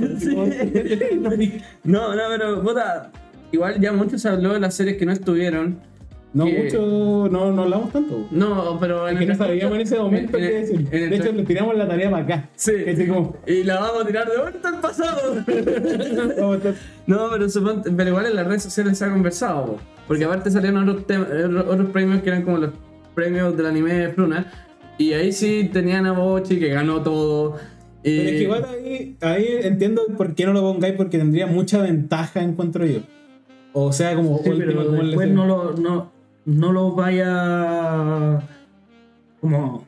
No, no, pero puta. Igual ya mucho se habló de las series que no estuvieron. No Que- mucho, no, no hablamos tanto. No, pero Es que no el- sabíamos en ese momento en- qué en- decir. en el- De hecho, le tiramos la tarea para acá. Sí. Este *laughs* como, Y la vamos a tirar de vuelta al pasado. vamos *laughs* a estar- no, pero, suponte- pero igual en las redes sociales se ha conversado. po. Porque aparte salieron otros, tem- otro- otros premios que eran como los premios del anime de Pruna. Y ahí sí tenían a Bochi que ganó todo. Y- Pero es que igual ahí, ahí entiendo por qué no lo pongáis, porque tendría mucha ventaja, encuentro yo. O sea, como Sí, última, pero como le- después no lo, no, no lo vaya. Como.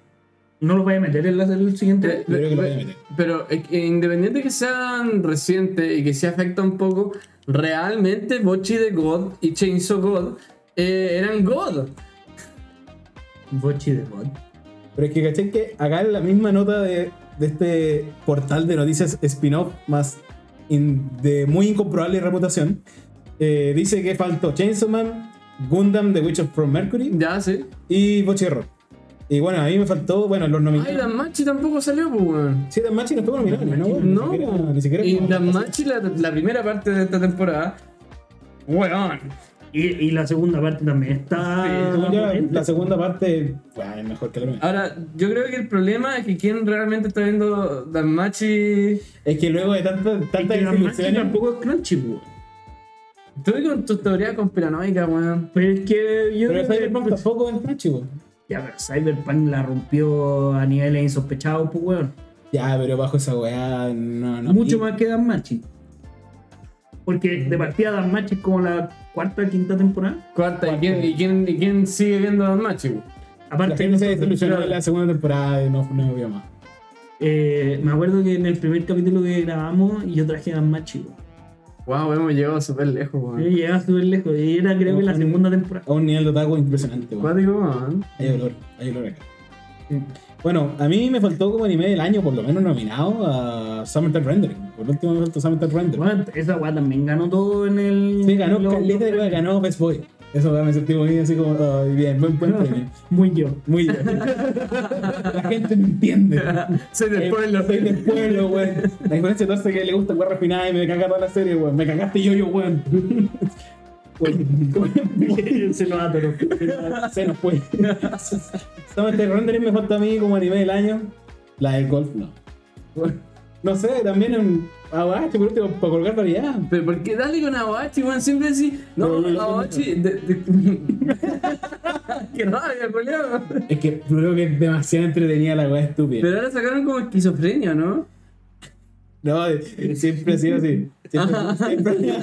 No lo vaya a meter en la, el siguiente. Yo creo que lo voy a meter. Pero eh, que independiente que sean recientes y que se afecta un poco, realmente Bochi de God y Chainsaw God eh, eran God. Bochi de God. Pero es que caché que acá en la misma nota de, de este portal de noticias spin-off más in- de muy incomprobable reputación, eh, dice que faltó Chainsaw Man, Gundam The Witch of From Mercury Ya, sí. y Bochirro. Y bueno, a mí me faltó, bueno, los Ay, nominados. Dan Machi tampoco salió, pues, weón. Sí, Dan Machi no estuvo nominado, ¿no? weón, No, ni siquiera. Ni siquiera y como- Dan Machi, la, la primera parte de esta temporada, weón. Y, y la segunda parte también está. Según yo, la, potente. la segunda parte, bueno, es mejor que la primera. Ahora, yo creo que el problema es que quien realmente está viendo Dan Machi. Es que luego de tantas Y tantas que la Machi desilusiones, tampoco es crunchy, weón. Estuve con tu teoría conspiranoica, weón. Pero es que yo. pero creo que- Cyberpunk tampoco es tan chico. Ya, pero Cyberpunk la rompió a niveles insospechados, pues weón. Ya, pero bajo esa weá, no, no. Mucho Y- más que Dan Machi. Porque de partida Dan Machi es como la cuarta, quinta temporada. Cuarta, ¿y quién, y, quién, y quién sigue viendo Dan Machi? weón? La Aparte, gente se desilusionó claro, en la segunda temporada y no, no vio más. eh, me acuerdo que en el primer capítulo que grabamos yo traje a Dan Machi. weón. Wow, hemos llegado súper lejos, Ah. weón. Yo llegaba súper lejos y era creo que la segunda temporada. A un nivel de otaku impresionante, weón. Cuático, weón. Hay olor, hay olor acá. Bueno, a mí me faltó como anime del año, por lo menos nominado a Summertime Rendering. Por último me faltó Summertime Rendering. Bueno, esa weá también ganó todo en el. Sí, ganó los- Caleta y ganó Best Boy. Eso weón, me sentí muy así como, ay, bien, buen, *laughs* buen premio. *laughs* Muy yo. Muy bien. La gente no entiende. Soy *laughs* del Eh, pueblo. Soy del pueblo, weón. La diferencia entonces es que le gusta el weón refinado y me caga toda la serie, weón. Me cagaste yo, yo, *laughs* weón. Weón, Se lo atoró. *laughs* Se nos fue. Solamente rendering me falta a mí como anime del año. La del golf, no. No sé, también en Aguache, por último, para colgar variedad. Pero ¿por qué dale con Awachi, weón? Siempre decís, no, No, no, no, Awachi. de- de- Qué rabia, colega. Es que yo creo que es demasiado entretenida la weá estúpida. Pero ahora sacaron como esquizofrenia, ¿no? No, eh, siempre ha sido así. Siempre, *laughs* siempre-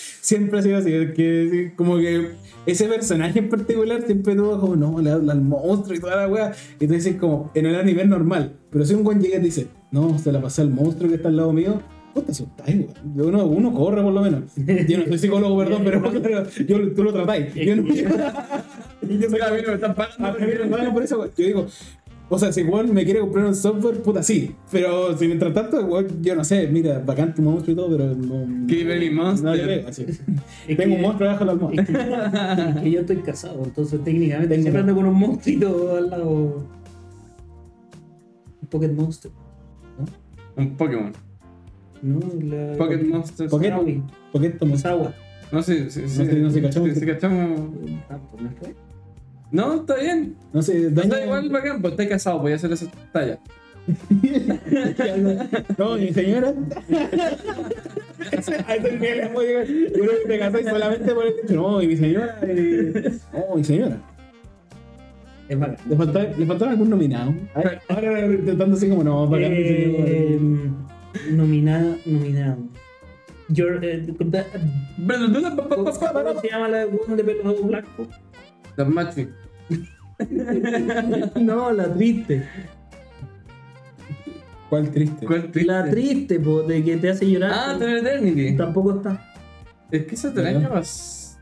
siempre ha sido así. es que, sí, como que ese personaje en particular siempre tuvo como, no, le habla al monstruo y toda la wea. Y tú dices, como, en el nivel normal. Pero si un buen llega y te dice, no, se la pasé al monstruo que está al lado mío. Vos te asustáis, weón. De Uno, uno corre por lo menos. Yo no soy psicólogo, perdón, pero *laughs* claro, yo, tú lo tratáis. Yo no. *laughs* yo soy- mí no me están Ah, pero mira, bueno, por eso, güey. Yo digo, o sea, si weón me quiere comprar un software, puta, sí. Pero si mientras tanto, weón, yo no sé, mira, bacán tu monstruo y todo, pero no. Qué belly No, yo monster. creo, así. *laughs* Es Tengo que- un monstruo debajo de la almohada. Es que, es que yo estoy casado, entonces técnicamente Tengo- estoy hablando con un monstruito al lado. Un Pocket Monster. Un Pokémon. No, la. Pocket *laughs* Monsters. Pocket, Maui. Pocket Tomosawa. No sé, sí, sí, sé, no sé, cachamos. sí, sí, cachamos. Ah, pues no fue. No, está bien. No sé, Está igual bacán, pues está casado, voy a hacer esa talla. *laughs* No, mi señora. A ese nivel hemos llegado. Yo creo que te casáis solamente por el hecho. No, y mi señora. eh, No, mi señora. Es bacán. Le faltaba, le faltaba algún nominado. Ahora ahora intentando así como no, para mi Eh, señora. nominado, nominado. Your, eh, the- ¿Cómo se llama la de Woman de pelo blanco? The Matrix. *laughs* No, la triste. ¿Cuál triste? ¿Cuál triste? La triste, po, de que te hace llorar. Ah, pero The Eternity. Tampoco está. Es que esa te la llevas.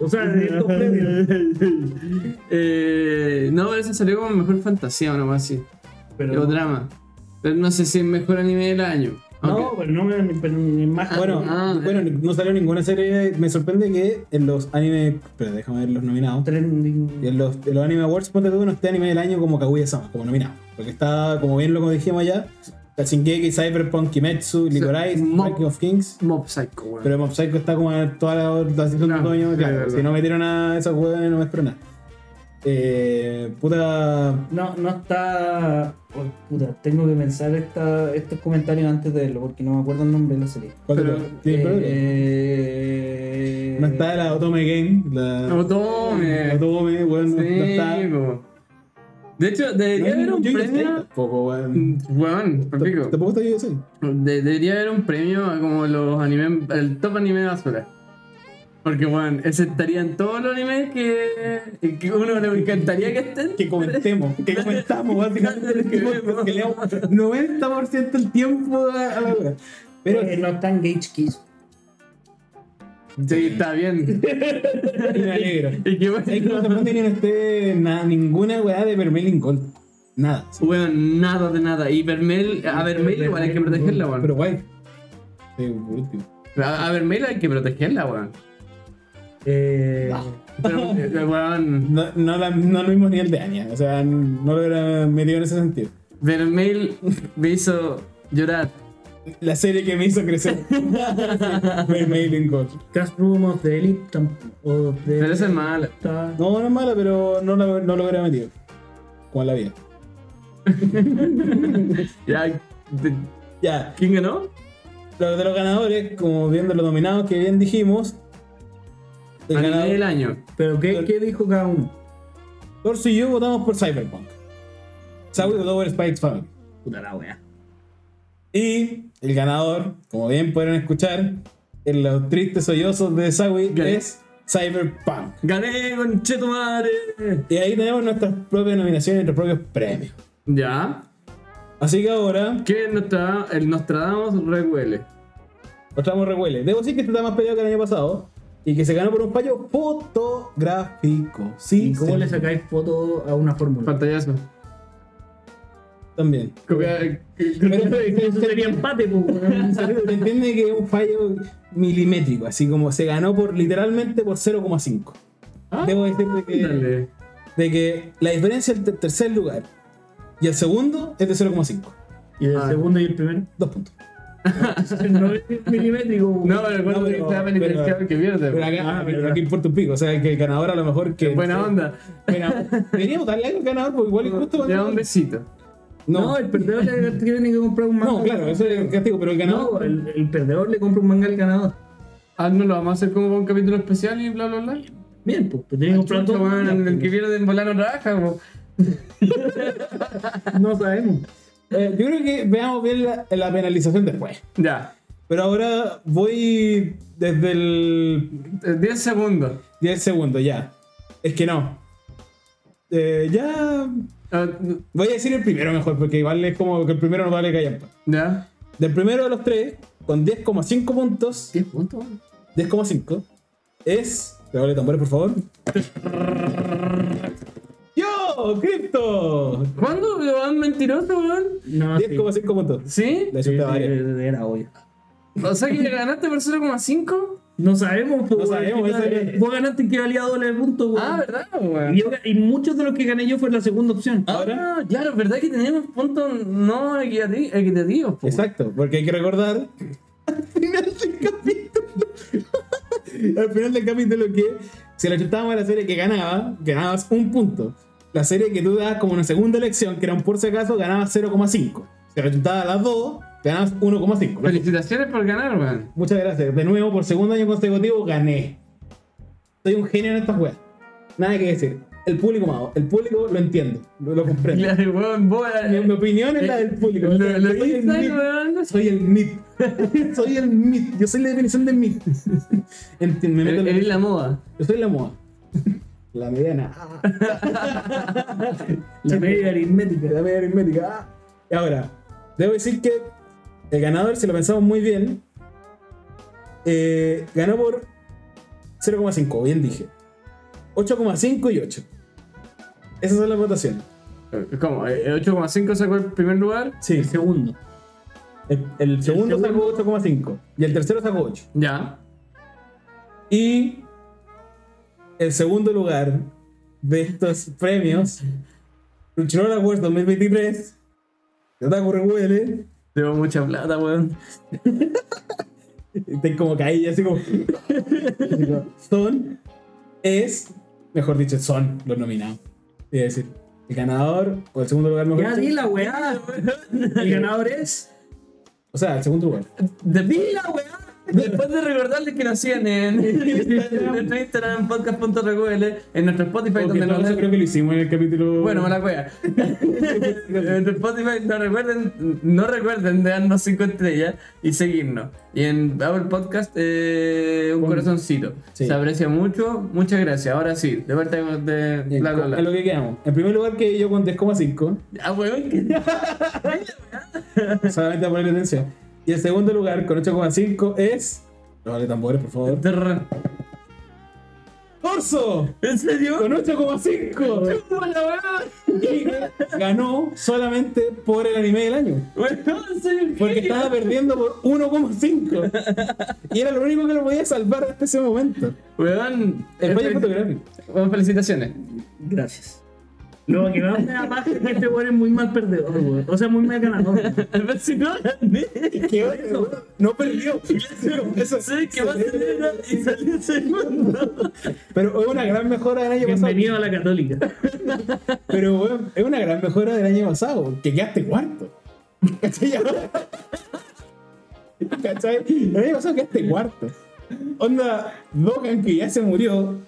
O sea, de estos premios. *laughs* Eh, no, pero esa salió como mejor fantasía o algo así. o Pero, drama. Pero no sé si es mejor anime del año. No, pero no me pero ni más. Bueno, Ah, bueno, no salió ninguna serie. Me sorprende que en los anime. Pero déjame ver los nominados. trending. En los, en los Anime Awards, ponte tú, no está anime del año como Kaguya-sama, como nominado. Porque está, como bien lo dijimos allá, Kachinkeki, Cyberpunk, Kimetsu, Licorice, Mob- Ranking of Kings. Mob Psycho, weón. Pero Mob Psycho está como en toda la, la sesión No, de otoño, sí, claro. verdad. Si no metieron a esas huevas, no me espero nada. Eh, puta. No, no está. oh, puta, tengo que pensar esta, estos comentarios antes de verlo, porque no me acuerdo el nombre de la serie. ¿cuál Pero, eh, era? Sí, pero- Eh, no está la Otome Game. La la Otome. Otome, weón, no- no Sí, está. No po. De hecho, hay debería haber ningún un Yo-Yo Slay premio. Tampoco, weón. Mm, Weón, por pico. Tampoco está yo soy. De- debería haber un premio a como los animes, el top anime de basura. Porque, weón, ese estaría en todos los animes que, que uno le encantaría que estén. que comentemos, *laughs* que comentamos básicamente Que vemos. que le damos 90% del tiempo a, a la hora. Pero eh, no está en Gage Kiss. Sí, está bien. y *laughs* me alegro. Y que, bueno, Es que no te ponen en este nada, ninguna weá de Vermilion Gold. Nada. weón, nada de nada. Y Vermel, a Vermel igual hay que protegerla, weón. Pero guay. Sí, por último. A, a Vermel hay que protegerla, weón. Eh, Ah. Pero, eh, weón, No, no, la, no lo mismo nivel de Anya. O sea, no lo hubiera metido en ese sentido. Vermel me hizo llorar. La serie que me hizo *laughs* crecer. Vermilion Gold. Classroom of the Elite tampoco. of the Pero esa es mala. está- No, no es mala, pero no, la, no lo hubiera metido. Como la vida. Ya, de- Ya, ¿Quién ganó? Los de los ganadores, como bien de los nominados que bien dijimos, el Anime ganador del año. Pero ¿qué, qué dijo cada uno? Torso y yo votamos por Cyberpunk. Saúl de Dover Spikes Family. Puta la wea. Y el ganador, como bien pudieron escuchar, en los tristes sollozos de Sawi Gané. es Cyberpunk. ¡Gané, conchetumare! Y ahí tenemos nuestras propias nominaciones y nuestros propios premios. Ya. Así que ahora, ¿Qué Nostra- el Nostradamus rehuele? nos traemos recuele. Debo decir que este está más peleado que el año pasado y que se ganó por un fallo fotográfico. Sí, ¿Y cómo sí, le sacáis foto a una fórmula? Pantallazo. también. Copia- *laughs* *laughs* Eso sería empate, pues. weón. Se entiende que es un fallo milimétrico, así como se ganó por literalmente por 0,5. Ah, Debo decirte que, Dale. de que la diferencia entre el tercer lugar y el segundo es de 0,5. Y el Ah. segundo y el primero. Dos puntos. *laughs* No es milimétrico. weón. No, pero recuerdo No, que pero- está penitenciado pero- que Pero pierde. pues. acá, Ah, pero verdad. aquí importa un pico, o sea que el ganador a lo mejor que. Buena onda. Buena- Deberíamos darle algo al ganador, porque igual es justo Le da un cuando- besito. No, No, el perdedor le tiene que comprar un manga. no, claro, eso es el castigo, pero el No, ganador. el, el perdedor le compra un manga al ganador. Ah, no, lo vamos a hacer como un capítulo especial y bla, bla, bla. Bien, pues te tiene que comprar Pronto, dos weón, mangas, el que pierde en volar no trabaja. po. pues. No sabemos. Eh, yo creo que veamos bien la- la penalización después. Ya. Pero ahora voy desde el Eh, 10 segundos. 10 segundos, ya. Es que no. Eh, ya. Ah, Voy a decir el primero mejor, porque igual es como que el primero no vale callampa. Ya. Del primero de los tres, con 10,5 puntos, 10 puntos. 10,5, es. Redoble de tambores, por *laughs* favor. ¡Yo! ¡Crypto! ¿Cuándo? ¿Lo van mentiroso, weón? No, Ah, sí. 10,5 puntos. ¿Sí? La Sí, chuta sí, varias. Era obvio. O sea que ganaste por 0,5. No sabemos, pues, No weón, sabemos, final, eso es- Vos ganaste que valía doble de puntos, weón. Ah, ¿verdad, weón? Y, yo- y muchos de los que gané yo fue la segunda opción. Ahora- Ah, claro, ¿verdad que tenemos puntos no equitati- equitativos? po? Exacto, porque hay que recordar *laughs* al final del capítulo. *laughs* al final del capítulo que si le chutábamos a la serie que ganaba, ganabas un punto. La serie que tú dabas como una segunda elección, que era un por si acaso, ganabas 0,5. Si le chutabas a las dos, ganabas 1,5. Lo- Felicitaciones por ganar, weón. *laughs* Muchas gracias. De nuevo, por segundo año consecutivo, gané. Soy un genio en estas weas. Nada que decir. El público, amado, el público lo entiendo, lo, lo comprendo. Claro, weón, vos. Mi, mi opinión es la del público. Eh, Lo, Soy lo el dices, mid. weón. Soy el mid. *laughs* soy el mid. Yo soy la definición del mid. *laughs* Enti- me meto en la- Eres la moda. Yo soy la moda. *laughs* La mediana. pues. La media aritmética. La media aritmética. ah. Y ahora, debo decir que el ganador, si lo pensamos muy bien, eh, ganó por 0,5, bien dije. 8,5 y 8. Esas son las votaciones. Eh, ¿Cómo? ¿El 8,5 sacó el primer lugar? Sí. El segundo. El, el segundo segundo- sacó 8,5 y el tercero sacó 8. Ya. Y el segundo lugar de estos premios, Luchinola Awards 2023, de Otaku Revuele, Debo mucha plata, weón. estoy como caí, así como. *laughs* son, es, mejor dicho, son los nominados. Es decir, el ganador o el segundo lugar mejor. Ya di dicho. la *laughs* weá. El ganador es. O sea, el segundo lugar. De la weón. Después de recordarles que nos *laughs* siguen en *laughs* nuestro Instagram, podcast.rql, en nuestro Spotify, Ok, donde no, nos eso creo que lo hicimos en el capítulo. Bueno, me *laughs* la cueva. *laughs* en Spotify no recuerden, no recuerden de darnos 5 estrellas y seguirnos. Y en Apple Podcast, eh, un Pon- corazoncito. Sí. Se aprecia mucho. Muchas gracias. Ahora sí, de parte de. Bien, bla, bla, a bla. lo que quedamos. En primer lugar, que yo con 10,5. Ah, weón, que- Solamente a ponerle atención. Y el segundo lugar, con 8,5, es. No vale tambores, por favor. Terra- ¡Orso! ¿En serio? Con *laughs* 8,5. Y ganó solamente por el anime del año. Weón, soy un Porque genio. estaba perdiendo por 1,5. Y era lo único que lo podía salvar hasta ese momento. Weón, El fallo fel- fotográfico. weón, felicitaciones. Gracias. Lo que más me da paja es que este weón es muy mal perdedor, weón. O sea, muy mal ganador. *laughs* Pero si no, Que oye, no perdió. Eso- sé que va a tener y salió segundo. Pero es una gran mejora del año pasado. Bienvenido a la Católica. *laughs* Pero weón, es una gran mejora del año pasado, que quedaste cuarto. *laughs* ¿Cachai? Ahora- ¿Cachai? El año pasado quedaste cuarto. Onda, Dogan que ya se murió.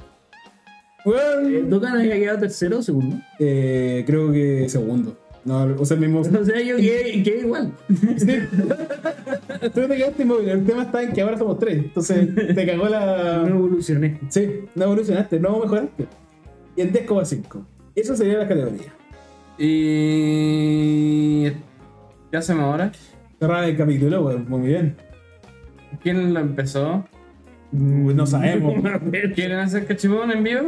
Weón. Docan Eh, había quedado tercero o segundo. Eh, creo que segundo. No, o sea, el *laughs* mismo. O sea, yo quedé, quedé igual. Sí. *laughs* Tú te quedaste inmóvil. El tema está en que ahora somos tres. Entonces te cagó No la. *laughs* evolucioné. Sí, no evolucionaste, no mejoraste. Y en 10,5. Esa sería la categoría. Y. ¿Qué hacemos ahora? Cerrar el capítulo, weón. Muy bien. ¿Quién lo empezó? Uy, no *laughs* sabemos. ¿Quieren hacer cachipón en vivo?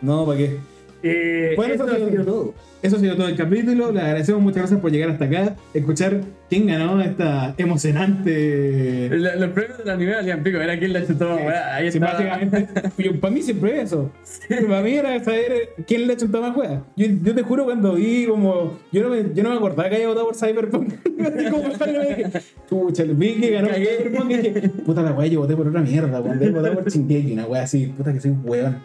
No, ¿para qué? Eh, Bueno, esto eso ha sido todo. Eso ha sido todo el capítulo. Les agradecemos muchas gracias por llegar hasta acá. Escuchar quién ganó esta emocionante. Lo- los premios del anime valían pico, era quien la chutó, weá, ahí Sí, está. básicamente, yo- para mí siempre es eso. Para mí era saber quién le ha chuntado más juega. Yo, yo te juro, cuando vi como. Yo no me, yo no me acordaba que había votado por Cyberpunk. *laughs* Así como me salió, me dije, chucha, vi que ganó Cyberpunk. Y dije, puta la wea, yo voté por otra mierda, weón. Debo votar por Chingeki, una wea así. Puta que soy un weón.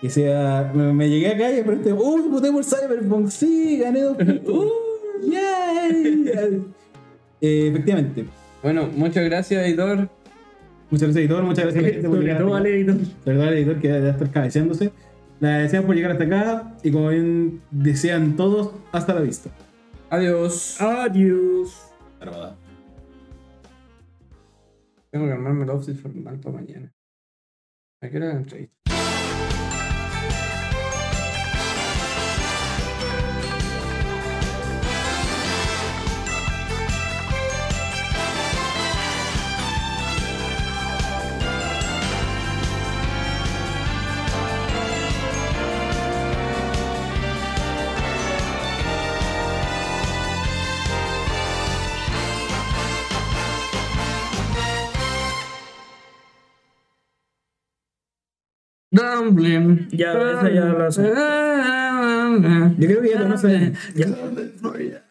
Que sea. Me, me llegué a calle, pero este. ¡Uy, voté por Cyberpunk! ¡Sí, gané dos puntos. ¡Uh, yay! Eh, efectivamente. Bueno, muchas gracias, editor. Muchas gracias, editor. Muchas gracias, a la gente por Sobre llegar todo hasta acá. al editor. ¿verdad? El editor que ya está cabeceándose. Le agradecemos por llegar hasta acá y como bien desean todos, hasta la vista. Adiós. Adiós. Tengo que armarme el outfit formal para mañana. ¿A qué hora la entrevista? Dumpling. Ya, esa ya la sé. Yo creo que ya conoce. Ah, Ya. Florida.